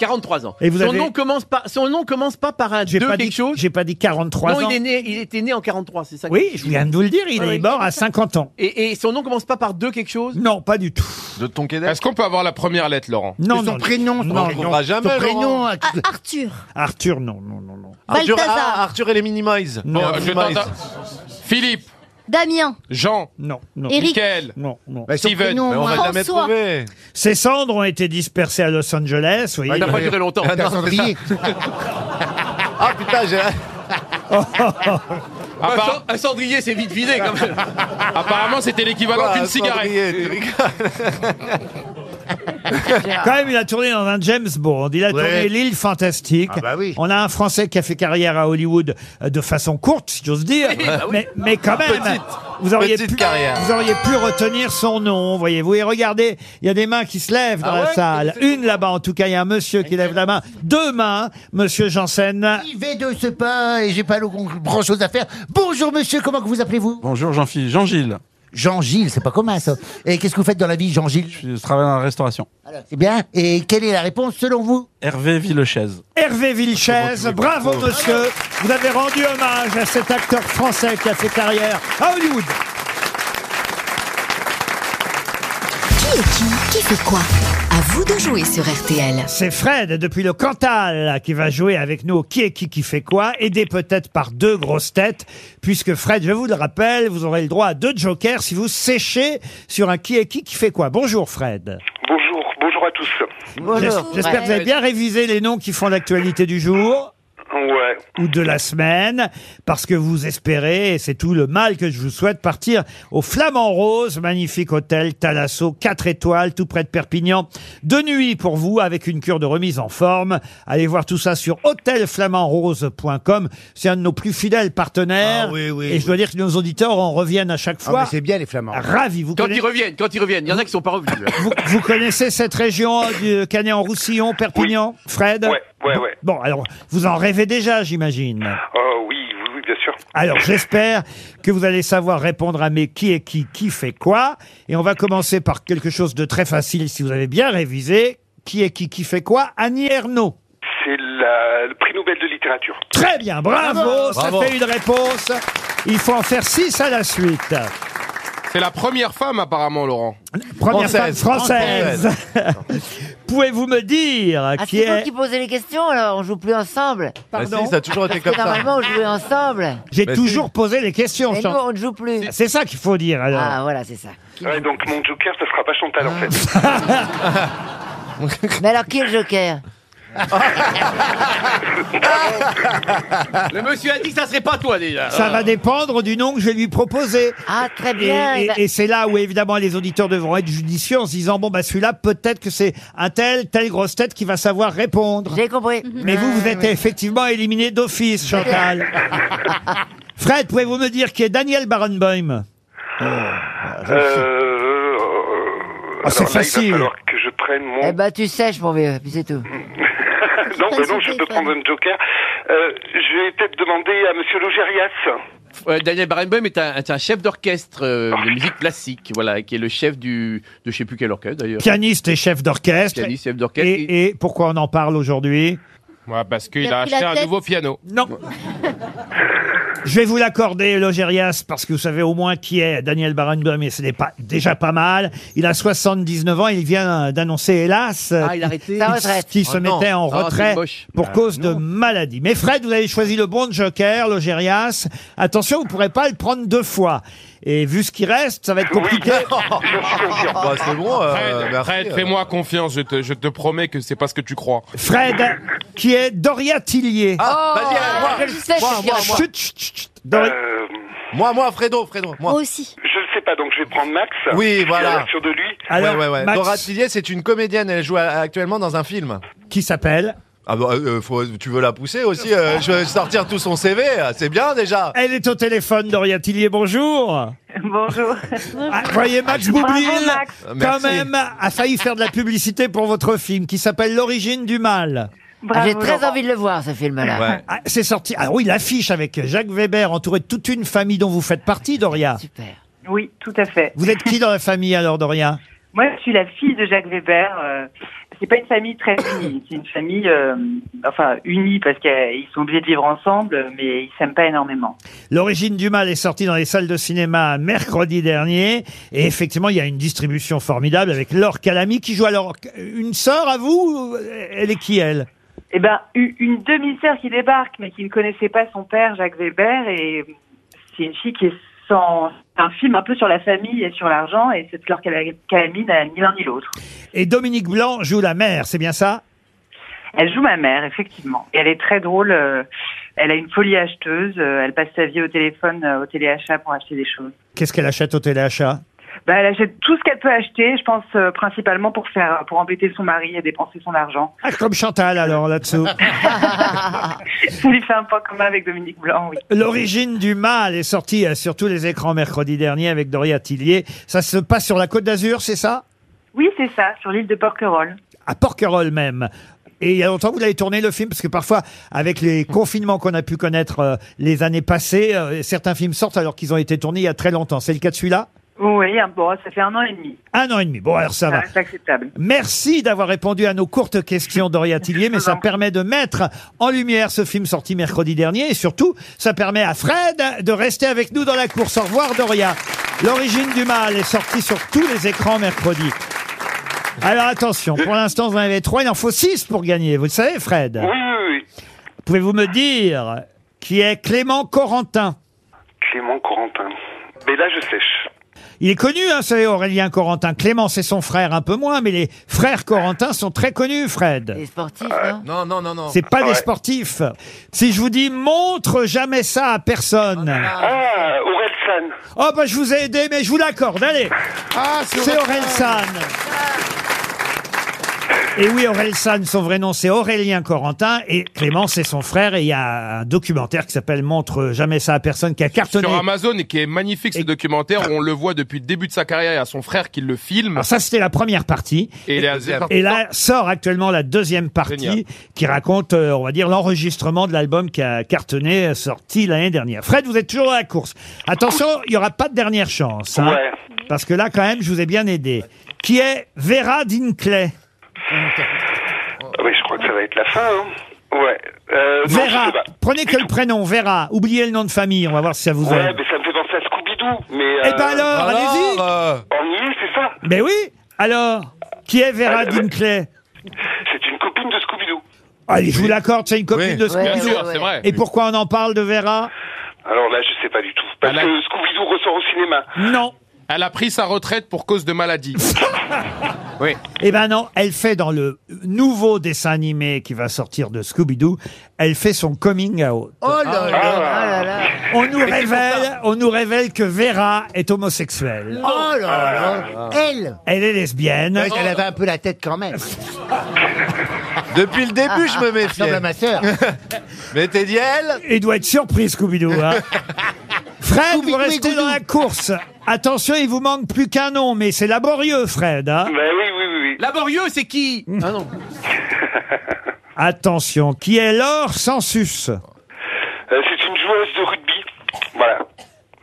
Speaker 14: 43 ans.
Speaker 2: Et vous
Speaker 14: son
Speaker 2: avez-
Speaker 14: nom commence pas. Son nom commence pas par un
Speaker 2: J'ai
Speaker 14: 2
Speaker 2: pas,
Speaker 14: quelque
Speaker 2: dit-
Speaker 14: chose.
Speaker 2: j'ai pas dit 43
Speaker 14: non,
Speaker 2: ans.
Speaker 14: il est né. Il était né en 43, c'est ça.
Speaker 2: Oui, je viens de vous le dire, il
Speaker 14: Oui,
Speaker 2: est
Speaker 14: oui.
Speaker 2: mort à 50 ans.
Speaker 14: Et, et son nom commence pas par 2 quelque chose.
Speaker 2: Non, pas du tout.
Speaker 14: *laughs*
Speaker 3: De ton Québec.
Speaker 8: Est-ce qu'on peut avoir la première lettre, Laurent
Speaker 2: Non,
Speaker 4: Son
Speaker 2: non,
Speaker 4: prénom,
Speaker 2: non,
Speaker 4: son
Speaker 3: On
Speaker 4: prénom.
Speaker 3: trouvera jamais.
Speaker 4: Son
Speaker 3: Laurent.
Speaker 4: prénom. hein,
Speaker 7: Ah,
Speaker 4: qui-
Speaker 7: Arthur.
Speaker 2: Arthur, non, non, non, non.
Speaker 3: Arthur,
Speaker 7: Balthazar.
Speaker 3: ah, Arthur et les Minimize.
Speaker 2: Non,
Speaker 8: Bon,
Speaker 3: Les
Speaker 8: je
Speaker 3: Minimize.
Speaker 8: t'entends. Philippe,
Speaker 7: Damien.
Speaker 8: Jean,
Speaker 2: Non, non,
Speaker 7: Eric.
Speaker 8: Michael.
Speaker 2: non, non.
Speaker 4: Bah, son
Speaker 8: Steven.
Speaker 4: prénom,
Speaker 3: Mais on va
Speaker 4: moi.
Speaker 3: jamais
Speaker 7: François.
Speaker 3: trouver.
Speaker 2: Ses cendres ont été dispersées à Los Angeles, vous voyez.
Speaker 14: Ça n'a pas duré longtemps.
Speaker 4: T'as un cendrier.
Speaker 3: Ah putain, j'ai.
Speaker 4: Oh.
Speaker 8: Appar- bah.
Speaker 14: Un cend- un cendrier, c'est vite vidé quand *laughs* même.
Speaker 8: Apparemment, c'était l'équivalent
Speaker 3: Ah,
Speaker 8: d'une cigarette.
Speaker 3: cendrier, tu rigoles.
Speaker 2: Quand même, il a tourné dans un James Bond. Il a tourné L'île fantastique.
Speaker 4: Ah bah oui.
Speaker 2: On a un Français qui a fait carrière à Hollywood euh, de façon courte, si j'ose dire.
Speaker 14: bah oui.
Speaker 2: mais, mais quand même,
Speaker 3: Petite.
Speaker 2: vous auriez
Speaker 3: Petite
Speaker 2: pu,
Speaker 3: carrière.
Speaker 2: vous auriez pu retenir son nom, voyez-vous. Et regardez, il y a des mains qui se lèvent dans
Speaker 14: Ah
Speaker 2: la
Speaker 14: ouais
Speaker 2: salle. Une là-bas, en tout cas, il y a un monsieur qui lève la main. Deux mains, Monsieur Janssen.
Speaker 4: J'y vais de ce pas et j'ai pas le- grand chose à faire. Bonjour monsieur, comment que vous appelez-vous
Speaker 15: Bonjour Jean-Philippe, Jean-Gilles.
Speaker 4: Jean-Gilles, c'est pas commun ça. Et qu'est-ce que vous faites dans la vie, Jean-Gilles
Speaker 15: Je travaille dans la restauration.
Speaker 4: Alors, C'est bien. Et quelle est la réponse selon vous
Speaker 15: Hervé Villechaise.
Speaker 2: Hervé Vilches, bravo monsieur. Vous avez rendu hommage à cet acteur français qui a fait carrière à Hollywood.
Speaker 12: Qui est qui Qui fait quoi À vous de jouer sur RTL.
Speaker 2: C'est Fred depuis le Cantal qui va jouer avec nous au qui est qui qui fait quoi, aidé peut-être par deux grosses têtes, puisque Fred, je vous le rappelle, vous aurez le droit à deux jokers si vous séchez sur un qui est qui qui fait quoi. Bonjour Fred.
Speaker 9: Bonjour, bonjour à tous.
Speaker 2: J'es- J'espère que vous avez bien révisé les noms qui font l'actualité du jour
Speaker 9: Ouais.
Speaker 2: ou de la semaine, parce que vous espérez, et c'est tout le mal que je vous souhaite, partir au Flamand Rose, magnifique hôtel Talasso, 4 étoiles, tout près de Perpignan, de nuit pour vous, avec une cure de remise en forme. Allez voir tout ça sur hôtelflamandrose.com. C'est un de nos plus fidèles partenaires.
Speaker 4: Ah oui, oui,
Speaker 2: et
Speaker 4: oui.
Speaker 2: je dois dire que nos auditeurs en reviennent à chaque
Speaker 4: Ah, mais
Speaker 2: fois.
Speaker 4: C'est bien les flamands.
Speaker 2: Ravi, vous,
Speaker 14: Quand
Speaker 2: connaissez-
Speaker 14: ils reviennent, quand ils reviennent, il y en a qui sont pas revenus.
Speaker 2: vous, vous connaissez cette région euh, du Canet-en-Roussillon, Perpignan, Fred
Speaker 9: Ouais, ouais, ouais.
Speaker 2: Bon, alors, vous en rêvez déjà, j'imagine.
Speaker 9: Oh oui, oui, oui, bien sûr.
Speaker 2: Alors j'espère que vous allez savoir répondre à mes qui est qui, qui fait quoi. Et on va commencer par quelque chose de très facile si vous avez bien révisé. Qui est qui, qui fait quoi Annie Ernaux.
Speaker 9: C'est la- le prix Nobel de littérature.
Speaker 2: Très bien, bravo, ça
Speaker 3: Bravo.
Speaker 2: fait une réponse. Il faut en faire six à la suite.
Speaker 8: C'est la première femme, apparemment, Laurent.
Speaker 2: Première femme
Speaker 3: Française.
Speaker 2: française. *laughs* Pouvez-vous me dire
Speaker 5: Ah,
Speaker 2: qui
Speaker 5: c'est vous
Speaker 2: est...
Speaker 5: qui posez les questions, alors on joue plus ensemble.
Speaker 3: Bah si, ça a toujours été
Speaker 5: Parce que
Speaker 3: comme ça.
Speaker 5: normalement, on jouait ensemble.
Speaker 2: J'ai
Speaker 3: Bah,
Speaker 2: toujours posé les questions.
Speaker 5: Et nous,
Speaker 2: Chan-
Speaker 5: on ne joue plus.
Speaker 2: Ah, C'est ça qu'il faut dire alors.
Speaker 5: Ah, voilà, c'est ça. Qui-
Speaker 9: Ouais, donc
Speaker 5: *laughs*
Speaker 9: mon joker, ça sera pas Chantal en fait.
Speaker 5: Mais alors, qui est le joker
Speaker 14: Le monsieur a dit que ça serait pas toi déjà.
Speaker 6: Euh.
Speaker 2: Ça va dépendre du nom que je vais lui proposer.
Speaker 5: Ah, très bien,
Speaker 2: Et,
Speaker 5: il
Speaker 2: et-
Speaker 5: va-
Speaker 2: et c'est là où, évidemment, les auditeurs devront être judicieux en se disant bon, bah, celui-là, peut-être que c'est un tel, telle grosse tête qui va savoir répondre.
Speaker 5: J'ai compris.
Speaker 2: Mais vous, vous êtes effectivement éliminé d'office,
Speaker 5: *laughs*
Speaker 2: Chantal. Fred, pouvez-vous me dire qui est Daniel Barenboim
Speaker 14: Oh,
Speaker 9: Euh,
Speaker 2: Ah, c'est
Speaker 9: alors là, Il
Speaker 2: facile.
Speaker 9: va falloir que je prenne mon.
Speaker 5: Eh ben, tu sèches, mon vieux, puis c'est tout.
Speaker 9: *laughs* non, ben non, je peux prendre un joker. Euh, je vais peut-être demander à Monsieur Logérias.
Speaker 14: Euh, Ouais, Daniel Barenboim est un, est un chef d'orchestre euh, de musique classique, voilà, qui est le chef du, de je sais plus quel orchestre d'ailleurs.
Speaker 2: Pianiste et chef d'orchestre.
Speaker 14: Pianiste, chef d'orchestre.
Speaker 2: Et, et pourquoi on en parle aujourd'hui
Speaker 8: Ouais, parce
Speaker 14: Il
Speaker 8: qu'il
Speaker 14: a
Speaker 8: a
Speaker 14: pris la
Speaker 8: acheté un
Speaker 14: tête.
Speaker 8: nouveau piano. *laughs*
Speaker 2: Non. Je vais vous l'accorder, Logérias, parce que vous savez au moins qui est Daniel Barenboim, et ce n'est pas déjà pas mal. Il a 79 ans, il vient d'annoncer, hélas,
Speaker 14: Ah, il a arrêté.
Speaker 2: qu'il
Speaker 14: Sa retraite.
Speaker 2: qu'il se
Speaker 14: Oh non.
Speaker 2: mettait en
Speaker 14: Ah,
Speaker 2: retrait
Speaker 14: c'est moche.
Speaker 2: pour
Speaker 14: Bah,
Speaker 2: cause de maladie. Mais Fred, vous avez choisi le bon joker, Logérias. Attention, vous ne pourrez pas le prendre deux fois. Et vu ce qui reste, ça va
Speaker 3: *laughs*
Speaker 2: être compliqué.
Speaker 3: Bah, c'est bon. euh,
Speaker 8: Fred,
Speaker 3: merci,
Speaker 8: Fred,
Speaker 3: euh.
Speaker 8: fais-moi confiance, je te, je te promets que c'est pas ce que tu crois.
Speaker 2: Fred, qui est Doria Tillier.
Speaker 3: Ah,
Speaker 8: Oh,
Speaker 3: vas-y, allez, moi,
Speaker 8: je le sais,
Speaker 3: moi,
Speaker 8: je
Speaker 3: moi,
Speaker 8: suis
Speaker 3: moi.
Speaker 2: Chut, chut, chut, chut. Doria-
Speaker 3: Moi, moi, Fredo, Fredo. Moi.
Speaker 7: aussi.
Speaker 9: Je ne sais pas, donc je vais prendre Max.
Speaker 3: Oui, voilà.
Speaker 9: Il a l'air sûr de lui.
Speaker 3: Alors, ouais, ouais, ouais.
Speaker 2: Max-
Speaker 3: Laura Tillier, c'est une comédienne. Elle joue à- actuellement dans un film.
Speaker 2: Qui s'appelle
Speaker 3: Ah bah, euh, faut- tu veux la pousser aussi euh, Je vais sortir tout son CV. euh, C'est bien déjà. Euh,
Speaker 2: Elle est au téléphone, Doria Tillier, bonjour.
Speaker 16: Bonjour.
Speaker 2: Ah, voyez, Max
Speaker 16: Bravo,
Speaker 2: Boublil,
Speaker 16: Max.
Speaker 2: quand
Speaker 3: Merci.
Speaker 2: même, a failli faire de la publicité pour votre film qui s'appelle L'origine du mal.
Speaker 5: Ah, J'ai très envie de le voir, ce film-là.
Speaker 2: Ah, c'est sorti. Ah oui, l'affiche avec Jacques Weber, entouré de toute une famille dont vous faites partie, Doria.
Speaker 16: Oui, tout à fait.
Speaker 2: Vous êtes qui dans la famille alors, Doria
Speaker 16: Moi, je suis la fille de Jacques Weber. euh, c'est pas une famille très unie, c'est une famille, euh, enfin, unie parce qu'ils sont obligés de vivre ensemble, mais ils s'aiment pas énormément.
Speaker 2: L'origine du mal est sortie dans les salles de cinéma mercredi dernier. Et effectivement, il y a une distribution formidable avec Laure Calamy qui joue alors une sœur à vous. Elle est qui, elle
Speaker 16: Eh ben, u- une demi-sœur qui débarque, mais qui ne connaissait pas son père, Jacques Weber, et c'est une fille qui est sans c'est un film un peu sur la famille et sur l'argent, et cette Fleur Cala- Calamy n'a ni l'un ni l'autre.
Speaker 2: Et Dominique Blanc joue la mère, c'est bien ça
Speaker 16: Elle joue ma mère, effectivement. Et elle est très drôle. euh, elle a une folie acheteuse. euh, elle passe sa vie au téléphone, euh, au téléachat pour acheter des choses.
Speaker 2: Qu'est-ce qu'elle achète au téléachat
Speaker 16: Bah, elle achète tout ce qu'elle peut acheter, je pense euh, principalement pour faire, pour embêter son mari et dépenser son argent. *laughs*
Speaker 2: Ah, comme Chantal alors là-dessous.
Speaker 16: Ça lui fait un point commun avec Dominique Blanc, oui.
Speaker 2: L'origine du mal est sortie euh, sur tous les écrans mercredi dernier avec Doria Tillier. Ça se passe sur la Côte d'Azur, c'est ça
Speaker 16: Oui, c'est ça, sur l'île de Porquerolles.
Speaker 2: À Porquerolles même. Et il y a longtemps, vous l'avez tourné le film, parce que parfois, avec
Speaker 16: *laughs*
Speaker 2: les confinements qu'on a pu connaître euh, les années passées, euh, certains films sortent alors qu'ils ont été tournés il y a très longtemps. C'est le cas de celui-là
Speaker 16: Oui, hein, bon, ça fait un an et demi.
Speaker 2: Un an et demi. Bon, alors ça va.
Speaker 16: reste acceptable.
Speaker 2: Merci d'avoir répondu à nos courtes questions, Doria Tillier, mais ça permet de mettre en lumière ce film sorti mercredi dernier et surtout, ça permet à Fred de rester avec nous dans la course. Au revoir, Doria. L'origine du mal est sortie sur tous les écrans mercredi. Alors attention, pour l'instant, vous en avez trois, il en faut six pour gagner, vous le savez, Fred.
Speaker 9: Oui,
Speaker 10: Oh,
Speaker 9: oui, oui.
Speaker 2: Pouvez-vous me dire qui est Clément Corentin
Speaker 9: Clément Corentin. Mais là, je sèche.
Speaker 2: Il est connu, hein, vous savez, Aurélien Corentin. Clément, c'est son frère un peu moins, mais les frères Corentin sont très connus, Fred.
Speaker 5: Sportif,
Speaker 9: Euh,
Speaker 5: non
Speaker 3: Non, non, non, non.
Speaker 2: C'est pas
Speaker 3: Ouais.
Speaker 2: des sportifs. Si je vous dis montre jamais ça à personne.
Speaker 9: Ah, Aurel San.
Speaker 2: Oh bah je vous ai aidé mais je vous l'accorde. Allez.
Speaker 9: Ah, c'est
Speaker 2: c'est
Speaker 9: Aurel
Speaker 2: Aurel San. Et oui, Aurel San, son vrai nom, c'est Aurélien Corentin. Et Clément, c'est son frère. Et il y a un documentaire qui s'appelle Montre jamais ça à personne qui a cartonné.
Speaker 8: Sur Amazon, et qui est magnifique ce documentaire, où on le voit depuis le début de sa carrière, il y a son frère qui le filme.
Speaker 2: Alors ça, c'était la première partie.
Speaker 8: Et la deuxième partie.
Speaker 2: Et là sort actuellement la deuxième partie
Speaker 8: Génial.
Speaker 2: qui raconte, euh, on va dire, l'enregistrement de l'album qui a cartonné, euh, sorti l'année dernière. Fred, vous êtes toujours à la course. Attention, il n'y aura pas de dernière chance. hein. Parce que là, quand même, je vous ai bien aidé. Qui est Vera Dinkley
Speaker 9: Ah Oui, je crois que ça va être la fin. Hein. Ouais. Euh, non, je
Speaker 2: Vera,
Speaker 9: sais pas.
Speaker 2: prenez que le prénom, Vera. Oubliez le nom de famille, on va voir si ça vous
Speaker 9: Ouais,
Speaker 2: aide.
Speaker 9: mais ça me fait penser à Scooby-Doo. Mais.
Speaker 2: Eh
Speaker 17: euh,
Speaker 2: ben alors, allez-y.
Speaker 9: On y est, c'est ça
Speaker 2: Mais oui Alors, qui est
Speaker 9: *laughs*
Speaker 2: Vera Dinkley
Speaker 9: C'est une copine de Scooby-Doo.
Speaker 2: Allez, je vous l'accorde, c'est une copine
Speaker 9: Oui.
Speaker 2: de
Speaker 9: Ouais,
Speaker 2: Scooby-Doo.
Speaker 9: bien sûr, c'est vrai.
Speaker 2: Et pourquoi on en parle de Vera
Speaker 9: Alors là, je sais pas du tout. Parce
Speaker 8: Elle a-
Speaker 9: que Scooby-Doo ressort au cinéma.
Speaker 2: Non. *laughs*
Speaker 8: Elle a pris sa retraite pour cause de maladie.
Speaker 2: Oui. Eh ben non, elle fait dans le nouveau dessin animé qui va sortir de Scooby-Doo, elle fait son coming out.
Speaker 13: Oh là là. Ah là là.
Speaker 2: On nous
Speaker 13: Et c'est pour
Speaker 2: révèle, on nous révèle que Vera est homosexuelle.
Speaker 4: Oh là
Speaker 3: Ah
Speaker 4: là. Elle
Speaker 2: Elle est lesbienne.
Speaker 4: Ouais, Elle avait un peu la tête quand même.
Speaker 3: *laughs*
Speaker 4: Ah,
Speaker 3: Depuis le début, je me méfie.
Speaker 4: Ressemble à ma sœur.
Speaker 3: *laughs* Mais t'es dit elle
Speaker 2: Il doit être surpris, Scooby-Doo.
Speaker 4: *laughs*
Speaker 2: hein. Fred, vous restez dans la course. Attention, il vous manque plus qu'un nom, mais c'est laborieux, Fred.
Speaker 9: Bah
Speaker 2: hein.
Speaker 3: Ben
Speaker 14: oui, oui, oui. Laborieux, c'est qui Ah non.
Speaker 2: Attention, qui est Laure Sensus
Speaker 17: Euh, c'est une joueuse de rugby. Voilà.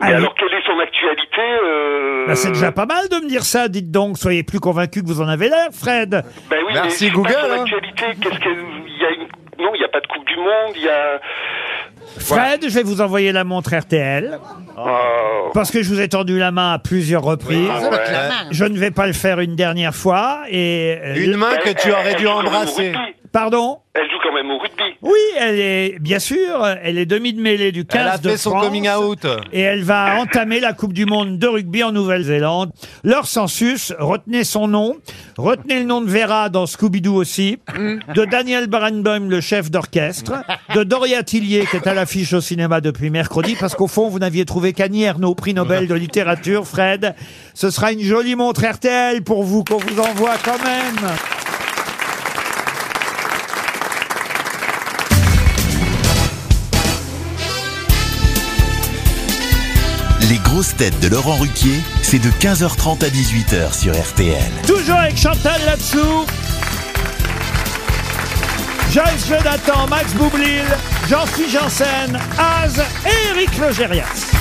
Speaker 2: Ah
Speaker 17: Et
Speaker 2: oui.
Speaker 17: alors, quelle est son actualité euh...
Speaker 2: Bah, C'est déjà pas mal de me dire ça, dites donc. Soyez plus convaincu que vous en avez l'air, Fred.
Speaker 17: Bah oui, mais c'est pas son
Speaker 2: hein.
Speaker 3: hein.
Speaker 17: actualité. Qu'est-ce qu'elle- il y a une- Non, il n'y a pas de Coupe du Monde. Il y a.
Speaker 2: Fred, je vais vous envoyer la montre RTL.
Speaker 17: Oh.
Speaker 2: Parce que je vous ai tendu la main à plusieurs reprises.
Speaker 17: Ah ouais. La main.
Speaker 2: Je ne vais pas le faire une dernière fois. Et euh,
Speaker 3: Une main que tu aurais dû embrasser.
Speaker 2: Pardon
Speaker 17: Elle joue quand même au rugby.
Speaker 2: Oui, elle est, bien sûr, elle est demi de mêlée du 15
Speaker 3: Elle a
Speaker 2: de
Speaker 3: fait son
Speaker 2: France.
Speaker 3: coming out.
Speaker 2: Et elle va entamer la Coupe du Monde de rugby en Nouvelle-Zélande. Leur census, retenez son nom. Retenez le nom de Vera dans Scooby-Doo aussi. De Daniel Barenboim, le chef d'orchestre. De Doria Tillier, qui est à l'affiche au cinéma depuis mercredi. Parce qu'au fond, vous n'aviez trouvé qu'Annie Ernaux, prix Nobel de littérature, Fred. Ce sera une jolie montre RTL pour vous, qu'on vous envoie quand même.
Speaker 1: Les grosses têtes de Laurent Ruquier, c'est de 15h30 à 18h sur RTL.
Speaker 2: Toujours avec Chantal là-dessous. Joyce Jonathan, Max Boublil, Jean-Philippe Janssen, Az et Eric
Speaker 4: *laughs*
Speaker 2: Logérias.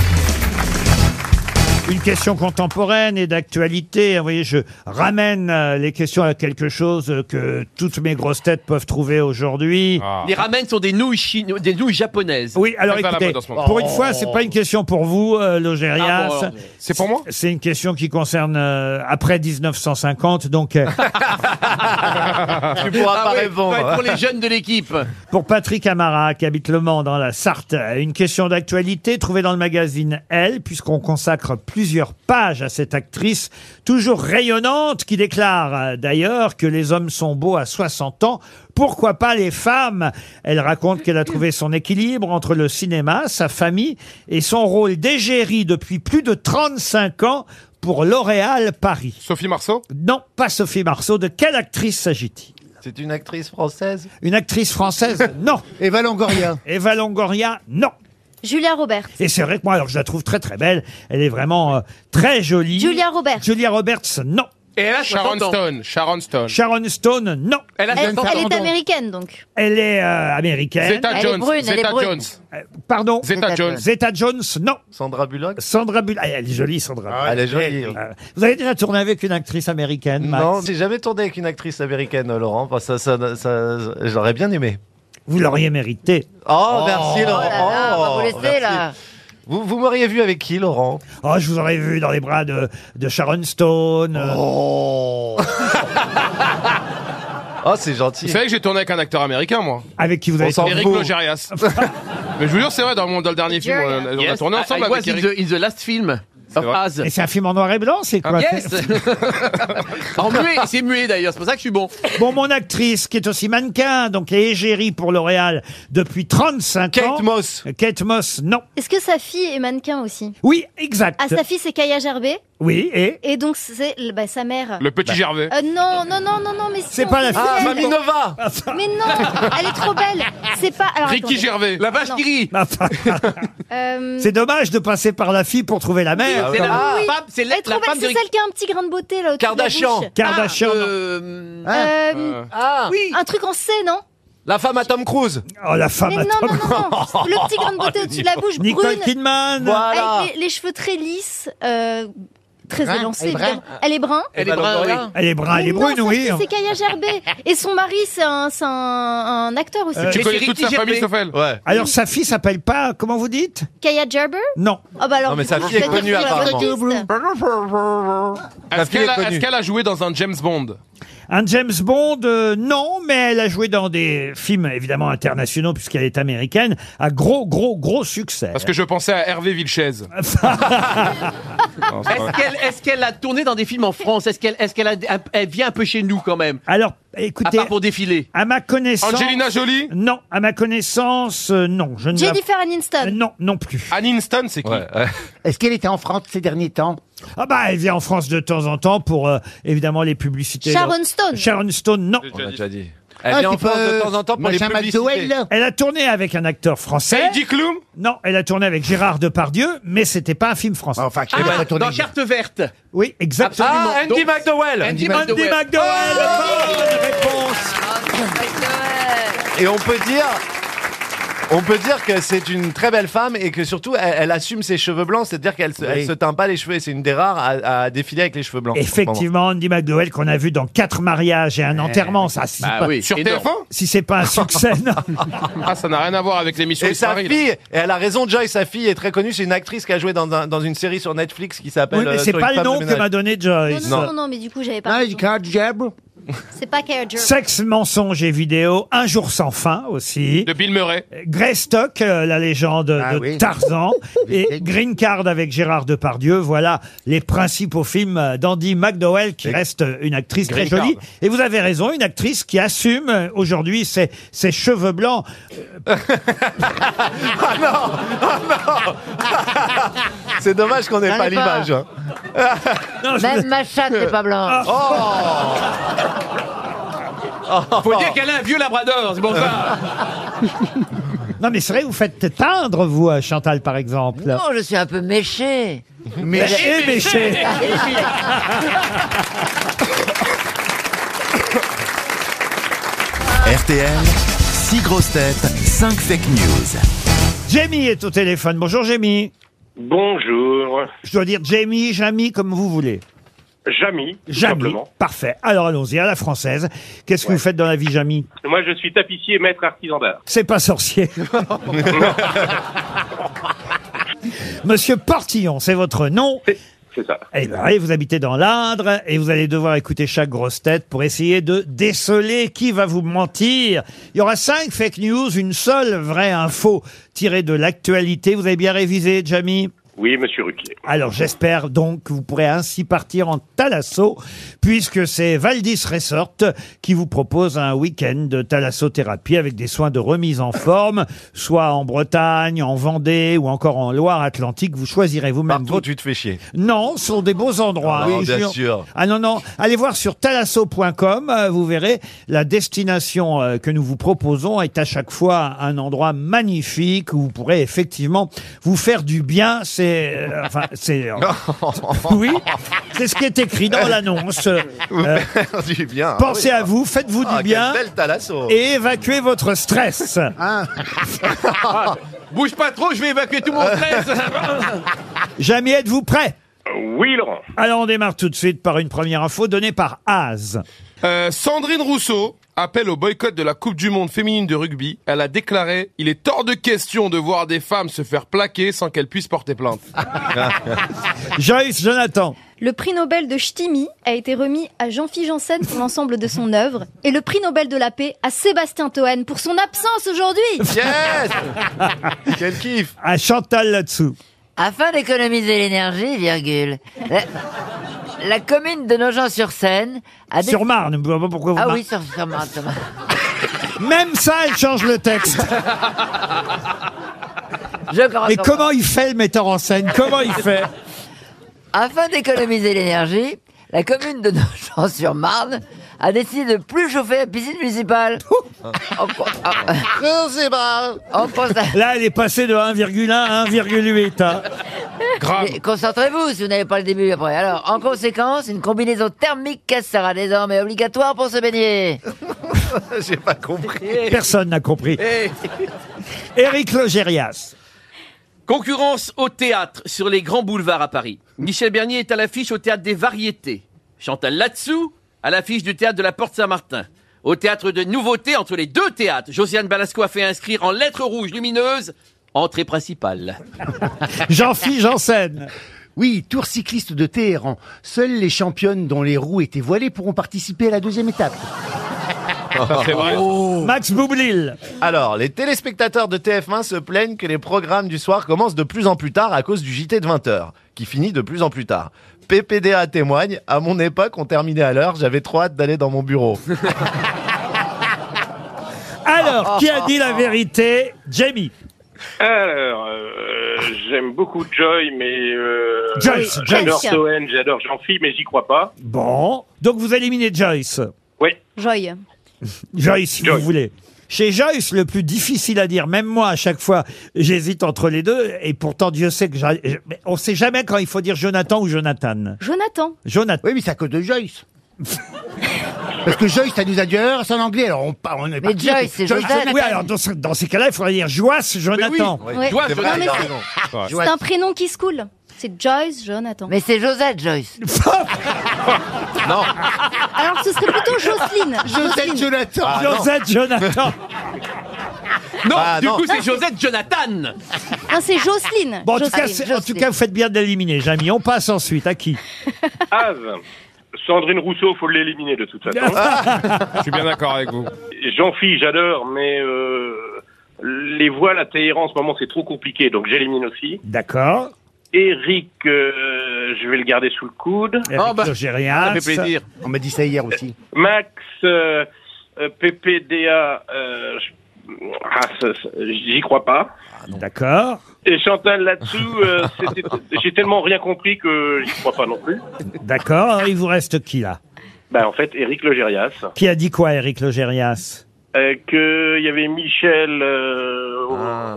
Speaker 2: Une question contemporaine et d'actualité. Vous voyez, je ramène euh, les questions à quelque chose euh, que toutes mes grosses têtes peuvent trouver aujourd'hui.
Speaker 14: Ah.
Speaker 6: Ah.
Speaker 14: Les ramen sont des nouilles, chino- des nouilles japonaises.
Speaker 2: Oui, alors écoutez, pour une fois,
Speaker 14: Oh.
Speaker 2: c'est pas une question pour vous, euh, Logérias.
Speaker 14: Ah bon, alors,
Speaker 2: c'est pour moi C'est une question qui concerne euh, après 1950, donc euh,
Speaker 14: *laughs* Tu
Speaker 3: pourras pas répondre.
Speaker 14: Ah Pour les jeunes de l'équipe.
Speaker 2: *laughs* Pour Patrick Amara, qui habite Le Mans, dans la Sarthe, une question d'actualité trouvée dans le magazine Elle, puisqu'on consacre plusieurs pages à cette actrice, toujours rayonnante, qui déclare euh, d'ailleurs que les hommes sont beaux à 60 ans. Pourquoi pas les femmes Elle raconte qu'elle a trouvé son équilibre entre le cinéma, sa famille et son rôle d'égérie depuis plus de 35 ans pour L'Oréal Paris. Sophie Marceau Non, pas Sophie Marceau. De quelle actrice s'agit-il
Speaker 3: C'est une actrice française
Speaker 2: une
Speaker 3: *laughs*
Speaker 2: actrice française, non. Eva Longoria. Eva Longoria, non.
Speaker 7: Julia Roberts.
Speaker 2: Et c'est vrai que moi, alors je la trouve très très belle. Elle est vraiment euh, très jolie. Julia
Speaker 7: Roberts.
Speaker 2: Julia Roberts, non.
Speaker 14: Et elle a
Speaker 8: Sharon
Speaker 14: 60 ans.
Speaker 8: Stone. Sharon Stone.
Speaker 2: Sharon Stone, non.
Speaker 14: Elle
Speaker 7: Elle, elle est américaine donc.
Speaker 2: Elle est euh, américaine.
Speaker 7: Zeta Elle est Jones, brune, elle Zeta est brune. Jones.
Speaker 2: Euh, Pardon
Speaker 7: Zeta Zeta Jones. Jones.
Speaker 2: Zeta Jones, non. Sandra Bullock Sandra Bullock. Ah, elle est jolie, Sandra.
Speaker 3: Ah, elle est jolie.
Speaker 2: Euh, Vous avez déjà tourné avec une actrice américaine, Max
Speaker 3: Non, j'ai jamais tourné avec une actrice américaine, euh, Laurent. Enfin, ça, ça, ça, ça- j'aurais bien aimé.
Speaker 2: Vous l'auriez mérité.
Speaker 3: Oh, merci,
Speaker 13: Oh
Speaker 3: Laurent.
Speaker 13: là là, on va vous laisser,
Speaker 3: merci.
Speaker 13: là.
Speaker 3: Vous, vous m'auriez vu avec qui, Laurent
Speaker 2: Oh, je vous aurais vu dans les bras de, de Sharon Stone. euh,
Speaker 8: Oh, c'est gentil. Vous savez que j'ai tourné avec un acteur américain, moi.
Speaker 2: Avec Ah, qui vous avez
Speaker 8: Eric
Speaker 2: tourné *laughs*
Speaker 8: Logérias. Mais je vous jure, c'est vrai, dans, mon, dans le dernier film, on, a- on a
Speaker 14: Yes,
Speaker 8: tourné
Speaker 14: Ah, I-
Speaker 8: ensemble
Speaker 14: I
Speaker 8: avec
Speaker 14: was in
Speaker 8: Eric.
Speaker 14: the, in the last film of Oz.
Speaker 2: Et c'est un film en noir et blanc, Ah, bah, *laughs* c'est quoi
Speaker 14: Ah, Yes En muet, c'est muet d'ailleurs, c'est pour ça que je suis bon.
Speaker 2: Bon, mon actrice, qui est aussi mannequin, donc est égérie pour L'Oréal depuis 35 ans. Kate
Speaker 3: Moss.
Speaker 2: Kate Moss, non.
Speaker 7: Est-ce que sa fille est mannequin aussi
Speaker 2: Oui, exact.
Speaker 7: Ah, sa fille c'est Kaya Gervais
Speaker 2: Oui, et
Speaker 7: Et donc c'est bah, sa mère.
Speaker 2: Le petit Bah. Gervais.
Speaker 7: Euh, non, non, non, non, non, mais si,
Speaker 2: C'est
Speaker 7: on
Speaker 2: pas la
Speaker 7: sait
Speaker 2: fille.
Speaker 7: elle.
Speaker 2: Mamie Nova.
Speaker 7: Mais non, elle est trop belle. C'est pas. Alors, attendez.
Speaker 2: La vache
Speaker 7: Ah, Non.
Speaker 2: qui *laughs* rit.
Speaker 7: Euh,
Speaker 2: Bah, c'est dommage de passer par la fille pour trouver la mère.
Speaker 14: C'est la
Speaker 2: Ah,
Speaker 14: la femme, c'est la,
Speaker 7: Elle est trop
Speaker 14: la
Speaker 7: belle,
Speaker 14: femme de
Speaker 7: c'est celle qui a un petit grain de beauté là. au-dessus de la bouche.
Speaker 2: Kardashian.
Speaker 7: Euh,
Speaker 3: Euh.
Speaker 7: ah, Un truc en C, non
Speaker 3: La femme à Tom Cruise.
Speaker 2: Oh, la femme
Speaker 7: Mais à non, Tom non, non, non. Cruise. Le petit grain de
Speaker 2: *laughs*
Speaker 7: beauté au-dessus de la bouche,
Speaker 3: Nicole
Speaker 7: brune.
Speaker 2: Oh, Kidman.
Speaker 7: *laughs* Avec les, les cheveux très lisses, euh, très
Speaker 2: Brun,
Speaker 7: élancés.
Speaker 2: elle est brun.
Speaker 7: évidemment. Elle est
Speaker 2: Elle
Speaker 7: brun.
Speaker 2: est brun, oui. Elle est brun, elle est
Speaker 7: Mais
Speaker 2: brune,
Speaker 7: non, sa
Speaker 2: oui.
Speaker 7: fille, C'est Kaya Gervais. Et son mari, c'est un, c'est un, un acteur aussi.
Speaker 2: Euh, Alors, sa fille s'appelle pas, comment vous dites
Speaker 7: Kaya Gerber
Speaker 2: Non.
Speaker 7: Ah bah alors,
Speaker 8: Non, mais sa
Speaker 7: du coup,
Speaker 8: fille est
Speaker 7: vous êtes
Speaker 8: connue,
Speaker 7: sur la bonne
Speaker 8: apparemment.
Speaker 7: piste.
Speaker 8: Est-ce
Speaker 3: fille
Speaker 8: qu'elle
Speaker 3: est
Speaker 8: a,
Speaker 3: connue.
Speaker 8: est-ce qu'elle a joué dans un James Bond
Speaker 2: Un James Bond, euh, non, mais elle a joué dans des films évidemment internationaux puisqu'elle est américaine, à gros, gros, gros succès.
Speaker 8: Parce que je pensais à Hervé Vilchez. Non, c'est pas vrai.
Speaker 14: Est-ce qu'elle, est-ce qu'elle a tourné dans des films en France Est-ce qu'elle, est-ce qu'elle a- elle vient un peu chez nous quand même
Speaker 2: Alors, *laughs* écoutez.
Speaker 14: À part pour défiler.
Speaker 2: À ma connaissance.
Speaker 14: Angelina
Speaker 8: Jolie
Speaker 2: Non, à ma connaissance, euh, non. Je ne la- Euh,
Speaker 7: Jennifer Aniston.
Speaker 2: Non, non plus.
Speaker 8: Aniston, *laughs* c'est qui
Speaker 4: Est-ce qu'elle était en France ces derniers temps
Speaker 2: Ah bah elle vient en France de temps en temps pour euh, évidemment les publicités.
Speaker 4: Sharon Stone.
Speaker 2: Sharon Stone, non.
Speaker 3: On l'a déjà dit.
Speaker 4: Elle Ah, vient en c'est France pas, de temps en temps pour euh, les machin publicités. McDowell, là
Speaker 2: Elle a tourné avec un acteur français.
Speaker 8: Heidi Klum
Speaker 2: Non, elle a tourné avec Gérard Depardieu, mais c'était pas un film français. Enfin,
Speaker 14: Ah, dans Carte Verte.
Speaker 2: Oui, exactement.
Speaker 14: Ah, Andy
Speaker 2: Donc-
Speaker 14: McDowell.
Speaker 2: Andy
Speaker 14: Andy
Speaker 2: McDowell.
Speaker 14: McDowell. Oh,
Speaker 2: bonne réponse.
Speaker 3: Et on peut dire. On peut dire que c'est une très belle femme et que surtout elle, elle assume ses cheveux blancs, c'est-à-dire qu'elle se-
Speaker 2: Oui.
Speaker 3: elle se teint pas les cheveux et c'est une des rares à, à défiler avec les cheveux blancs.
Speaker 2: Effectivement, Andy McDowell qu'on a vu dans quatre mariages et un enterrement, ça. si c'est
Speaker 3: Bah
Speaker 2: pas-
Speaker 3: oui, Sur énorme. TF1?
Speaker 2: Si c'est pas un succès, non.
Speaker 8: *laughs* Ah, ça n'a rien à voir avec l'émission
Speaker 3: Et
Speaker 8: Histoire
Speaker 3: sa
Speaker 8: Rire.
Speaker 3: fille, et elle a raison, Joy, sa fille est très connue, c'est une actrice qui a joué dans, un- dans une série sur Netflix qui s'appelle.
Speaker 2: Oui, mais
Speaker 3: euh,
Speaker 2: c'est
Speaker 3: Sur
Speaker 2: pas
Speaker 3: une
Speaker 2: le
Speaker 3: femme
Speaker 2: nom
Speaker 3: de
Speaker 2: que
Speaker 3: ménage.
Speaker 2: m'a donné Joyce.
Speaker 7: Non, non, non, non, mais du coup, j'avais
Speaker 2: Ah,
Speaker 7: pas. raison. C'est pas Kaya Gerber.
Speaker 2: Sexe, mensonges et vidéos, Un jour sans fin aussi.
Speaker 8: De Bill Murray.
Speaker 2: Greystock, euh, la légende de Tarzan, et Green Card avec Gérard Depardieu. Voilà les principaux films euh, d'Andy McDowell, qui reste euh, une actrice
Speaker 8: Green
Speaker 2: très jolie.
Speaker 8: Card.
Speaker 2: Et vous avez raison, une actrice qui assume euh, aujourd'hui ses, ses cheveux blancs.
Speaker 3: Ah non Ah non *laughs* C'est dommage qu'on n'ait
Speaker 5: J'en ai
Speaker 3: pas l'image.
Speaker 5: pas.
Speaker 3: hein.
Speaker 2: Bah,
Speaker 5: Même ma chatte n'est pas blanche.
Speaker 2: Ah. Oh.
Speaker 14: Faut dire qu'elle a un vieux labrador, c'est
Speaker 2: *laughs*
Speaker 14: pour ça.
Speaker 2: Non, mais c'est vrai, vous faites teindre, vous, euh, Chantal, par exemple.
Speaker 5: Non, je suis un peu méchée.
Speaker 2: Méchée, Et méchée. méchée.
Speaker 7: Ah,
Speaker 1: RTL, 6 grosses têtes, 5 fake news.
Speaker 2: Jamie est au téléphone. Bonjour, Jamie.
Speaker 11: Bonjour,
Speaker 2: Je dois dire Jamie, Jamie, comme vous voulez.
Speaker 11: Jamy, tout
Speaker 2: Jamie.
Speaker 11: simplement.
Speaker 2: Parfait. Alors allons-y, à la française. Qu'est-ce que vous faites dans la vie, Jamie
Speaker 11: Moi, je suis tapissier maître artisan d'art.
Speaker 2: C'est
Speaker 11: *laughs*
Speaker 2: pas sorcier. Monsieur Portillon, c'est votre nom.
Speaker 11: C'est ça.
Speaker 2: Eh ben, oui, vous habitez dans l'Indre et vous allez devoir écouter chaque grosse tête pour essayer de déceler qui va vous mentir. Il y aura cinq fake news, une seule vraie info tirée de l'actualité. Vous avez bien révisé, Jamie
Speaker 11: Oui, monsieur Ruquier.
Speaker 2: Alors j'espère donc que vous pourrez ainsi partir en Talasso, puisque c'est Valdis Resort qui vous propose un week-end de thalassothérapie avec des soins de remise en forme, soit en Bretagne, en Vendée ou encore en Loire-Atlantique. Vous choisirez vous-même.
Speaker 3: Toi, tu te fais chier.
Speaker 2: Non, ce sont des beaux endroits.
Speaker 3: Ah,
Speaker 2: hein, je
Speaker 3: bien
Speaker 2: jure.
Speaker 3: sûr.
Speaker 2: Ah non, non. Allez voir sur talasso.com, euh, vous verrez, la destination euh, que nous vous proposons est à chaque fois un endroit magnifique où vous pourrez effectivement vous faire du bien. C'est. euh, enfin,
Speaker 3: *laughs*
Speaker 2: c'est. euh, oui, c'est ce qui est écrit dans l'annonce. Euh,
Speaker 3: *laughs*
Speaker 2: euh,
Speaker 3: du bien. hein,
Speaker 2: pensez
Speaker 3: oui.
Speaker 2: à vous, faites-vous
Speaker 3: Ah,
Speaker 2: du bien
Speaker 3: quel bel thalasso.
Speaker 2: et évacuez votre stress.
Speaker 3: Ah.
Speaker 6: *laughs*
Speaker 14: Bouge pas trop, je vais évacuer tout mon stress.
Speaker 2: Jamais êtes-vous prêt
Speaker 11: Euh, Oui, Laurent.
Speaker 2: Alors on démarre tout de suite par une première info donnée par Az.
Speaker 8: Euh, Sandrine Rousseau appelle au boycott de la Coupe du Monde féminine de rugby. Elle a déclaré « Il est hors de question de voir des femmes se faire plaquer sans qu'elles puissent porter
Speaker 2: *laughs*
Speaker 8: plainte.
Speaker 2: Joyce Jonathan.
Speaker 7: Le prix Nobel de Ch'timi a été remis à Jean-Philippe Janssen pour l'ensemble de son œuvre et le prix Nobel de la paix à Sébastien Toen pour son absence aujourd'hui.
Speaker 2: *laughs*
Speaker 3: Yes Quel kiff
Speaker 2: À Chantal là-dessous.
Speaker 5: Afin d'économiser l'énergie, virgule. La, la commune de Nogent-sur-Seine a dé-
Speaker 2: Sur Marne, je vois pas pourquoi vous
Speaker 5: Ah
Speaker 2: mar-
Speaker 5: oui, sur, sur Marne. sur Marne.
Speaker 2: Même ça, elle change le texte.
Speaker 5: Je
Speaker 2: Mais comment il fait le metteur en scène Comment il fait
Speaker 5: Afin d'économiser l'énergie, la commune de Nogent-sur-Marne a décidé de plus chauffer la piscine municipale. En co- en- en consta-
Speaker 2: Là, elle est passée de 1,1 à 1,8. hein.
Speaker 5: Mais Concentrez-vous si vous n'avez pas le début après. Alors, en conséquence, une combinaison thermique casse sera désormais obligatoire pour se baigner.
Speaker 3: *laughs* J'ai pas compris.
Speaker 2: Personne n'a compris.
Speaker 14: Eh.
Speaker 2: Éric Logérias.
Speaker 14: Concurrence au théâtre sur les grands boulevards à Paris. Michel Bernier est à l'affiche au théâtre des Variétés. Chantal Latsou à l'affiche du théâtre de la Porte Saint-Martin. Au théâtre de Nouveautés, entre les deux théâtres, Josiane Balasco a fait inscrire en lettres rouges lumineuses entrée principale.
Speaker 2: Jean-Philippe Janssen.
Speaker 4: Oui, tour cycliste de Téhéran. Seules les championnes dont les roues étaient voilées pourront participer à la deuxième étape.
Speaker 3: C'est vrai.
Speaker 2: Max Boublil.
Speaker 3: Alors, les téléspectateurs de TF1 se plaignent que les programmes du soir commencent de plus en plus tard à cause du JT de 20h, qui finit de plus en plus tard. PPDA témoigne, à mon époque, on terminait à l'heure, j'avais trop hâte d'aller dans mon bureau. *laughs*
Speaker 2: Alors, qui a dit la vérité Jamie.
Speaker 9: Alors, euh, j'aime beaucoup Joy, mais euh,
Speaker 2: Joyce,
Speaker 9: j'adore
Speaker 2: Joyce.
Speaker 9: Soen, j'adore Jean-Phi, mais j'y crois pas.
Speaker 2: Bon. Donc vous éliminez Joyce.
Speaker 9: Oui.
Speaker 7: Joy.
Speaker 2: Joyce, si vous voulez. Chez Joyce, le plus difficile à dire, même moi, à chaque fois, j'hésite entre les deux, et pourtant Dieu sait que j'a- je- mais on sait jamais quand il faut dire Jonathan ou Jonathan.
Speaker 7: Jonathan.
Speaker 2: Jonathan.
Speaker 4: Oui, mais c'est à cause de
Speaker 7: *laughs*
Speaker 4: Joyce. Parce que Joyce, ça nous a dit erreur, c'est en anglais, alors on, pa- on est parti.
Speaker 2: Oui, alors dans, ce- dans ces cas-là, il faudrait dire Joyce, Jonathan.
Speaker 4: oui.
Speaker 7: Ouais. Joyce, Non,
Speaker 8: Ah,
Speaker 7: mais Jonathan. C'est un prénom qui se coule. C'est Joyce Jonathan.
Speaker 5: *laughs* Mais c'est Josette, Joyce.
Speaker 3: non.
Speaker 7: Alors ce serait plutôt Jocelyne. Jocelyne.
Speaker 3: Ah, non.
Speaker 2: Josette Jonathan.
Speaker 6: Non,
Speaker 2: Ah,
Speaker 6: du
Speaker 2: non.
Speaker 6: coup, c'est Josette Jonathan.
Speaker 7: Non, Ah, c'est Jocelyne.
Speaker 2: Bon, en tout, cas,
Speaker 7: Jocelyne.
Speaker 2: c'est- en tout cas, vous faites bien d'éliminer, Jamie. On passe ensuite. À qui
Speaker 9: Ave, Sandrine Rousseau, faut l'éliminer de toute façon.
Speaker 8: *laughs* Je suis bien d'accord avec vous.
Speaker 9: Jean-Phi, j'adore, mais euh, les voiles à Téhéran en ce moment, c'est trop compliqué, donc j'élimine aussi.
Speaker 2: D'accord.
Speaker 9: Eric, euh, je vais le garder sous le coude.
Speaker 2: Eric Logérias.
Speaker 4: On m'a dit ça hier aussi.
Speaker 9: Max, euh, euh, PPDA, euh, je- ah, ça, ça, j'y crois pas.
Speaker 2: D'accord.
Speaker 9: Et Chantal, là-dessous, euh,
Speaker 8: *laughs*
Speaker 9: c'était- j'ai tellement rien compris que j'y crois pas non plus.
Speaker 2: D'accord. Alors, Il vous reste qui, là
Speaker 9: Bah, en fait, Eric Logérias,
Speaker 2: Qui a dit quoi, Eric Logérias
Speaker 9: euh, qu'il y avait Michel euh, au-
Speaker 2: Ah,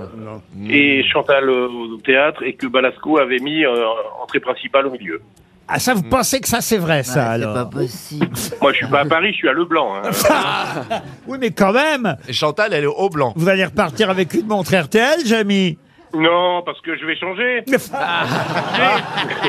Speaker 9: et Chantal euh, au théâtre, et que Balasco avait mis euh, entrée principale au milieu.
Speaker 2: Ah, ça, vous pensez que ça, c'est vrai, ça, alors
Speaker 9: Moi, je suis pas à Paris, je suis à Leblanc. hein.
Speaker 2: *laughs* Oui, mais quand même
Speaker 3: Chantal, elle est au blanc.
Speaker 2: Vous allez repartir avec une montre RTL, Jamie
Speaker 9: Non, parce que je
Speaker 2: *laughs*
Speaker 9: vais changer. Ah.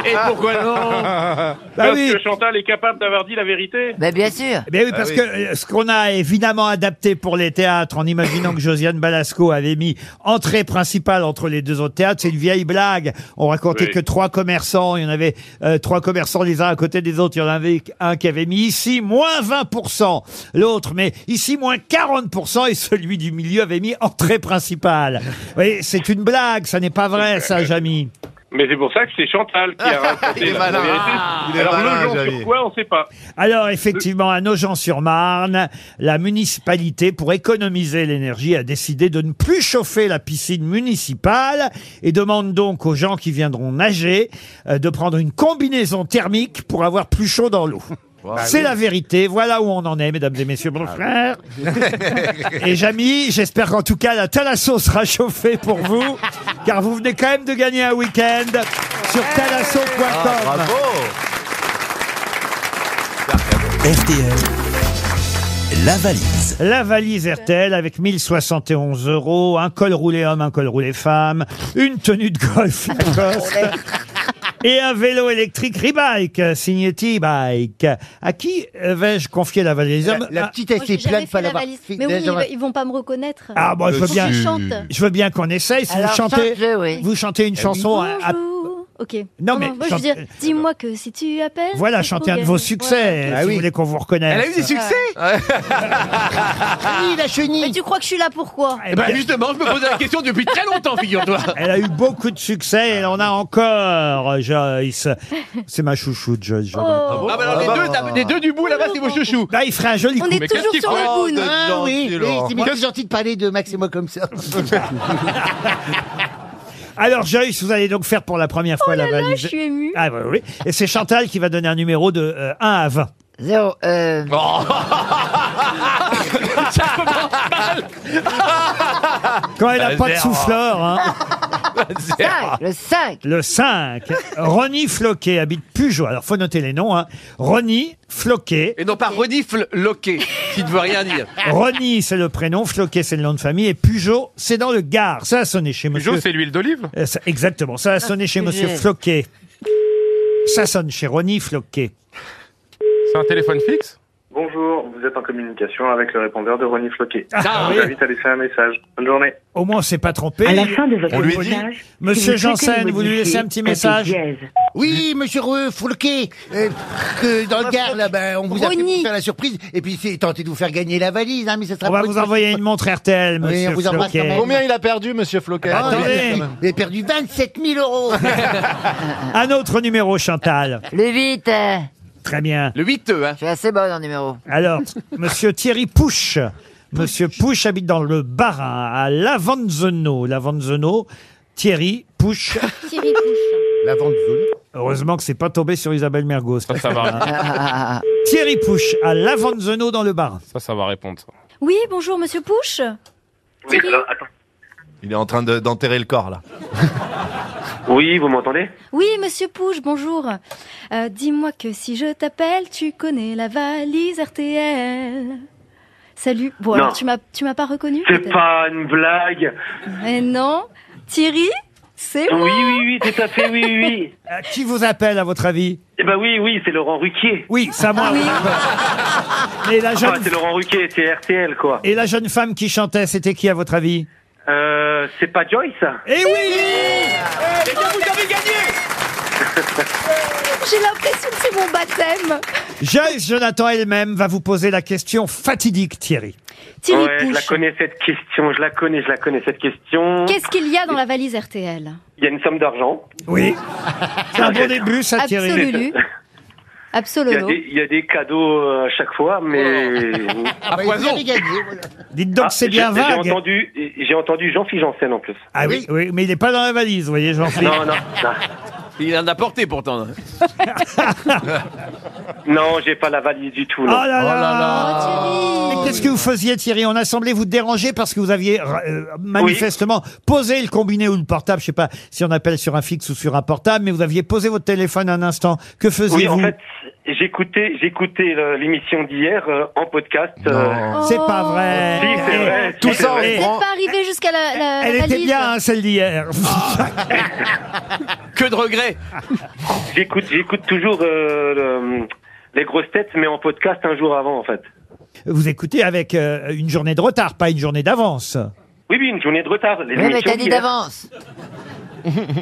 Speaker 6: Et pourquoi non
Speaker 9: Parce
Speaker 2: Bah oui.
Speaker 9: que Chantal est capable d'avoir dit la vérité.
Speaker 5: Bah, bien sûr.
Speaker 2: Eh bien
Speaker 3: Ah
Speaker 2: oui, parce que euh, ce qu'on a évidemment adapté pour les théâtres, en imaginant que Josiane Balasco avait mis entrée principale entre les deux autres théâtres, c'est une vieille blague. On racontait
Speaker 18: Oui.
Speaker 2: que trois commerçants, il y en avait euh, trois commerçants les uns à côté des autres, il y en avait un qui avait mis ici moins 20%, l'autre, mais ici moins 40%, et celui du milieu avait mis entrée principale. Vous voyez, c'est une blague, ça n'est pas vrai ça, Jamy.
Speaker 9: Mais c'est pour ça que c'est Chantal qui a raconté
Speaker 2: *laughs* Il est
Speaker 9: la
Speaker 2: malin.
Speaker 9: vérité.
Speaker 2: Il est
Speaker 9: Alors,
Speaker 2: malin,
Speaker 9: le genre
Speaker 2: Xavier.
Speaker 9: sur quoi, on sait pas.
Speaker 2: Alors effectivement, à Nogent-sur-Marne, la municipalité, pour économiser l'énergie, a décidé de ne plus chauffer la piscine municipale et demande donc aux gens qui viendront nager euh, de prendre une combinaison thermique pour avoir plus chaud dans l'eau. *laughs* C'est la vérité, voilà où on en est, mesdames et messieurs, mon frère.
Speaker 8: *laughs*
Speaker 10: *laughs*
Speaker 2: Et Jamy, j'espère qu'en tout cas, la Thalasso sera chauffée pour vous, car vous venez quand même de gagner un week-end sur thalasso.com.
Speaker 3: Oh.
Speaker 1: RTL, la valise.
Speaker 2: La valise RTL avec 1071 euros, un col roulé homme, un col roulé femme, une tenue de golf *laughs* Lacoste et un vélo électrique Rebike, euh, signé T-Bike. À qui euh, vais-je confier la valise ah,
Speaker 4: La- la petite, elle
Speaker 2: est
Speaker 4: Moi, s'est j'ai jamais plainte, fait pas la l'avoir valise. fait.
Speaker 7: Mais oui,
Speaker 2: Déjà,
Speaker 7: ils,
Speaker 2: ouais.
Speaker 7: ils vont pas me reconnaître.
Speaker 2: Ah bon, je veux bien.
Speaker 7: Je chante.
Speaker 2: Je veux bien qu'on essaye. Si
Speaker 7: Alors,
Speaker 2: vous chantez,
Speaker 7: chante-le, oui.
Speaker 2: vous chantez une
Speaker 7: Eh
Speaker 2: chanson.
Speaker 7: oui.
Speaker 2: à- à-
Speaker 7: Ok.
Speaker 2: Non, mais
Speaker 7: moi, je veux
Speaker 2: chante-
Speaker 7: dire, dis-moi que si tu appelles.
Speaker 2: voilà,
Speaker 7: c'est
Speaker 2: chantez
Speaker 7: pour
Speaker 2: un de
Speaker 7: gagner.
Speaker 2: vos succès.
Speaker 7: Voilà. Ah
Speaker 2: Si vous voulez qu'on vous reconnaisse.
Speaker 7: Chenille, la chenille. Ah. Mais tu crois que je suis là pourquoi
Speaker 2: Eh ben,
Speaker 6: justement, je me posais la question depuis très longtemps, figure-toi.
Speaker 2: *laughs* Elle a eu beaucoup de succès, elle en a encore, euh, Joyce. C'est ma chouchoute, Joyce. je l'adore.
Speaker 6: Ah, bah alors, les, deux, t'as- les deux du bout là-bas, c'est vos chouchous.
Speaker 2: Bah, il ferait un joli
Speaker 4: Oh, On
Speaker 6: coup.
Speaker 4: est
Speaker 6: Mais qu'est-ce
Speaker 4: toujours
Speaker 6: qu'il
Speaker 4: sur
Speaker 6: prend
Speaker 4: le bout.
Speaker 6: de
Speaker 4: Ah
Speaker 6: gentil,
Speaker 4: oui, oui,
Speaker 6: Laurent
Speaker 4: c'est mais c'est gentil de parler de Max et moi comme *laughs* ça.
Speaker 2: Alors Joyce, vous allez donc faire pour la première
Speaker 4: Oh
Speaker 2: fois la valise.
Speaker 5: je suis émue.
Speaker 2: Ah bah oui. Et c'est Chantal qui va donner un numéro de euh, 1 à 20.
Speaker 5: Zéro. Euh...
Speaker 6: Oh.
Speaker 2: Quand elle n'a
Speaker 5: Le
Speaker 2: pas de
Speaker 5: zéro.
Speaker 2: souffleur. hein.
Speaker 8: *laughs*
Speaker 5: Cinq, le 5.
Speaker 2: Le 5. Ronnie Floquet habite Pujo. Alors faut noter les noms. Hein. Ronnie Floquet.
Speaker 6: Et non pas renifle loqué, qui ne veut rien dire.
Speaker 2: Ronnie, c'est le prénom, Floquet, c'est le nom de famille, et Pujot, c'est dans le Gard. Ça a sonné chez monsieur.
Speaker 8: Peugeot, c'est l'huile d'olive
Speaker 2: Euh, ça- Exactement, ça
Speaker 5: Ah,
Speaker 2: a sonné chez monsieur Floquet. Ça sonne chez Ronnie Floquet.
Speaker 8: C'est un téléphone fixe
Speaker 19: Bonjour, vous êtes en communication avec le répondeur de Ronnie Floquet.
Speaker 2: Ah,
Speaker 19: je
Speaker 2: oui.
Speaker 19: vous invite à laisser un message. Bonne journée.
Speaker 2: Au moins, on s'est pas trompé.
Speaker 19: À la fin de votre
Speaker 2: On lui dit,
Speaker 19: message,
Speaker 2: Monsieur Janssen, vous lui laissez un petit message
Speaker 4: Oui, monsieur Re- Fourquet, euh, que dans le Gard, là, ben, on vous a fait pour faire la surprise, et puis c'est tenté de vous faire gagner la valise, hein, mais ça sera
Speaker 2: On va
Speaker 4: pas
Speaker 2: vous
Speaker 4: une-
Speaker 2: envoyer une montre RTL,
Speaker 4: Oui,
Speaker 2: monsieur
Speaker 4: on vous embrasse
Speaker 2: Floquet.
Speaker 4: quand même.
Speaker 3: Combien il a perdu, monsieur Floquet
Speaker 4: Ah,
Speaker 2: Attendez.
Speaker 4: il a- Il a perdu 27 000 *laughs* euros
Speaker 2: Un autre numéro, Chantal.
Speaker 5: *laughs* Le 8. euh,
Speaker 2: Très bien.
Speaker 14: Le 8 hein. Je
Speaker 5: suis assez bonne en numéro. *laughs*
Speaker 2: Alors, monsieur Thierry Pouche. Monsieur Pouche habite dans le Barin, à Lavanzeno. Lavanzeno, Thierry
Speaker 5: *laughs*
Speaker 2: Pouche.
Speaker 7: Thierry Pouche.
Speaker 4: Lavanzone.
Speaker 2: Heureusement que c'est pas tombé sur Isabelle Mergo. Ça,
Speaker 8: ça va.
Speaker 2: *laughs* Thierry Pouche, à Lavanzeno, dans le Barin.
Speaker 8: Ça, ça va répondre.
Speaker 7: Oui, bonjour Monsieur Pouche. Thierry
Speaker 3: Il est en train de- d'enterrer le corps, là.
Speaker 19: *laughs* Oui,
Speaker 3: *laughs*
Speaker 19: vous m'entendez
Speaker 7: Oui, Monsieur Pouche, bonjour. Euh, Dis-moi que si je t'appelle, tu connais la valise RTL. Salut. Bon,
Speaker 19: Non.
Speaker 7: alors tu m'as tu m'as pas reconnu
Speaker 19: C'est
Speaker 7: peut-être
Speaker 19: pas une blague.
Speaker 7: Mais non, Thierry, c'est moi.
Speaker 19: oui, oui, tout à fait, oui, oui, oui.
Speaker 2: Euh, Qui vous appelle, à votre avis
Speaker 19: Eh ben oui, oui, c'est Laurent Ruquier.
Speaker 2: Oui, ça
Speaker 17: Ah
Speaker 2: moi. Et la
Speaker 19: Enfin,
Speaker 9: Ah,
Speaker 2: jeune...
Speaker 19: c'est Laurent Ruquier, c'est RTL, quoi.
Speaker 2: Et la jeune femme qui chantait, c'était qui, à votre avis
Speaker 19: Euh, c'est pas Joyce
Speaker 2: Eh
Speaker 19: oui
Speaker 14: Les gars, vous avez gagné
Speaker 7: J'ai l'impression que c'est mon baptême.
Speaker 2: Joyce Jonathan elle-même va vous poser la question fatidique, Thierry.
Speaker 19: ouais, je la connais cette question, je la connais, je la connais cette question.
Speaker 7: Qu'est-ce qu'il y a dans la valise RTL
Speaker 19: Il y a une somme d'argent.
Speaker 2: Oui. C'est un bon début, ça, Thierry.
Speaker 7: Absolulu.
Speaker 19: Il y, a
Speaker 7: Absolument.
Speaker 19: des, il y a des cadeaux euh, à chaque fois, *laughs* mais Ah,
Speaker 2: À Bah, poison. vous avez Dites donc, c'est bien
Speaker 19: j'ai-
Speaker 2: vague.
Speaker 19: J'ai entendu, j'ai entendu Jean-Philippe Janssen en plus.
Speaker 2: Ah oui, oui, mais il n'est pas dans la valise, vous voyez, Jean-Philippe.
Speaker 19: Non, non, non.
Speaker 14: Il en a porté pourtant.
Speaker 19: Non, j'ai pas la valise du tout. non.
Speaker 2: Oh là là Oh, Mais Qu'est-ce que vous faisiez, Thierry On a semblé vous déranger parce que vous aviez euh, manifestement posé le combiné ou le portable, je sais pas si on appelle sur un fixe ou sur un portable, mais vous aviez posé votre téléphone un instant. Que
Speaker 19: Oui,
Speaker 2: faisiez-vous
Speaker 19: en fait, j'écoutais, j'écoutais euh, l'émission d'hier euh, en podcast. euh,
Speaker 2: C'est pas vrai.
Speaker 19: Si, c'est vrai.
Speaker 2: Tout
Speaker 19: c'est
Speaker 2: ça,
Speaker 19: vrai.
Speaker 7: Vous n'êtes pas arrivé jusqu'à la, la- la
Speaker 2: Elle
Speaker 7: valise.
Speaker 2: était bien, hein, celle d'hier.
Speaker 19: Ah.
Speaker 14: Que de regrets
Speaker 19: *laughs* J'écoute, j'écoute toujours euh, le- les grosses têtes, mais en podcast un jour avant, en fait.
Speaker 2: vous écoutez avec euh, une journée de retard, pas une journée d'avance.
Speaker 19: Oui, oui, une journée de retard. les
Speaker 5: Oui, mais
Speaker 19: émissions
Speaker 5: t'as dit
Speaker 19: d'hier.
Speaker 5: d'avance.
Speaker 19: *laughs*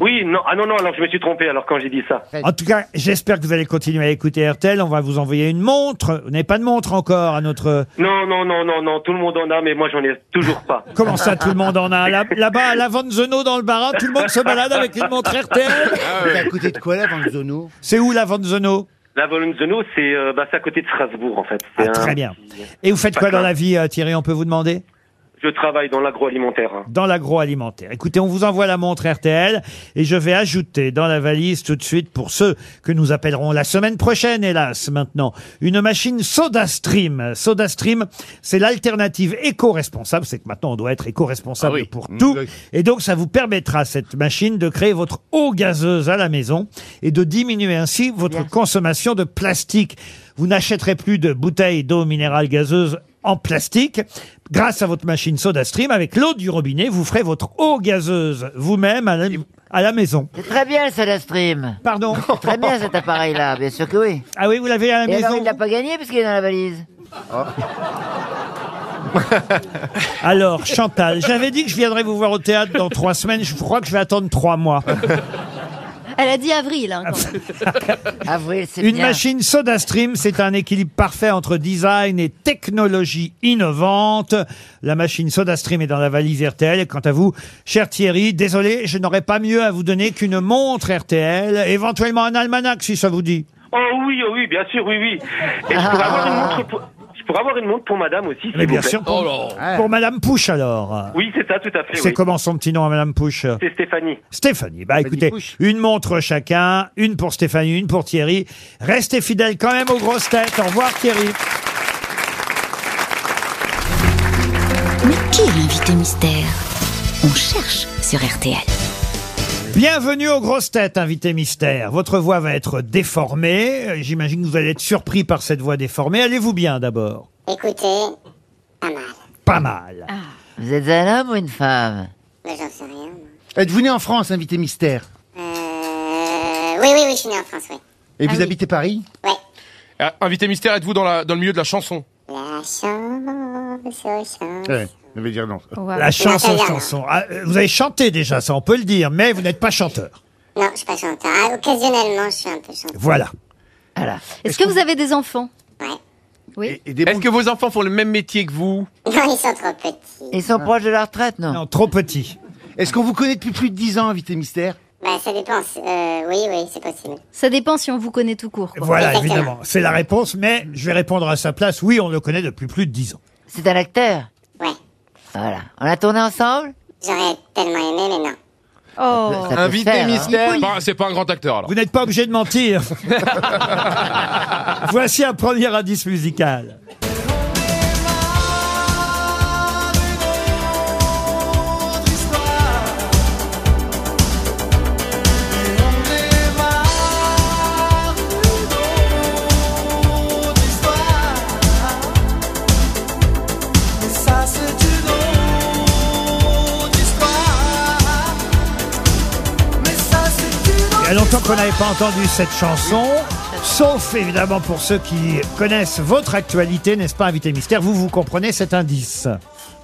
Speaker 19: Oui, non, ah non, non, alors je me suis trompé, alors quand j'ai dit ça.
Speaker 2: En Ah, tout cas, j'espère que vous allez continuer à écouter RTL. On va vous envoyer une montre. Vous n'avez pas de montre encore à notre...
Speaker 19: Non, non, non, non, non, tout le monde en a, mais moi j'en ai toujours pas.
Speaker 2: Comment ça, tout le monde en a Là- Là-bas, à Lavanzeno, dans le barin, Ah, tout le monde se balade avec une montre
Speaker 19: Ah
Speaker 2: RTL.
Speaker 4: T'es à côté de quoi, là, Vanzono
Speaker 2: Bah, C'est où Lavanzeno
Speaker 19: La Volenzano, c'est euh, bah, c'est à côté de Strasbourg, en fait. C'est un-
Speaker 2: Ah, Très bien. Et vous faites quoi dans la vie, euh, Thierry On peut vous demander
Speaker 19: Je travaille dans l'agroalimentaire. hein.
Speaker 2: dans l'agroalimentaire. Écoutez, on vous envoie la montre RTL et je vais ajouter dans la valise tout de suite pour ceux que nous appellerons la semaine prochaine, hélas, maintenant, une machine SodaStream. SodaStream, c'est l'alternative éco-responsable. C'est que maintenant, on doit être éco-responsable pour tout. Et donc, ça vous permettra, cette machine, de créer votre eau gazeuse à la maison et de diminuer ainsi votre consommation de plastique. Vous n'achèterez plus de bouteilles d'eau minérale gazeuse en plastique. Grâce à votre machine SodaStream, avec l'eau du robinet, vous ferez votre eau gazeuse vous-même à la, à la maison.
Speaker 5: C'est très bien, ça, la stream.
Speaker 2: Pardon
Speaker 5: Très bien, cet appareil-là, bien sûr que oui.
Speaker 2: Ah oui, vous l'avez à la
Speaker 5: Et alors,
Speaker 2: maison Oh.
Speaker 5: il l'a pas gagné parce qu'il est dans la valise.
Speaker 2: Alors, Chantal, j'avais dit que je viendrais vous voir au théâtre dans trois semaines. Je crois que je vais attendre trois
Speaker 5: *laughs*
Speaker 2: mois.
Speaker 7: Elle a dit avril. hein, quand même.
Speaker 5: *laughs* Avril, c'est
Speaker 2: Une
Speaker 5: bien.
Speaker 2: machine SodaStream, c'est un équilibre parfait entre design et technologie innovante. La machine SodaStream est dans la valise RTL. Et Quant à vous, cher Thierry, désolé, je n'aurais pas mieux à vous donner qu'une montre RTL, éventuellement un almanach si ça vous dit.
Speaker 19: Oh oui, oh oui, bien sûr, oui, oui. Et je pourrais avoir une montre pour, je pourrais avoir une montre pour madame aussi. s'il
Speaker 2: Ah. Mais bien
Speaker 19: vous plaît.
Speaker 2: sûr, pour, pour Madame Pouche alors.
Speaker 19: Oui, c'est ça, tout à fait.
Speaker 2: C'est
Speaker 19: Ah. oui.
Speaker 2: comment son petit nom à Madame Pouche
Speaker 19: C'est Stéphanie.
Speaker 2: Stéphanie, bah écoutez, une montre chacun, une pour Stéphanie, une pour Thierry. Restez fidèles quand même aux grosses têtes. Au revoir Thierry.
Speaker 12: Mais qui est l'invité mystère On cherche sur RTL.
Speaker 2: Bienvenue aux grosses têtes, invité mystère. Votre voix va être déformée. Euh, J'imagine que vous allez être surpris par cette voix déformée. Allez-vous bien d'abord
Speaker 13: *laughs* Écoutez,
Speaker 2: Pas mal.
Speaker 7: Ah.
Speaker 5: Vous êtes un homme ou une femme
Speaker 13: mais j'en sais rien. moi.
Speaker 4: Êtes-vous né en France, invité mystère
Speaker 13: Euh, oui, oui, oui, je suis né en France, oui.
Speaker 5: Ah
Speaker 4: Et vous habitez Paris
Speaker 13: Ouais.
Speaker 8: Euh, Invité mystère, êtes-vous dans, la- dans le milieu de la chanson
Speaker 13: La chanson.
Speaker 8: je vais dire non.
Speaker 2: La chanson, chanson. Ah, euh, vous avez chanté déjà, ça on peut le dire, mais vous n'êtes pas chanteur.
Speaker 13: Non, je suis pas chanteur. Ah, occasionnellement, je suis un peu chanteur.
Speaker 2: Voilà.
Speaker 7: Est-ce que vous avez des enfants Oui.
Speaker 14: Est-ce que vos enfants font le même métier que vous
Speaker 13: Non, ils sont trop petits.
Speaker 5: Ils sont proches de la retraite, non
Speaker 2: Non, trop petits.
Speaker 4: Est-ce qu'on vous connaît depuis plus de 10 ans, invité mystère
Speaker 13: Bah, ça dépend. c'est- Euh, oui, oui, c'est possible.
Speaker 7: Ça dépend si on vous connaît tout court. quoi.
Speaker 2: Voilà, évidemment. C'est la réponse, mais je vais répondre à sa place. Oui, on le connaît depuis plus de dix ans.
Speaker 5: C'est un acteur
Speaker 13: Ouais.
Speaker 5: Voilà. On a tourné ensemble
Speaker 13: J'aurais tellement aimé, mais non.
Speaker 5: Oh,
Speaker 8: Invité mystère. Bah, c'est pas un grand acteur alors.
Speaker 2: hein. Vous n'êtes pas obligé de *laughs* mentir. Voici un premier indice musical.
Speaker 13: Mais ça, c'est une autre histoire. Mais ça, c'est une
Speaker 2: Il y a longtemps qu'on n'avait pas entendu cette chanson, sauf évidemment pour ceux qui connaissent votre actualité, n'est-ce pas, invité mystère Vous, vous comprenez cet indice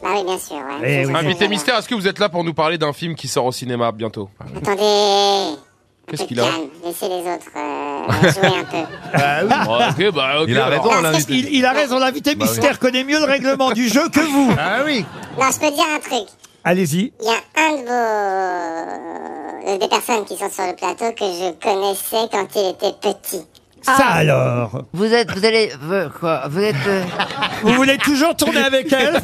Speaker 13: Bah oui, bien sûr, ouais.
Speaker 2: Eh oui.
Speaker 8: Ah, Invité mystère, est-ce que vous êtes là pour nous parler d'un film qui sort au cinéma bientôt
Speaker 3: Bah
Speaker 13: Attendez.
Speaker 8: Qu'est-ce
Speaker 13: Un peu
Speaker 8: qu'il
Speaker 13: de
Speaker 8: a
Speaker 13: calme. Laissez les autres euh, jouer un peu.
Speaker 8: Ah, ok, bah, ok,
Speaker 2: Il a
Speaker 8: alors.
Speaker 2: raison, l'invité. Il- il a raison, l'invité
Speaker 8: Bah oui.
Speaker 2: mystère connaît mieux le règlement du jeu que vous. Ah oui.
Speaker 13: Non, je peux dire un truc.
Speaker 2: Allez-y.
Speaker 13: Il y a un de vos... euh, des personnes qui sont sur le plateau que je connaissais quand il était petit. Ah.
Speaker 2: Ça alors
Speaker 5: Vous êtes, vous allez, vous, quoi, vous êtes. euh,
Speaker 2: *laughs* Vous voulez toujours tourner avec
Speaker 13: *laughs*
Speaker 2: elle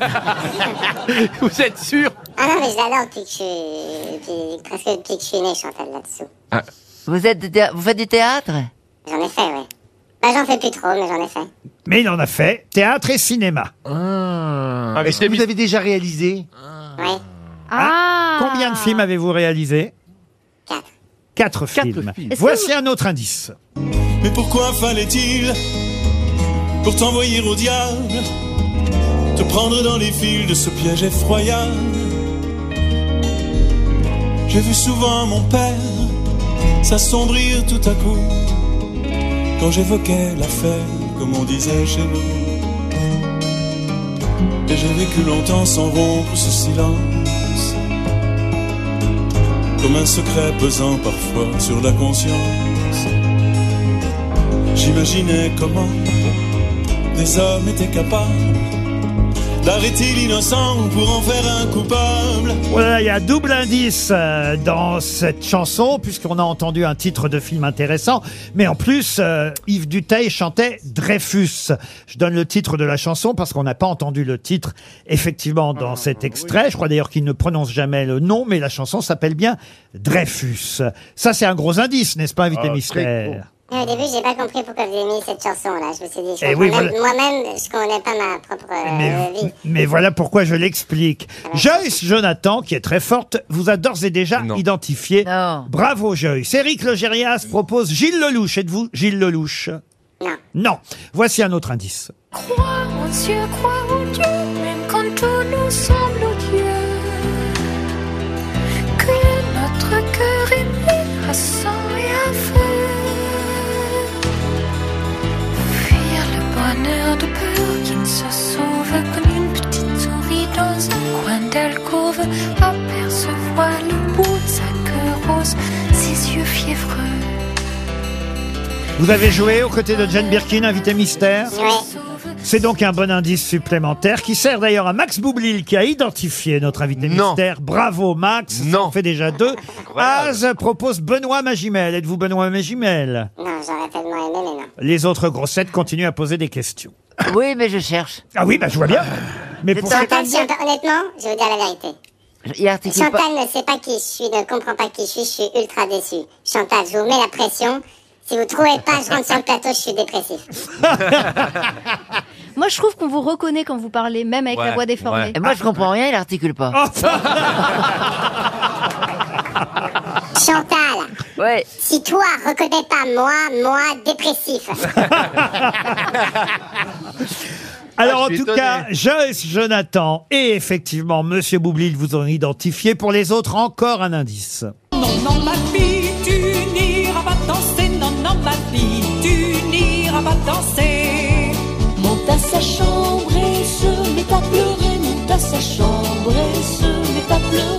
Speaker 14: Vous êtes sûr
Speaker 13: Ah non, mais je l'adore depuis que je suis... depuis- presque depuis que je suis né, Chantal, là-dessous.
Speaker 5: Vous êtes, du thé- vous faites du théâtre
Speaker 13: J'en ai fait, oui. Bah, j'en fais plus trop, mais j'en ai fait.
Speaker 2: Mais il en a fait théâtre et cinéma.
Speaker 4: Ah. Est-ce que vous avez déjà réalisé
Speaker 2: Ah. Combien de films avez-vous réalisé Quatre. films.
Speaker 13: films. Est-ce
Speaker 2: Voici un autre indice.
Speaker 20: Mais pourquoi fallait-il, pour t'envoyer au diable, te prendre dans les fils de ce piège effroyable J'ai vu souvent mon père s'assombrir tout à coup quand j'évoquais la fête, comme on disait chez nous. Et j'ai vécu longtemps sans rompre ce silence, comme un secret pesant parfois sur la conscience. J'imaginais comment des hommes étaient capables d'arrêter l'innocent pour en faire un coupable.
Speaker 2: Voilà, il y a un double indice euh, dans cette chanson, puisqu'on a entendu un titre de film intéressant. Mais en plus, euh, Yves Duteil chantait Dreyfus. Je donne le titre de la chanson parce qu'on n'a pas entendu le titre, effectivement,
Speaker 13: Ah,
Speaker 2: dans cet extrait. Je crois d'ailleurs qu'il ne prononce jamais le nom, mais la chanson s'appelle bien Dreyfus. Ça, c'est un gros indice, n'est-ce pas, invité
Speaker 13: Ah, très
Speaker 2: mystère
Speaker 13: Et au début, j'ai pas compris pourquoi vous avez mis cette chanson-là. Je me suis dit, je
Speaker 2: Eh
Speaker 13: comprends
Speaker 2: oui,
Speaker 13: même-
Speaker 2: voilà.
Speaker 13: moi-même, je connais pas ma propre euh, vie.
Speaker 2: Mais voilà pourquoi je l'explique. Joyce Jonathan, qui est très forte, vous a d'ores et déjà identifié. Bravo Joyce. Éric Logérias propose Gilles Lelouch. Êtes-vous Gilles Lelouch
Speaker 13: Non.
Speaker 2: Non. Voici un autre indice.
Speaker 13: Crois en Dieu, crois en Dieu, même quand tout nous semble odieux.
Speaker 10: Que notre cœur est mis à sang et à feu. Fuir le bonheur de peur qui ne se sauve comme une petite souris dans un coin d'alcôve. Apercevoir le bout de sa queue rose, ses yeux fiévreux.
Speaker 2: Vous avez joué aux côtés de Jane Birkin, invité mystère C'est donc un bon indice supplémentaire qui sert d'ailleurs à Max Boublil qui a identifié notre invité mystère. Bravo Max, non. fait déjà deux. Az propose Benoît Magimel. Êtes-vous Benoît Magimel
Speaker 13: Non, j'aurais tellement aimé, mais non.
Speaker 2: Les autres grossettes continuent à poser des questions.
Speaker 5: Oui, mais je cherche.
Speaker 2: Ah oui, bah je vois bien. Mais pour
Speaker 13: Chantal, Chantal, honnêtement, je vais vous dire la vérité.
Speaker 5: Il articule pas-
Speaker 13: Chantal ne sait pas qui je suis, ne comprend pas qui je suis, je suis ultra déçu. Chantal, je vous mets la pression. Si vous trouvez pas, je rentre sur le plateau, je suis
Speaker 2: *laughs*
Speaker 13: dépressif.
Speaker 7: Moi, je trouve qu'on vous reconnaît quand vous parlez, même avec la voix déformée.
Speaker 5: Et moi, je comprends rien, il articule
Speaker 21: Oh,
Speaker 5: pas.
Speaker 13: Chantal,
Speaker 5: ouais.
Speaker 13: si toi reconnais pas moi, moi
Speaker 2: *laughs*
Speaker 13: dépressif.
Speaker 2: Alors,
Speaker 13: Ah,
Speaker 2: en
Speaker 13: je suis
Speaker 2: tout
Speaker 13: étonné.
Speaker 2: cas, Joyce, Jonathan et effectivement Monsieur Boublil vous ont identifié. Pour les autres, encore un indice.
Speaker 10: Non, non, ma fille, tu n'iras pas danser. Non, non, ma fille, tu n'iras à danser. Monte à sa chambre et se met à pleurer. Monte à sa chambre et se met à pleurer.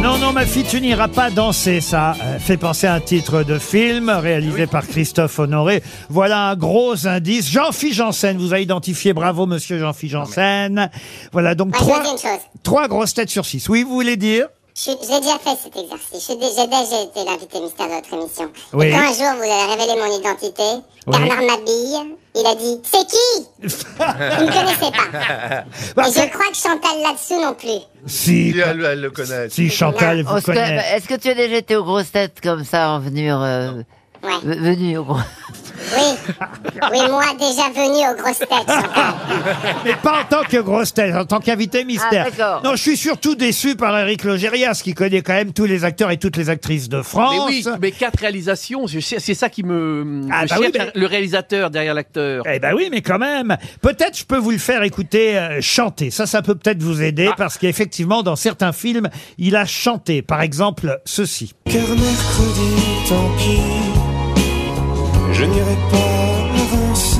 Speaker 2: Non, non, ma fille, tu n'iras pas danser, ça euh, fait penser à un titre de film réalisé par Christophe Honoré. Voilà un gros indice. Jean-Philippe Janssen vous a identifié. Bravo, monsieur Jean-Philippe Janssen. Voilà donc
Speaker 13: Moi, je
Speaker 2: trois,
Speaker 13: veux dire une chose.
Speaker 2: trois grosses têtes sur six. Oui, vous voulez dire
Speaker 13: Je suis- J'ai déjà fait cet exercice. Je suis dé- J'ai déjà été l'invité mystère de votre émission.
Speaker 2: Oui.
Speaker 13: Et quand un jour vous avez révélé mon identité,
Speaker 2: Oui.
Speaker 13: Bernard Mabille, il a dit C'est qui Vous ne connaissez pas.
Speaker 2: Bah,
Speaker 13: Et je crois que Chantal là-dessous non plus.
Speaker 2: Si,
Speaker 3: elle, elle le connaît.
Speaker 2: Si Chantal
Speaker 5: On
Speaker 2: vous
Speaker 5: se connaît.
Speaker 2: connaît.
Speaker 5: bah, Est-ce que tu as déjà été aux grosses têtes comme ça en venir euh, v- venu aux grosses
Speaker 13: Oui. Oui, moi déjà venu aux grosses têtes, Chantal.
Speaker 2: *laughs* Mais pas en tant que grosse tête, en tant qu'invité mystère.
Speaker 13: Ah, d'accord.
Speaker 2: non, je suis surtout déçu par Eric Logérias, qui connaît quand même tous les acteurs et toutes les actrices de France.
Speaker 14: Mais oui, mais quatre réalisations, je sais- c'est ça qui me.
Speaker 2: Ah,
Speaker 14: je
Speaker 2: bah oui,
Speaker 14: cherche
Speaker 2: mais-
Speaker 14: le réalisateur derrière l'acteur.
Speaker 2: Eh ben oui, mais quand même. Peut-être je peux vous le faire écouter euh, chanter. Ça, ça peut peut-être vous aider parce qu'effectivement, dans certains films, il a chanté. Par exemple, ceci.
Speaker 20: Car mercredi, tant pis, je n'irai pas à Reims.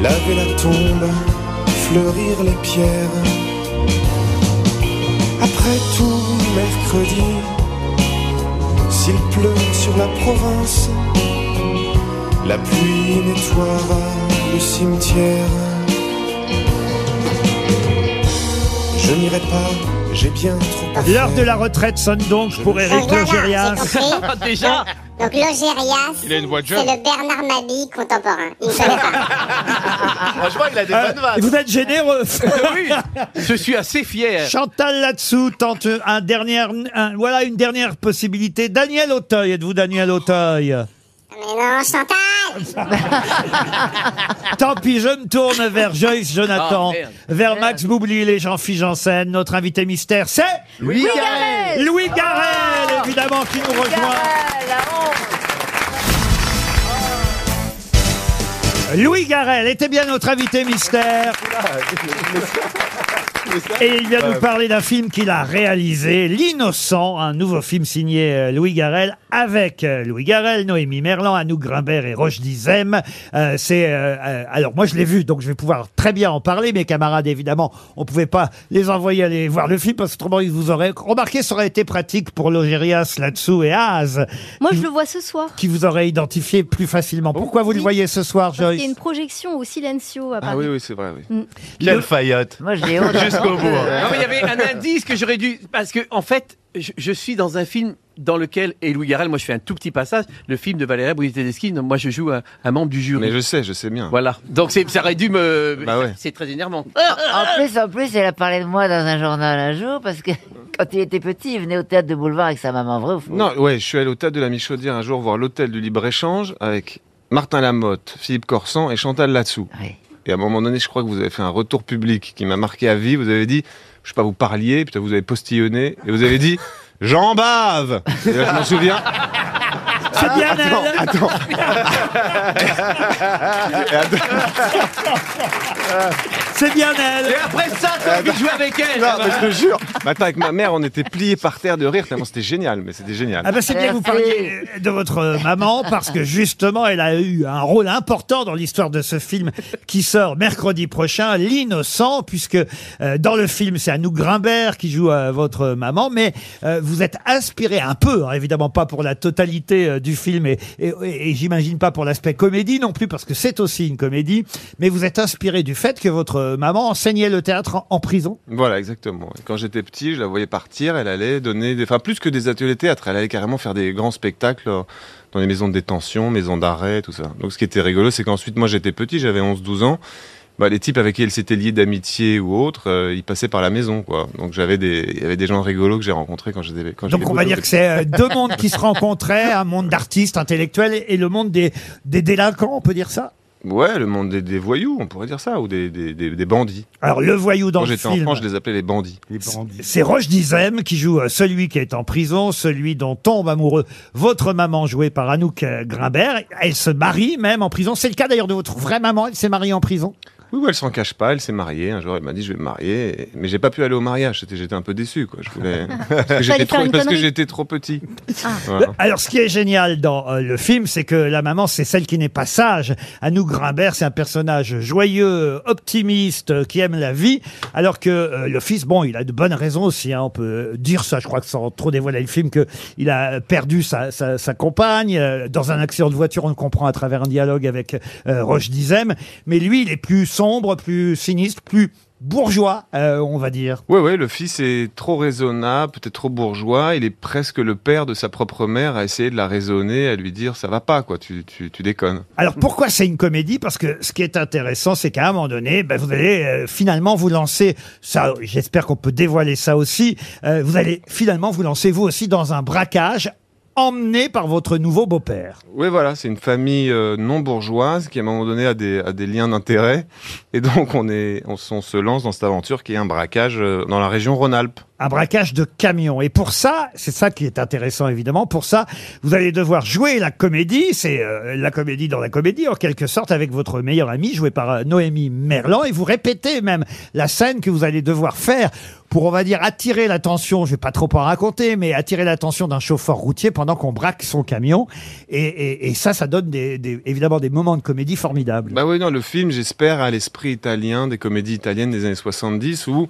Speaker 20: Laver la tombe, fleurir les pierres. Après tout, mercredi, s'il pleut sur la province, la pluie nettoiera le cimetière. Je n'irai pas, j'ai bien trop. à
Speaker 2: L'heure
Speaker 20: faire.
Speaker 2: de la retraite sonne donc pour Eric
Speaker 20: Voilà,
Speaker 2: Logérias.
Speaker 20: j'ai compris. Déjà.
Speaker 13: Ah, Donc Logérias,
Speaker 20: *laughs* Il a une voix de
Speaker 13: c'est
Speaker 20: jeune.
Speaker 13: le Bernard Mabille contemporain. Il ne connaît pas.
Speaker 3: je crois qu'il a des bonnes vannes.
Speaker 2: euh, Vous êtes généreux.
Speaker 14: *laughs* oui, je suis assez fier.
Speaker 2: Chantal là-dessous tente un dernier, un- voilà une dernière possibilité. Daniel Auteuil, êtes-vous Daniel Auteuil
Speaker 13: Mais non,
Speaker 2: *laughs*
Speaker 13: Chantal
Speaker 2: Tant pis, je me tourne vers Joyce Jonathan,
Speaker 14: Ah, merde.
Speaker 2: vers Max Boublil et Jean-Philippe Janssen. Notre invité mystère, c'est
Speaker 14: Louis Louis Garrel. Garrel.
Speaker 2: Louis Garrel,
Speaker 14: Oh.
Speaker 2: évidemment, qui nous rejoint. Louis Garrel était bien notre invité mystère. Et il vient nous parler d'un film qu'il a réalisé, L'Innocent, un nouveau film signé euh, Louis Garrel, avec euh, Louis Garrel, Noémie Merlan, Anouk Grimbert et Roche Dizem. Euh, c'est euh, euh, alors moi je l'ai vu, donc je vais pouvoir très bien en parler. Mes camarades, évidemment, on pouvait pas les envoyer aller voir le film parce que autrement ils vous auraient remarqué, ça aurait été pratique pour Logérias là-dessous et Az.
Speaker 7: Moi, je le vois ce soir.
Speaker 2: qui vous aurait identifié plus facilement. Pourquoi vous le voyez ce soir,
Speaker 7: Parce qu'il
Speaker 2: Joyce
Speaker 7: y a une projection au Silencio à Paris.
Speaker 3: Ah oui, c'est vrai, oui.
Speaker 7: Mm.
Speaker 3: Quelle faillotte.
Speaker 5: Moi, j'ai
Speaker 14: honte.
Speaker 3: Jusqu'au bout. hein.
Speaker 14: Non, mais il y avait un indice que j'aurais dû. Parce que, en fait, je, je suis dans un film dans lequel, et Louis Garrel, moi je fais un tout petit passage, le film de Valérie Brunetedeschi, donc moi je joue un, un membre du jury. Mais je sais, je sais bien. Bah Voilà. Donc c'est- ça aurait dû me. C'est très énervant.
Speaker 5: En plus, en plus, elle a parlé de moi dans un journal un jour parce que *laughs* quand il était petit, il venait au théâtre de boulevard avec sa maman, vrai ou faux
Speaker 21: Non, ouais, je suis allé au Théâtre de la Michaudière un jour voir l'hôtel du libre-échange avec Martin Lamotte, Philippe Corsan et Chantal Latsou. Et à un moment donné, je crois que vous avez fait un retour public qui m'a marqué à vie. Vous avez dit, je sais pas, vous parliez, puis vous avez postillonné et vous avez dit, j'en bave Et là, Je m'en souviens.
Speaker 2: C'est bien
Speaker 21: attends,
Speaker 2: elle.
Speaker 21: Ah,
Speaker 2: *laughs*
Speaker 21: attends. Et attends.
Speaker 2: Ah, C'est bien elle.
Speaker 14: Et après ça, t'as envie de jouer avec elle.
Speaker 21: Non, mais je te jure. Maintenant, avec ma mère, on était pliés par terre de rire. tellement C'était génial, mais c'était génial.
Speaker 2: Ah bah c'est bien que vous parliez euh, de votre euh, maman parce que justement elle a eu un rôle important dans l'histoire de ce film qui sort mercredi prochain, L'innocent, puisque euh, dans le film c'est Anouk Grimbert qui joue euh, votre euh, maman, mais euh, vous êtes inspiré un peu, hein, évidemment pas pour la totalité euh, du film et, et- et- et j'imagine pas pour l'aspect comédie non plus parce que c'est aussi une comédie, mais vous êtes inspiré du fait que votre euh, maman enseignait le théâtre en- en prison.
Speaker 21: Voilà, exactement. Et Quand j'étais petit, je la voyais partir, elle allait donner des... Enfin, plus que des ateliers théâtre, elle allait carrément faire des grands spectacles euh, dans les maisons de détention, maisons d'arrêt, tout ça. Donc ce qui était rigolo, c'est qu'ensuite, moi j'étais petit, j'avais 11-12 ans, bah, les types avec qui elle s'était liée d'amitié ou autre, euh, ils passaient par la maison, quoi. Donc j'avais des... il y avait des gens rigolos que j'ai rencontrés quand j'étais... quand
Speaker 2: Donc
Speaker 21: j'étais
Speaker 2: on va
Speaker 21: gosse.
Speaker 2: dire que c'est euh, deux mondes qui se rencontraient, un monde d'artistes intellectuels et le monde des, des délinquants, on peut dire ça
Speaker 21: Ouais, le monde des, des voyous, on pourrait dire ça, ou des, des, des- des bandits.
Speaker 2: Alors, le voyou dans
Speaker 21: Quand
Speaker 2: le
Speaker 21: j'étais
Speaker 2: film.
Speaker 21: enfant, je les appelais les bandits. Les bandits.
Speaker 2: C'est Roche Dizem qui joue euh, celui qui est en prison, celui dont tombe amoureux votre maman jouée par Anouk euh, Grimbert. Elle se marie même en prison. C'est le cas d'ailleurs de votre vraie maman, elle s'est mariée en prison
Speaker 21: Oui, oui, elle s'en cache pas, elle s'est mariée. Un jour, elle m'a dit, je vais me marier. Et- Mais j'ai pas pu aller au mariage, c'était- j'étais un peu déçu, quoi. Je voulais...
Speaker 2: *laughs*
Speaker 21: parce que
Speaker 2: Fallait
Speaker 21: j'étais
Speaker 2: faire
Speaker 21: trop-
Speaker 2: une
Speaker 21: parce que
Speaker 2: connerie. Ah.
Speaker 21: j'étais trop petit. Voilà.
Speaker 2: Alors, ce qui est génial dans euh, le film, c'est que la maman, c'est celle qui n'est pas sage. Anouk Grimbert, c'est un personnage joyeux, optimiste, euh, qui aime la vie, alors que euh, le fils, bon, il a de bonnes raisons aussi. hein, on peut dire ça, je crois que sans trop dévoiler le film, que il a perdu sa, sa- sa compagne euh, dans un accident de voiture. On le comprend à travers un dialogue avec euh, Roche Dizem, mais lui, il est plus sombre, plus sinistre, plus bourgeois, euh, on va dire.
Speaker 21: Oui, oui, le fils est trop raisonnable, peut-être trop bourgeois. Il est presque le père de sa propre mère à essayer de la raisonner, à lui dire ça va pas, quoi, tu, tu, tu déconnes.
Speaker 2: Alors pourquoi c'est une comédie Parce que ce qui est intéressant, c'est qu'à un moment donné, ben, vous allez euh, finalement vous lancer, ça j'espère qu'on peut dévoiler ça aussi, euh, vous allez finalement vous lancer vous aussi dans un braquage emmené par votre nouveau beau-père.
Speaker 21: Oui, voilà, c'est une famille euh, non bourgeoise qui, à un moment donné, a des, a des liens d'intérêt. Et donc, on, est, on, s- on se lance dans cette aventure qui est un braquage euh, dans la région Rhône-Alpes.
Speaker 2: Un braquage de camion. Et pour ça, c'est ça qui est intéressant évidemment, pour ça, vous allez devoir jouer la comédie, c'est euh, la comédie dans la comédie en quelque sorte, avec votre meilleur ami joué par euh, Noémie Merlan, et vous répétez même la scène que vous allez devoir faire pour, on va dire, attirer l'attention, je vais pas trop en raconter, mais attirer l'attention d'un chauffeur routier pendant qu'on braque son camion. Et, et- et ça, ça donne des- des- évidemment des moments de comédie formidables.
Speaker 21: Bah oui, non, le film, j'espère, à l'esprit italien, des comédies italiennes des années 70 ou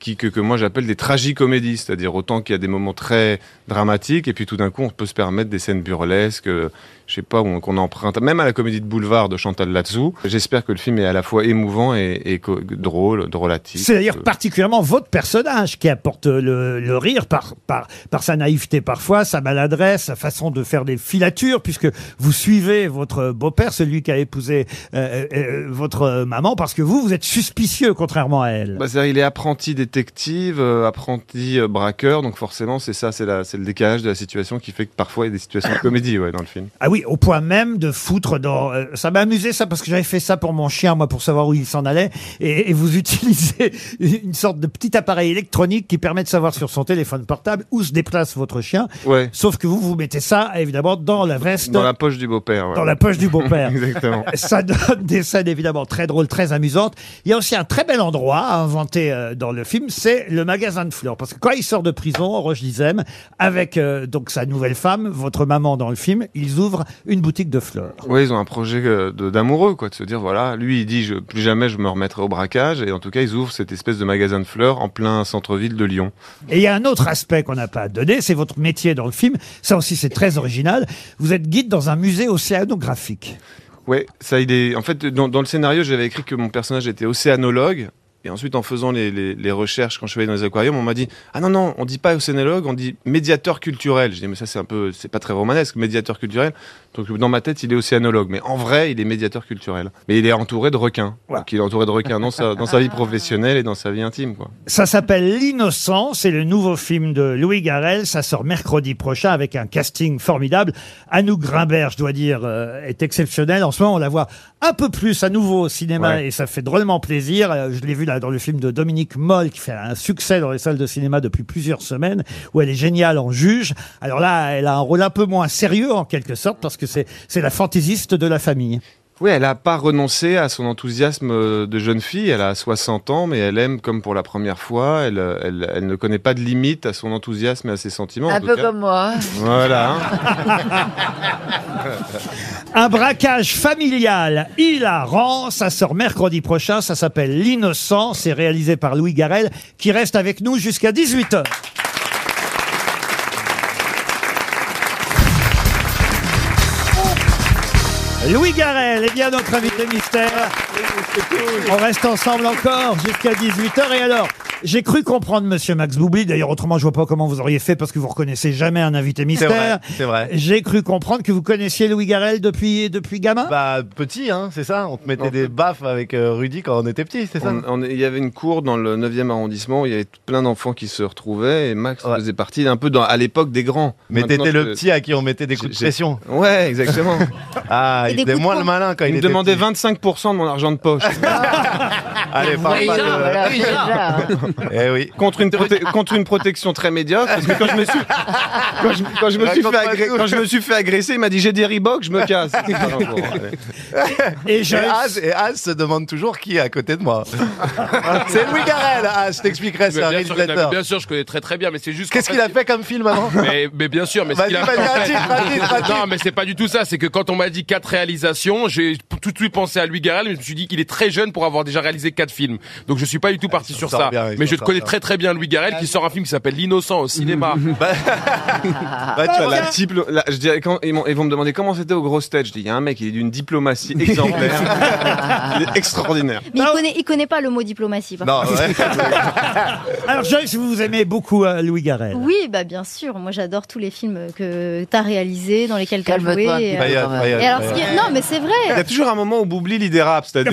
Speaker 21: qui, que, que moi j'appelle des tragicomédies, c'est-à-dire autant qu'il y a des moments très dramatiques et puis tout d'un coup on peut se permettre des scènes burlesques, euh, je sais pas, où on- qu'on emprunte, même à la comédie de boulevard de Chantal Latsou. J'espère que le film est à la fois émouvant et, et co- drôle, drôlatique.
Speaker 2: C'est d'ailleurs particulièrement votre personnage qui apporte le, le rire par, par, par sa naïveté parfois, sa maladresse, sa façon de faire des filatures, puisque vous suivez votre beau-père, celui qui a épousé euh, euh, votre maman, parce que vous, vous êtes suspicieux contrairement à elle.
Speaker 21: Bah, c'est-à-dire, il est apprenti détective, euh, apprenti euh, braqueur, donc forcément c'est ça, c'est la- c'est le décalage de la situation qui fait que parfois il y a des situations de comédie ouais, dans le film.
Speaker 2: Ah oui, au point même de foutre dans... euh, ça m'a amusé ça, parce que j'avais fait ça pour mon chien, moi, pour savoir où il s'en allait. Et, et vous *laughs* utilisez une sorte de petit appareil électronique qui permet de savoir sur son téléphone portable où se déplace votre chien.
Speaker 21: Ouais.
Speaker 2: Sauf que vous, vous mettez ça, évidemment, dans la veste.
Speaker 21: Dans la poche du beau-père. ouais.
Speaker 2: Dans la poche du beau-père.
Speaker 21: *laughs* Exactement.
Speaker 2: Ça donne des scènes évidemment très drôles, très amusantes. Il y a aussi un très bel endroit à inventer euh, dans le film, c'est le magasin de fleurs. Parce que quand il sort de prison, Roche Dizem, avec euh, donc sa nouvelle femme, votre maman dans le film, ils ouvrent une boutique de fleurs.
Speaker 21: Oui, ils ont un projet euh, de- d'amoureux, quoi, de se dire, voilà, lui, il dit, je, plus jamais je me remettrai au braquage, et en tout cas, ils ouvrent cette espèce de magasin de fleurs en plein centre-ville de Lyon.
Speaker 2: Et il y a un autre aspect qu'on n'a pas donné, c'est votre métier dans le film. Ça aussi c'est très original. Vous êtes guide dans un musée océanographique.
Speaker 21: Ouais, ça, il est. En fait, dans, dans le scénario, j'avais écrit que mon personnage était océanologue. Et ensuite, en faisant les, les- les recherches quand je suis allé dans les aquariums, on m'a dit Ah non, non, on dit pas océanologue, on dit médiateur culturel. Je dis Mais ça, c'est un peu. C'est pas très romanesque, médiateur culturel. Donc, dans ma tête, il est océanologue. Mais en vrai, il est médiateur culturel. Mais il est entouré de requins. Donc, il est entouré de requins dans sa, dans sa vie professionnelle et dans sa vie intime, quoi.
Speaker 2: Ça s'appelle L'innocent, c'est le nouveau film de Louis Garrel, ça sort mercredi prochain avec un casting formidable. Anouk Grimbert, je dois dire, euh, est exceptionnelle. En ce moment, on la voit un peu plus à nouveau au cinéma
Speaker 21: Ouais.
Speaker 2: et ça fait drôlement plaisir. Euh, Je l'ai vu là dans le film de Dominique Moll qui fait un succès dans les salles de cinéma depuis plusieurs semaines où elle est géniale en juge. Alors là, elle a un rôle un peu moins sérieux en quelque sorte parce que c'est c'est la fantaisiste de la famille.
Speaker 21: Oui, elle n'a pas renoncé à son enthousiasme euh, de jeune fille. Elle a 60 ans, mais elle aime comme pour la première fois. Elle, euh, elle, elle ne connaît pas de limite à son enthousiasme et à ses sentiments. en
Speaker 5: Un
Speaker 21: tout
Speaker 5: peu
Speaker 21: cas.
Speaker 5: comme moi.
Speaker 21: Voilà. hein.
Speaker 2: Un braquage familial hilarant, ça sort mercredi prochain, ça s'appelle L'innocent, c'est réalisé par Louis Garel qui reste avec nous jusqu'à 18h. Louis Garel est bien notre invité mystère. On reste ensemble encore jusqu'à 18h. Et alors, j'ai cru comprendre Monsieur Max Boubli. D'ailleurs, autrement, je vois pas comment vous auriez fait parce que vous reconnaissez jamais un invité mystère.
Speaker 3: C'est vrai, c'est vrai.
Speaker 2: J'ai cru comprendre que vous connaissiez Louis Garel depuis depuis gamin.
Speaker 3: Bah, petit, hein, c'est ça. On te mettait des baffes avec euh, Rudy quand on était petit, c'est ça
Speaker 21: On- on- Il y avait une cour dans le 9e arrondissement où il y avait plein d'enfants qui se retrouvaient et Max faisait partie un peu dans, à l'époque des grands.
Speaker 3: Mais
Speaker 21: Maintenant
Speaker 3: t'étais
Speaker 21: que-
Speaker 3: le petit à qui on mettait des coups de
Speaker 21: j'ai-
Speaker 3: pression.
Speaker 21: Ouais, exactement.
Speaker 3: *laughs* ah,
Speaker 21: Et
Speaker 3: il
Speaker 21: des
Speaker 3: était
Speaker 21: coups de
Speaker 3: moins
Speaker 21: poing.
Speaker 3: le malin quand
Speaker 21: Il
Speaker 3: il,
Speaker 21: me
Speaker 3: était
Speaker 21: demandait 25% de mon argent de poche.
Speaker 3: *laughs* Allez, parle
Speaker 21: Déjà,
Speaker 3: pas de-
Speaker 21: voilà, déjà.
Speaker 3: *laughs* Eh oui.
Speaker 21: Contre une, proté- contre une protection très médiocre, parce que quand je me suis, quand je, quand je me suis, fait,
Speaker 3: Raconte pas
Speaker 21: agré-
Speaker 3: tout.
Speaker 21: quand je me suis fait agresser, il m'a dit j'ai des Reebok, je me
Speaker 3: *laughs*
Speaker 21: casse.
Speaker 2: Et,
Speaker 3: je... Az, et Az se demande toujours qui est à côté de moi.
Speaker 8: *laughs*
Speaker 3: c'est Louis Garrel. Ah, je t'expliquerai, c'est un
Speaker 8: Mais bien, sûr, non, mais
Speaker 3: réalisateur.
Speaker 8: bien sûr, je connais très très bien, mais c'est juste.
Speaker 3: Qu'est-ce qu'il a fait comme film avant
Speaker 8: mais, mais bien sûr, mais ce
Speaker 3: Vas-y,
Speaker 8: qu'il a
Speaker 3: vas-y, un titre, un titre, un titre.
Speaker 8: Non, mais c'est pas du tout ça. C'est que quand on m'a dit quatre réalisations, j'ai tout de suite pensé à Louis Garrel, mais je me suis dit qu'il est très jeune pour avoir déjà réalisé quatre films. Donc je suis pas du tout parti sur
Speaker 3: Ah, sort
Speaker 8: ça.
Speaker 3: bien, il
Speaker 8: mais
Speaker 3: s'en
Speaker 8: je te
Speaker 3: sort
Speaker 8: connais
Speaker 3: bien.
Speaker 8: très très bien Louis Garrel qui sort un film qui s'appelle L'innocent au
Speaker 3: *laughs*
Speaker 8: cinéma.
Speaker 21: Bah, tu vois, la diplo- la- je dirais, quand, ils, m'ont- ils vont me demander comment c'était au gros stage. Je dis, il y a un mec, il est
Speaker 2: *laughs*
Speaker 21: d'une diplomatie exemplaire. il est extraordinaire.
Speaker 7: Mais il connaît, il connaît pas le mot diplomatie. par contre. *laughs*
Speaker 2: Alors, Joyce, vous aimez beaucoup euh, Louis Garrel.
Speaker 7: Oui, bah bien sûr. Moi, j'adore tous les films que t'as réalisés, dans lesquels t'as joué.
Speaker 21: un petit
Speaker 7: Et,
Speaker 21: peu, Fayette,
Speaker 7: et
Speaker 21: Fayette,
Speaker 7: alors, ce qui
Speaker 21: Fayette.
Speaker 7: est- non, mais c'est vrai.
Speaker 21: Il y a toujours un moment où Boubli lit des raps, c'est-à-dire.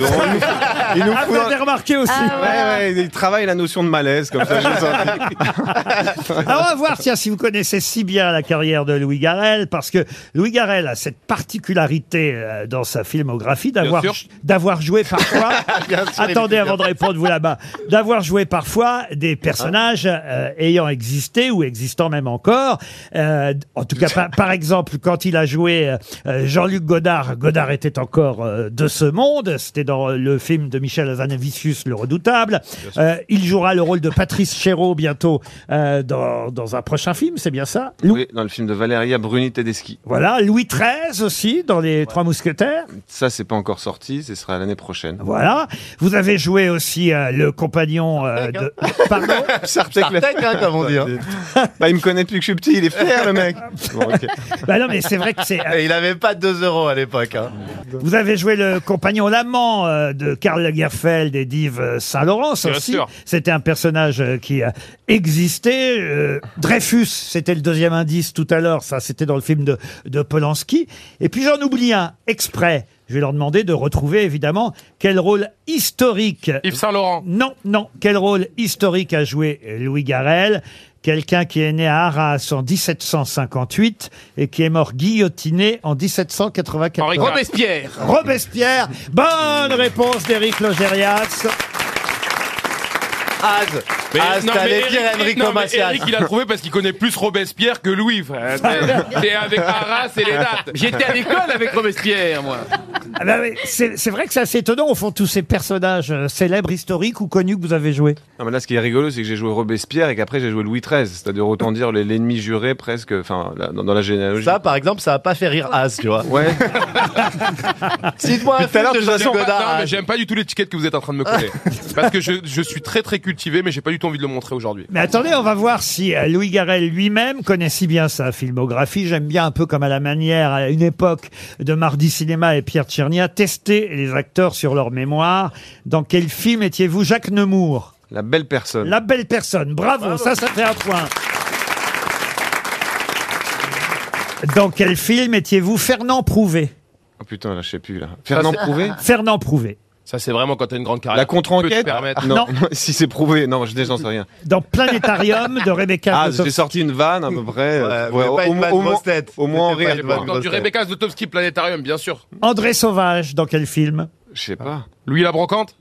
Speaker 2: *laughs*
Speaker 21: on- Il nous
Speaker 2: Ah, vous
Speaker 21: fout un-
Speaker 2: l'avez remarqué aussi.
Speaker 21: ouais, ouais, il travaille la notion de malaise comme ça. je le sens.
Speaker 2: *laughs* Alors, on va voir tiens, si vous connaissez si bien la carrière de Louis Garrel, parce que Louis Garrel a cette particularité euh, dans sa filmographie d'avoir
Speaker 15: sûr.
Speaker 2: d'avoir joué parfois.
Speaker 15: *laughs* Bien sûr,
Speaker 2: attendez
Speaker 15: évidemment.
Speaker 2: avant de répondre vous là-bas, d'avoir joué parfois des personnages euh, ayant existé ou existant même encore. Euh, en tout cas, par, par exemple, quand il a joué euh, euh, Jean-Luc Godard, Godard était encore euh, de ce monde. C'était dans euh, le film de Michel Hazanavicius, Le Redoutable. Euh, il jouera le rôle de Patrice Chéreau bientôt euh, dans, dans un prochain film. C'est bien ça.
Speaker 21: Oui, dans le film de Valeria Bruni Tedeschi.
Speaker 2: Voilà, Louis XIII aussi dans les Trois Mousquetaires.
Speaker 21: Ça, c'est pas encore sorti, ce sera l'année prochaine.
Speaker 2: Voilà. Vous avez joué aussi euh, le compagnon euh, de.
Speaker 21: *laughs*
Speaker 2: Pardon
Speaker 21: Sartek,
Speaker 2: Sartek, hein, comme on dit, hein.
Speaker 21: *laughs* Bah, il me connaît depuis que je suis petit, il est fier, le mec. Bon, ok.
Speaker 2: Bah non, mais c'est vrai que c'est.
Speaker 3: Et il avait pas 2 euros à l'époque. hein.
Speaker 2: Vous avez joué le compagnon, l'amant euh, de Karl Lagerfeld et d'Yves Saint-Laurent. ça
Speaker 8: Bien
Speaker 2: aussi,
Speaker 8: sûr.
Speaker 2: c'était un personnage euh, qui euh, existait. Euh, Dreyfus, c'était le deuxième indice tout à l'heure. Ça, c'était dans le film de, de Polanski. Et puis j'en oublie un exprès. Je vais leur demander de retrouver évidemment quel rôle historique.
Speaker 8: Yves Saint-Laurent.
Speaker 2: Non, non. Quel rôle historique a joué euh, Louis Garrel Quelqu'un qui est né à Arras en 1758 et qui est mort guillotiné en 1794.
Speaker 14: Henri Robespierre.
Speaker 2: Robespierre. Bonne réponse d'Éric Logérias.
Speaker 3: Az. Az,
Speaker 8: non,
Speaker 3: t'allais
Speaker 8: mais
Speaker 3: dire
Speaker 8: Eric-
Speaker 3: Enrico
Speaker 8: non, mais
Speaker 3: Macias.
Speaker 8: Eric, il a trouvé parce qu'il connaît plus Robespierre que Louis. frère.
Speaker 14: *laughs*
Speaker 8: T'es- T'es avec Arras et les dates.
Speaker 14: J'étais à
Speaker 8: *laughs*
Speaker 14: l'école avec Robespierre, moi.
Speaker 2: Ah bah oui, c'est c'est vrai que c'est assez étonnant, au fond, tous ces personnages euh, célèbres, historiques ou connus que vous avez joués.
Speaker 21: Non, mais là, ce qui est rigolo, c'est que j'ai joué Robespierre et qu'après j'ai joué Louis XIII. C'est-à-dire, autant dire les- l'ennemi juré presque, enfin, la- dans, dans la généalogie.
Speaker 3: Ça, par exemple, ça va pas fait rire Az, tu vois.
Speaker 21: Ouais.
Speaker 3: Cite-moi un
Speaker 21: Tout à
Speaker 3: film
Speaker 21: l'heure,
Speaker 3: de
Speaker 21: tu
Speaker 3: Jean-Luc
Speaker 21: façon-
Speaker 3: Godard.
Speaker 8: Non, mais
Speaker 3: Az.
Speaker 8: j'aime pas du tout l'étiquette que vous êtes en train de me
Speaker 21: *laughs*
Speaker 8: coller. Parce que je, je suis très très cultivé, mais j'ai pas du tout envie de le montrer aujourd'hui.
Speaker 2: Mais attendez, on va voir si euh, Louis Garrel lui-même connaît si bien sa filmographie. J'aime bien un peu comme à la manière, à une époque de Mardi Cinéma et Pierre Tchernia, tester les acteurs sur leur mémoire. Dans quel film étiez-vous Jacques Nemours
Speaker 21: La belle personne.
Speaker 2: La belle personne, bravo, ça, ça fait un point. Dans quel film étiez-vous Fernand Prouvé
Speaker 21: Oh putain, là, je sais plus, là.
Speaker 3: *laughs*
Speaker 21: Fernand Prouvé
Speaker 2: Fernand Prouvé.
Speaker 8: Ça, c'est vraiment quand t'as une grande carrière.
Speaker 21: La contre-enquête
Speaker 2: Non.
Speaker 21: Non, *laughs* si c'est prouvé, non, je n'en sais rien.
Speaker 2: Dans Planétarium de Rebecca
Speaker 21: Ah,
Speaker 2: Zotowski.
Speaker 21: j'ai sorti une vanne à peu près. euh,
Speaker 3: mais pas une
Speaker 21: moins-
Speaker 3: vanne
Speaker 21: moins,
Speaker 3: grosse tête.
Speaker 21: au moins en
Speaker 3: C'était pas
Speaker 21: rire.
Speaker 3: une
Speaker 21: quoi.
Speaker 3: vanne
Speaker 8: Quand du Rebecca Zlotowski Planétarium, bien sûr.
Speaker 2: André Sauvage, dans quel film
Speaker 21: Je
Speaker 8: *laughs*
Speaker 21: sais pas.
Speaker 8: Louis la brocante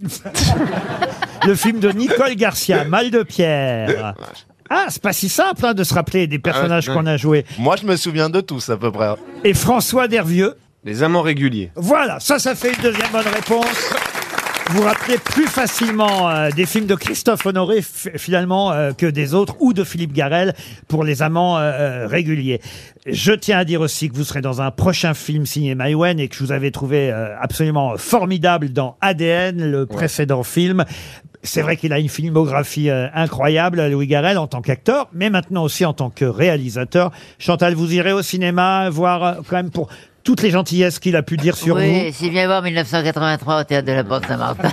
Speaker 2: Le film de Nicole Garcia, Mal de Pierre. Ah, c'est pas si simple hein, de se rappeler des personnages
Speaker 3: ouais.
Speaker 2: qu'on a joués.
Speaker 3: Moi, je me souviens de tous, à peu près. hein.
Speaker 2: Et François Dervieux.
Speaker 21: Les amants réguliers.
Speaker 2: Voilà, ça, ça fait une deuxième bonne réponse. Vous rappelez plus facilement euh, des films de Christophe Honoré f- finalement euh, que des autres ou de Philippe Garel pour les amants euh, euh, réguliers. Je tiens à dire aussi que vous serez dans un prochain film signé Maïwen et que je vous avais trouvé euh, absolument formidable dans ADN, le précédent film. C'est vrai qu'il a une filmographie euh, incroyable, Louis Garel, en tant qu'acteur, mais maintenant aussi en tant que réalisateur. Chantal, vous irez au cinéma voir euh, quand même pour toutes les gentillesses qu'il a pu dire sur vous.
Speaker 5: Oui, s'il vient voir 1983 au théâtre de la
Speaker 21: *laughs*
Speaker 5: Porte Saint-Martin.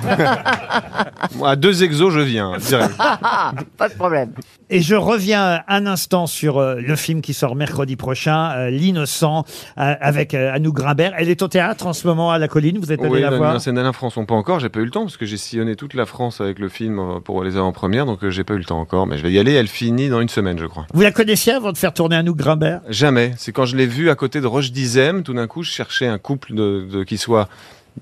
Speaker 21: Moi, à deux exos, je
Speaker 3: *laughs*
Speaker 21: viens, direct.
Speaker 5: *laughs* Pas de problème.
Speaker 2: Et je reviens euh, un instant sur euh, le film qui sort mercredi prochain, euh, L'innocent, euh, avec euh, Anouk Grimbert. Elle est au théâtre en ce moment à La Colline, vous êtes allé
Speaker 21: Oui,
Speaker 2: la
Speaker 21: la
Speaker 2: voir.
Speaker 21: mise en scène d'Alain Françon, pas encore, j'ai pas eu le temps parce que j'ai sillonné toute la France avec le film euh, pour les avant-premières, donc euh, j'ai pas eu le temps encore, mais je vais y aller, elle finit dans une semaine, je crois.
Speaker 2: Vous la connaissiez avant de faire tourner Anouk Grimbert
Speaker 21: Jamais. C'est quand je l'ai vu à côté de Roche Dizem, tout d'un coup, je cherchais un couple de, de- qui soit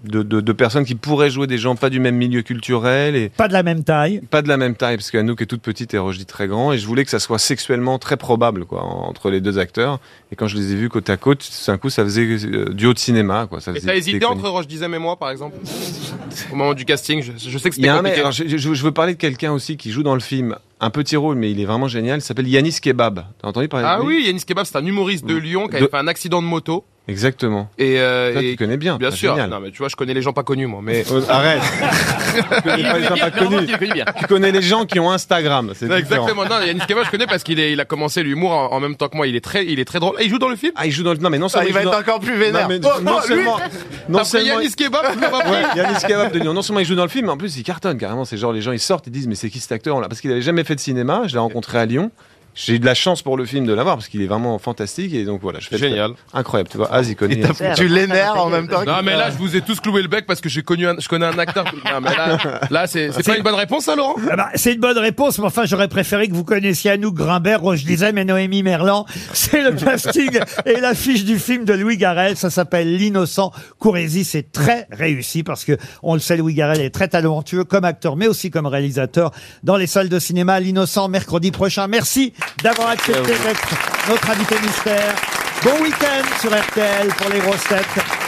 Speaker 21: de, de- de personnes qui pourraient jouer des gens pas du même milieu culturel et
Speaker 2: Pas de la même taille.
Speaker 21: pas de la même taille, parce qu'Anouk est toute petite et Roger très grand, et je voulais que ça soit sexuellement très probable quoi, en- entre les deux acteurs. Et quand je les ai vus côte à côte, d'un coup, ça faisait euh, duo de cinéma. Quoi. Ça
Speaker 8: Et
Speaker 21: faisait
Speaker 8: t'as hésité
Speaker 21: déconner.
Speaker 8: entre Roche Dizem et moi, par exemple Au moment du casting, je, je sais que
Speaker 21: Il y
Speaker 8: c'était
Speaker 21: a un mec-
Speaker 8: compliqué.
Speaker 21: alors, je, je- je veux parler de quelqu'un aussi qui joue dans le film un petit rôle, mais il est vraiment génial. Il s'appelle Yanis Kebab. T'as entendu parler
Speaker 8: Ah
Speaker 21: de lui
Speaker 8: oui, Yannis Kebab, c'est un humoriste de Lyon qui avait
Speaker 21: Mm. De-
Speaker 8: fait un accident de moto.
Speaker 21: Exactement.
Speaker 8: Et, euh,
Speaker 21: Toi, tu
Speaker 8: et-
Speaker 21: connais bien,
Speaker 8: Bien
Speaker 21: ah,
Speaker 8: sûr.
Speaker 21: génial.
Speaker 8: Non, mais tu vois, je connais les gens pas connus, moi.
Speaker 21: *laughs*
Speaker 8: Mais
Speaker 21: Oh, arrête. *laughs* Tu connais pas les gens pas connus. Tu connais les gens qui ont Instagram. C'est
Speaker 8: Non,
Speaker 21: différent.
Speaker 8: Exactement. Non, Yannis Kebab, je connais parce qu'il est- il a commencé l'humour en, en même temps que moi. Il est très, il est très drôle. Et il joue dans le film.
Speaker 21: Ah, il joue dans le. Non, mais non
Speaker 8: ça
Speaker 21: seulement il joue dans- Non, mais Oh,
Speaker 8: Oh,
Speaker 21: non *laughs* seulement, non seulement-
Speaker 8: Yannis Kebab, tu l'as pas pris
Speaker 21: Ouais, Yanis Kebab *laughs* de Lyon. Non seulement il joue dans le film, mais en plus il cartonne carrément. C'est genre les gens ils sortent et disent mais c'est qui cet acteur On l'a- Parce qu'il avait jamais fait de cinéma. Je l'ai rencontré à Lyon. J'ai eu de la chance pour le film de l'avoir parce qu'il est vraiment fantastique et donc voilà. Je fais
Speaker 8: Génial.
Speaker 21: Incroyable, tu vois. Ah, Ziconi.
Speaker 3: foutu les nerfs en même temps
Speaker 8: Non,
Speaker 3: qu'il-
Speaker 8: mais là, je vous ai tous cloué le bec parce que j'ai connu un- je connais un acteur. Non, mais là, là c'est c'est pas une bonne réponse, ça, Laurent
Speaker 2: Ah bah, c'est une bonne réponse, mais enfin, j'aurais préféré que vous connaissiez Anouk Grimbert, Roche Dizem et Noémie Merlan. C'est le casting et l'affiche du film de Louis Garrel. Ça s'appelle L'innocent Courrézy. C'est très réussi parce que, on le sait, Louis Garrel est très talentueux comme acteur, mais aussi comme réalisateur dans les salles de cinéma. L'innocent mercredi prochain. Merci d'avoir accepté
Speaker 22: Merci à vous.
Speaker 2: d'être notre invité mystère. Bon week-end sur RTL pour les grosses têtes.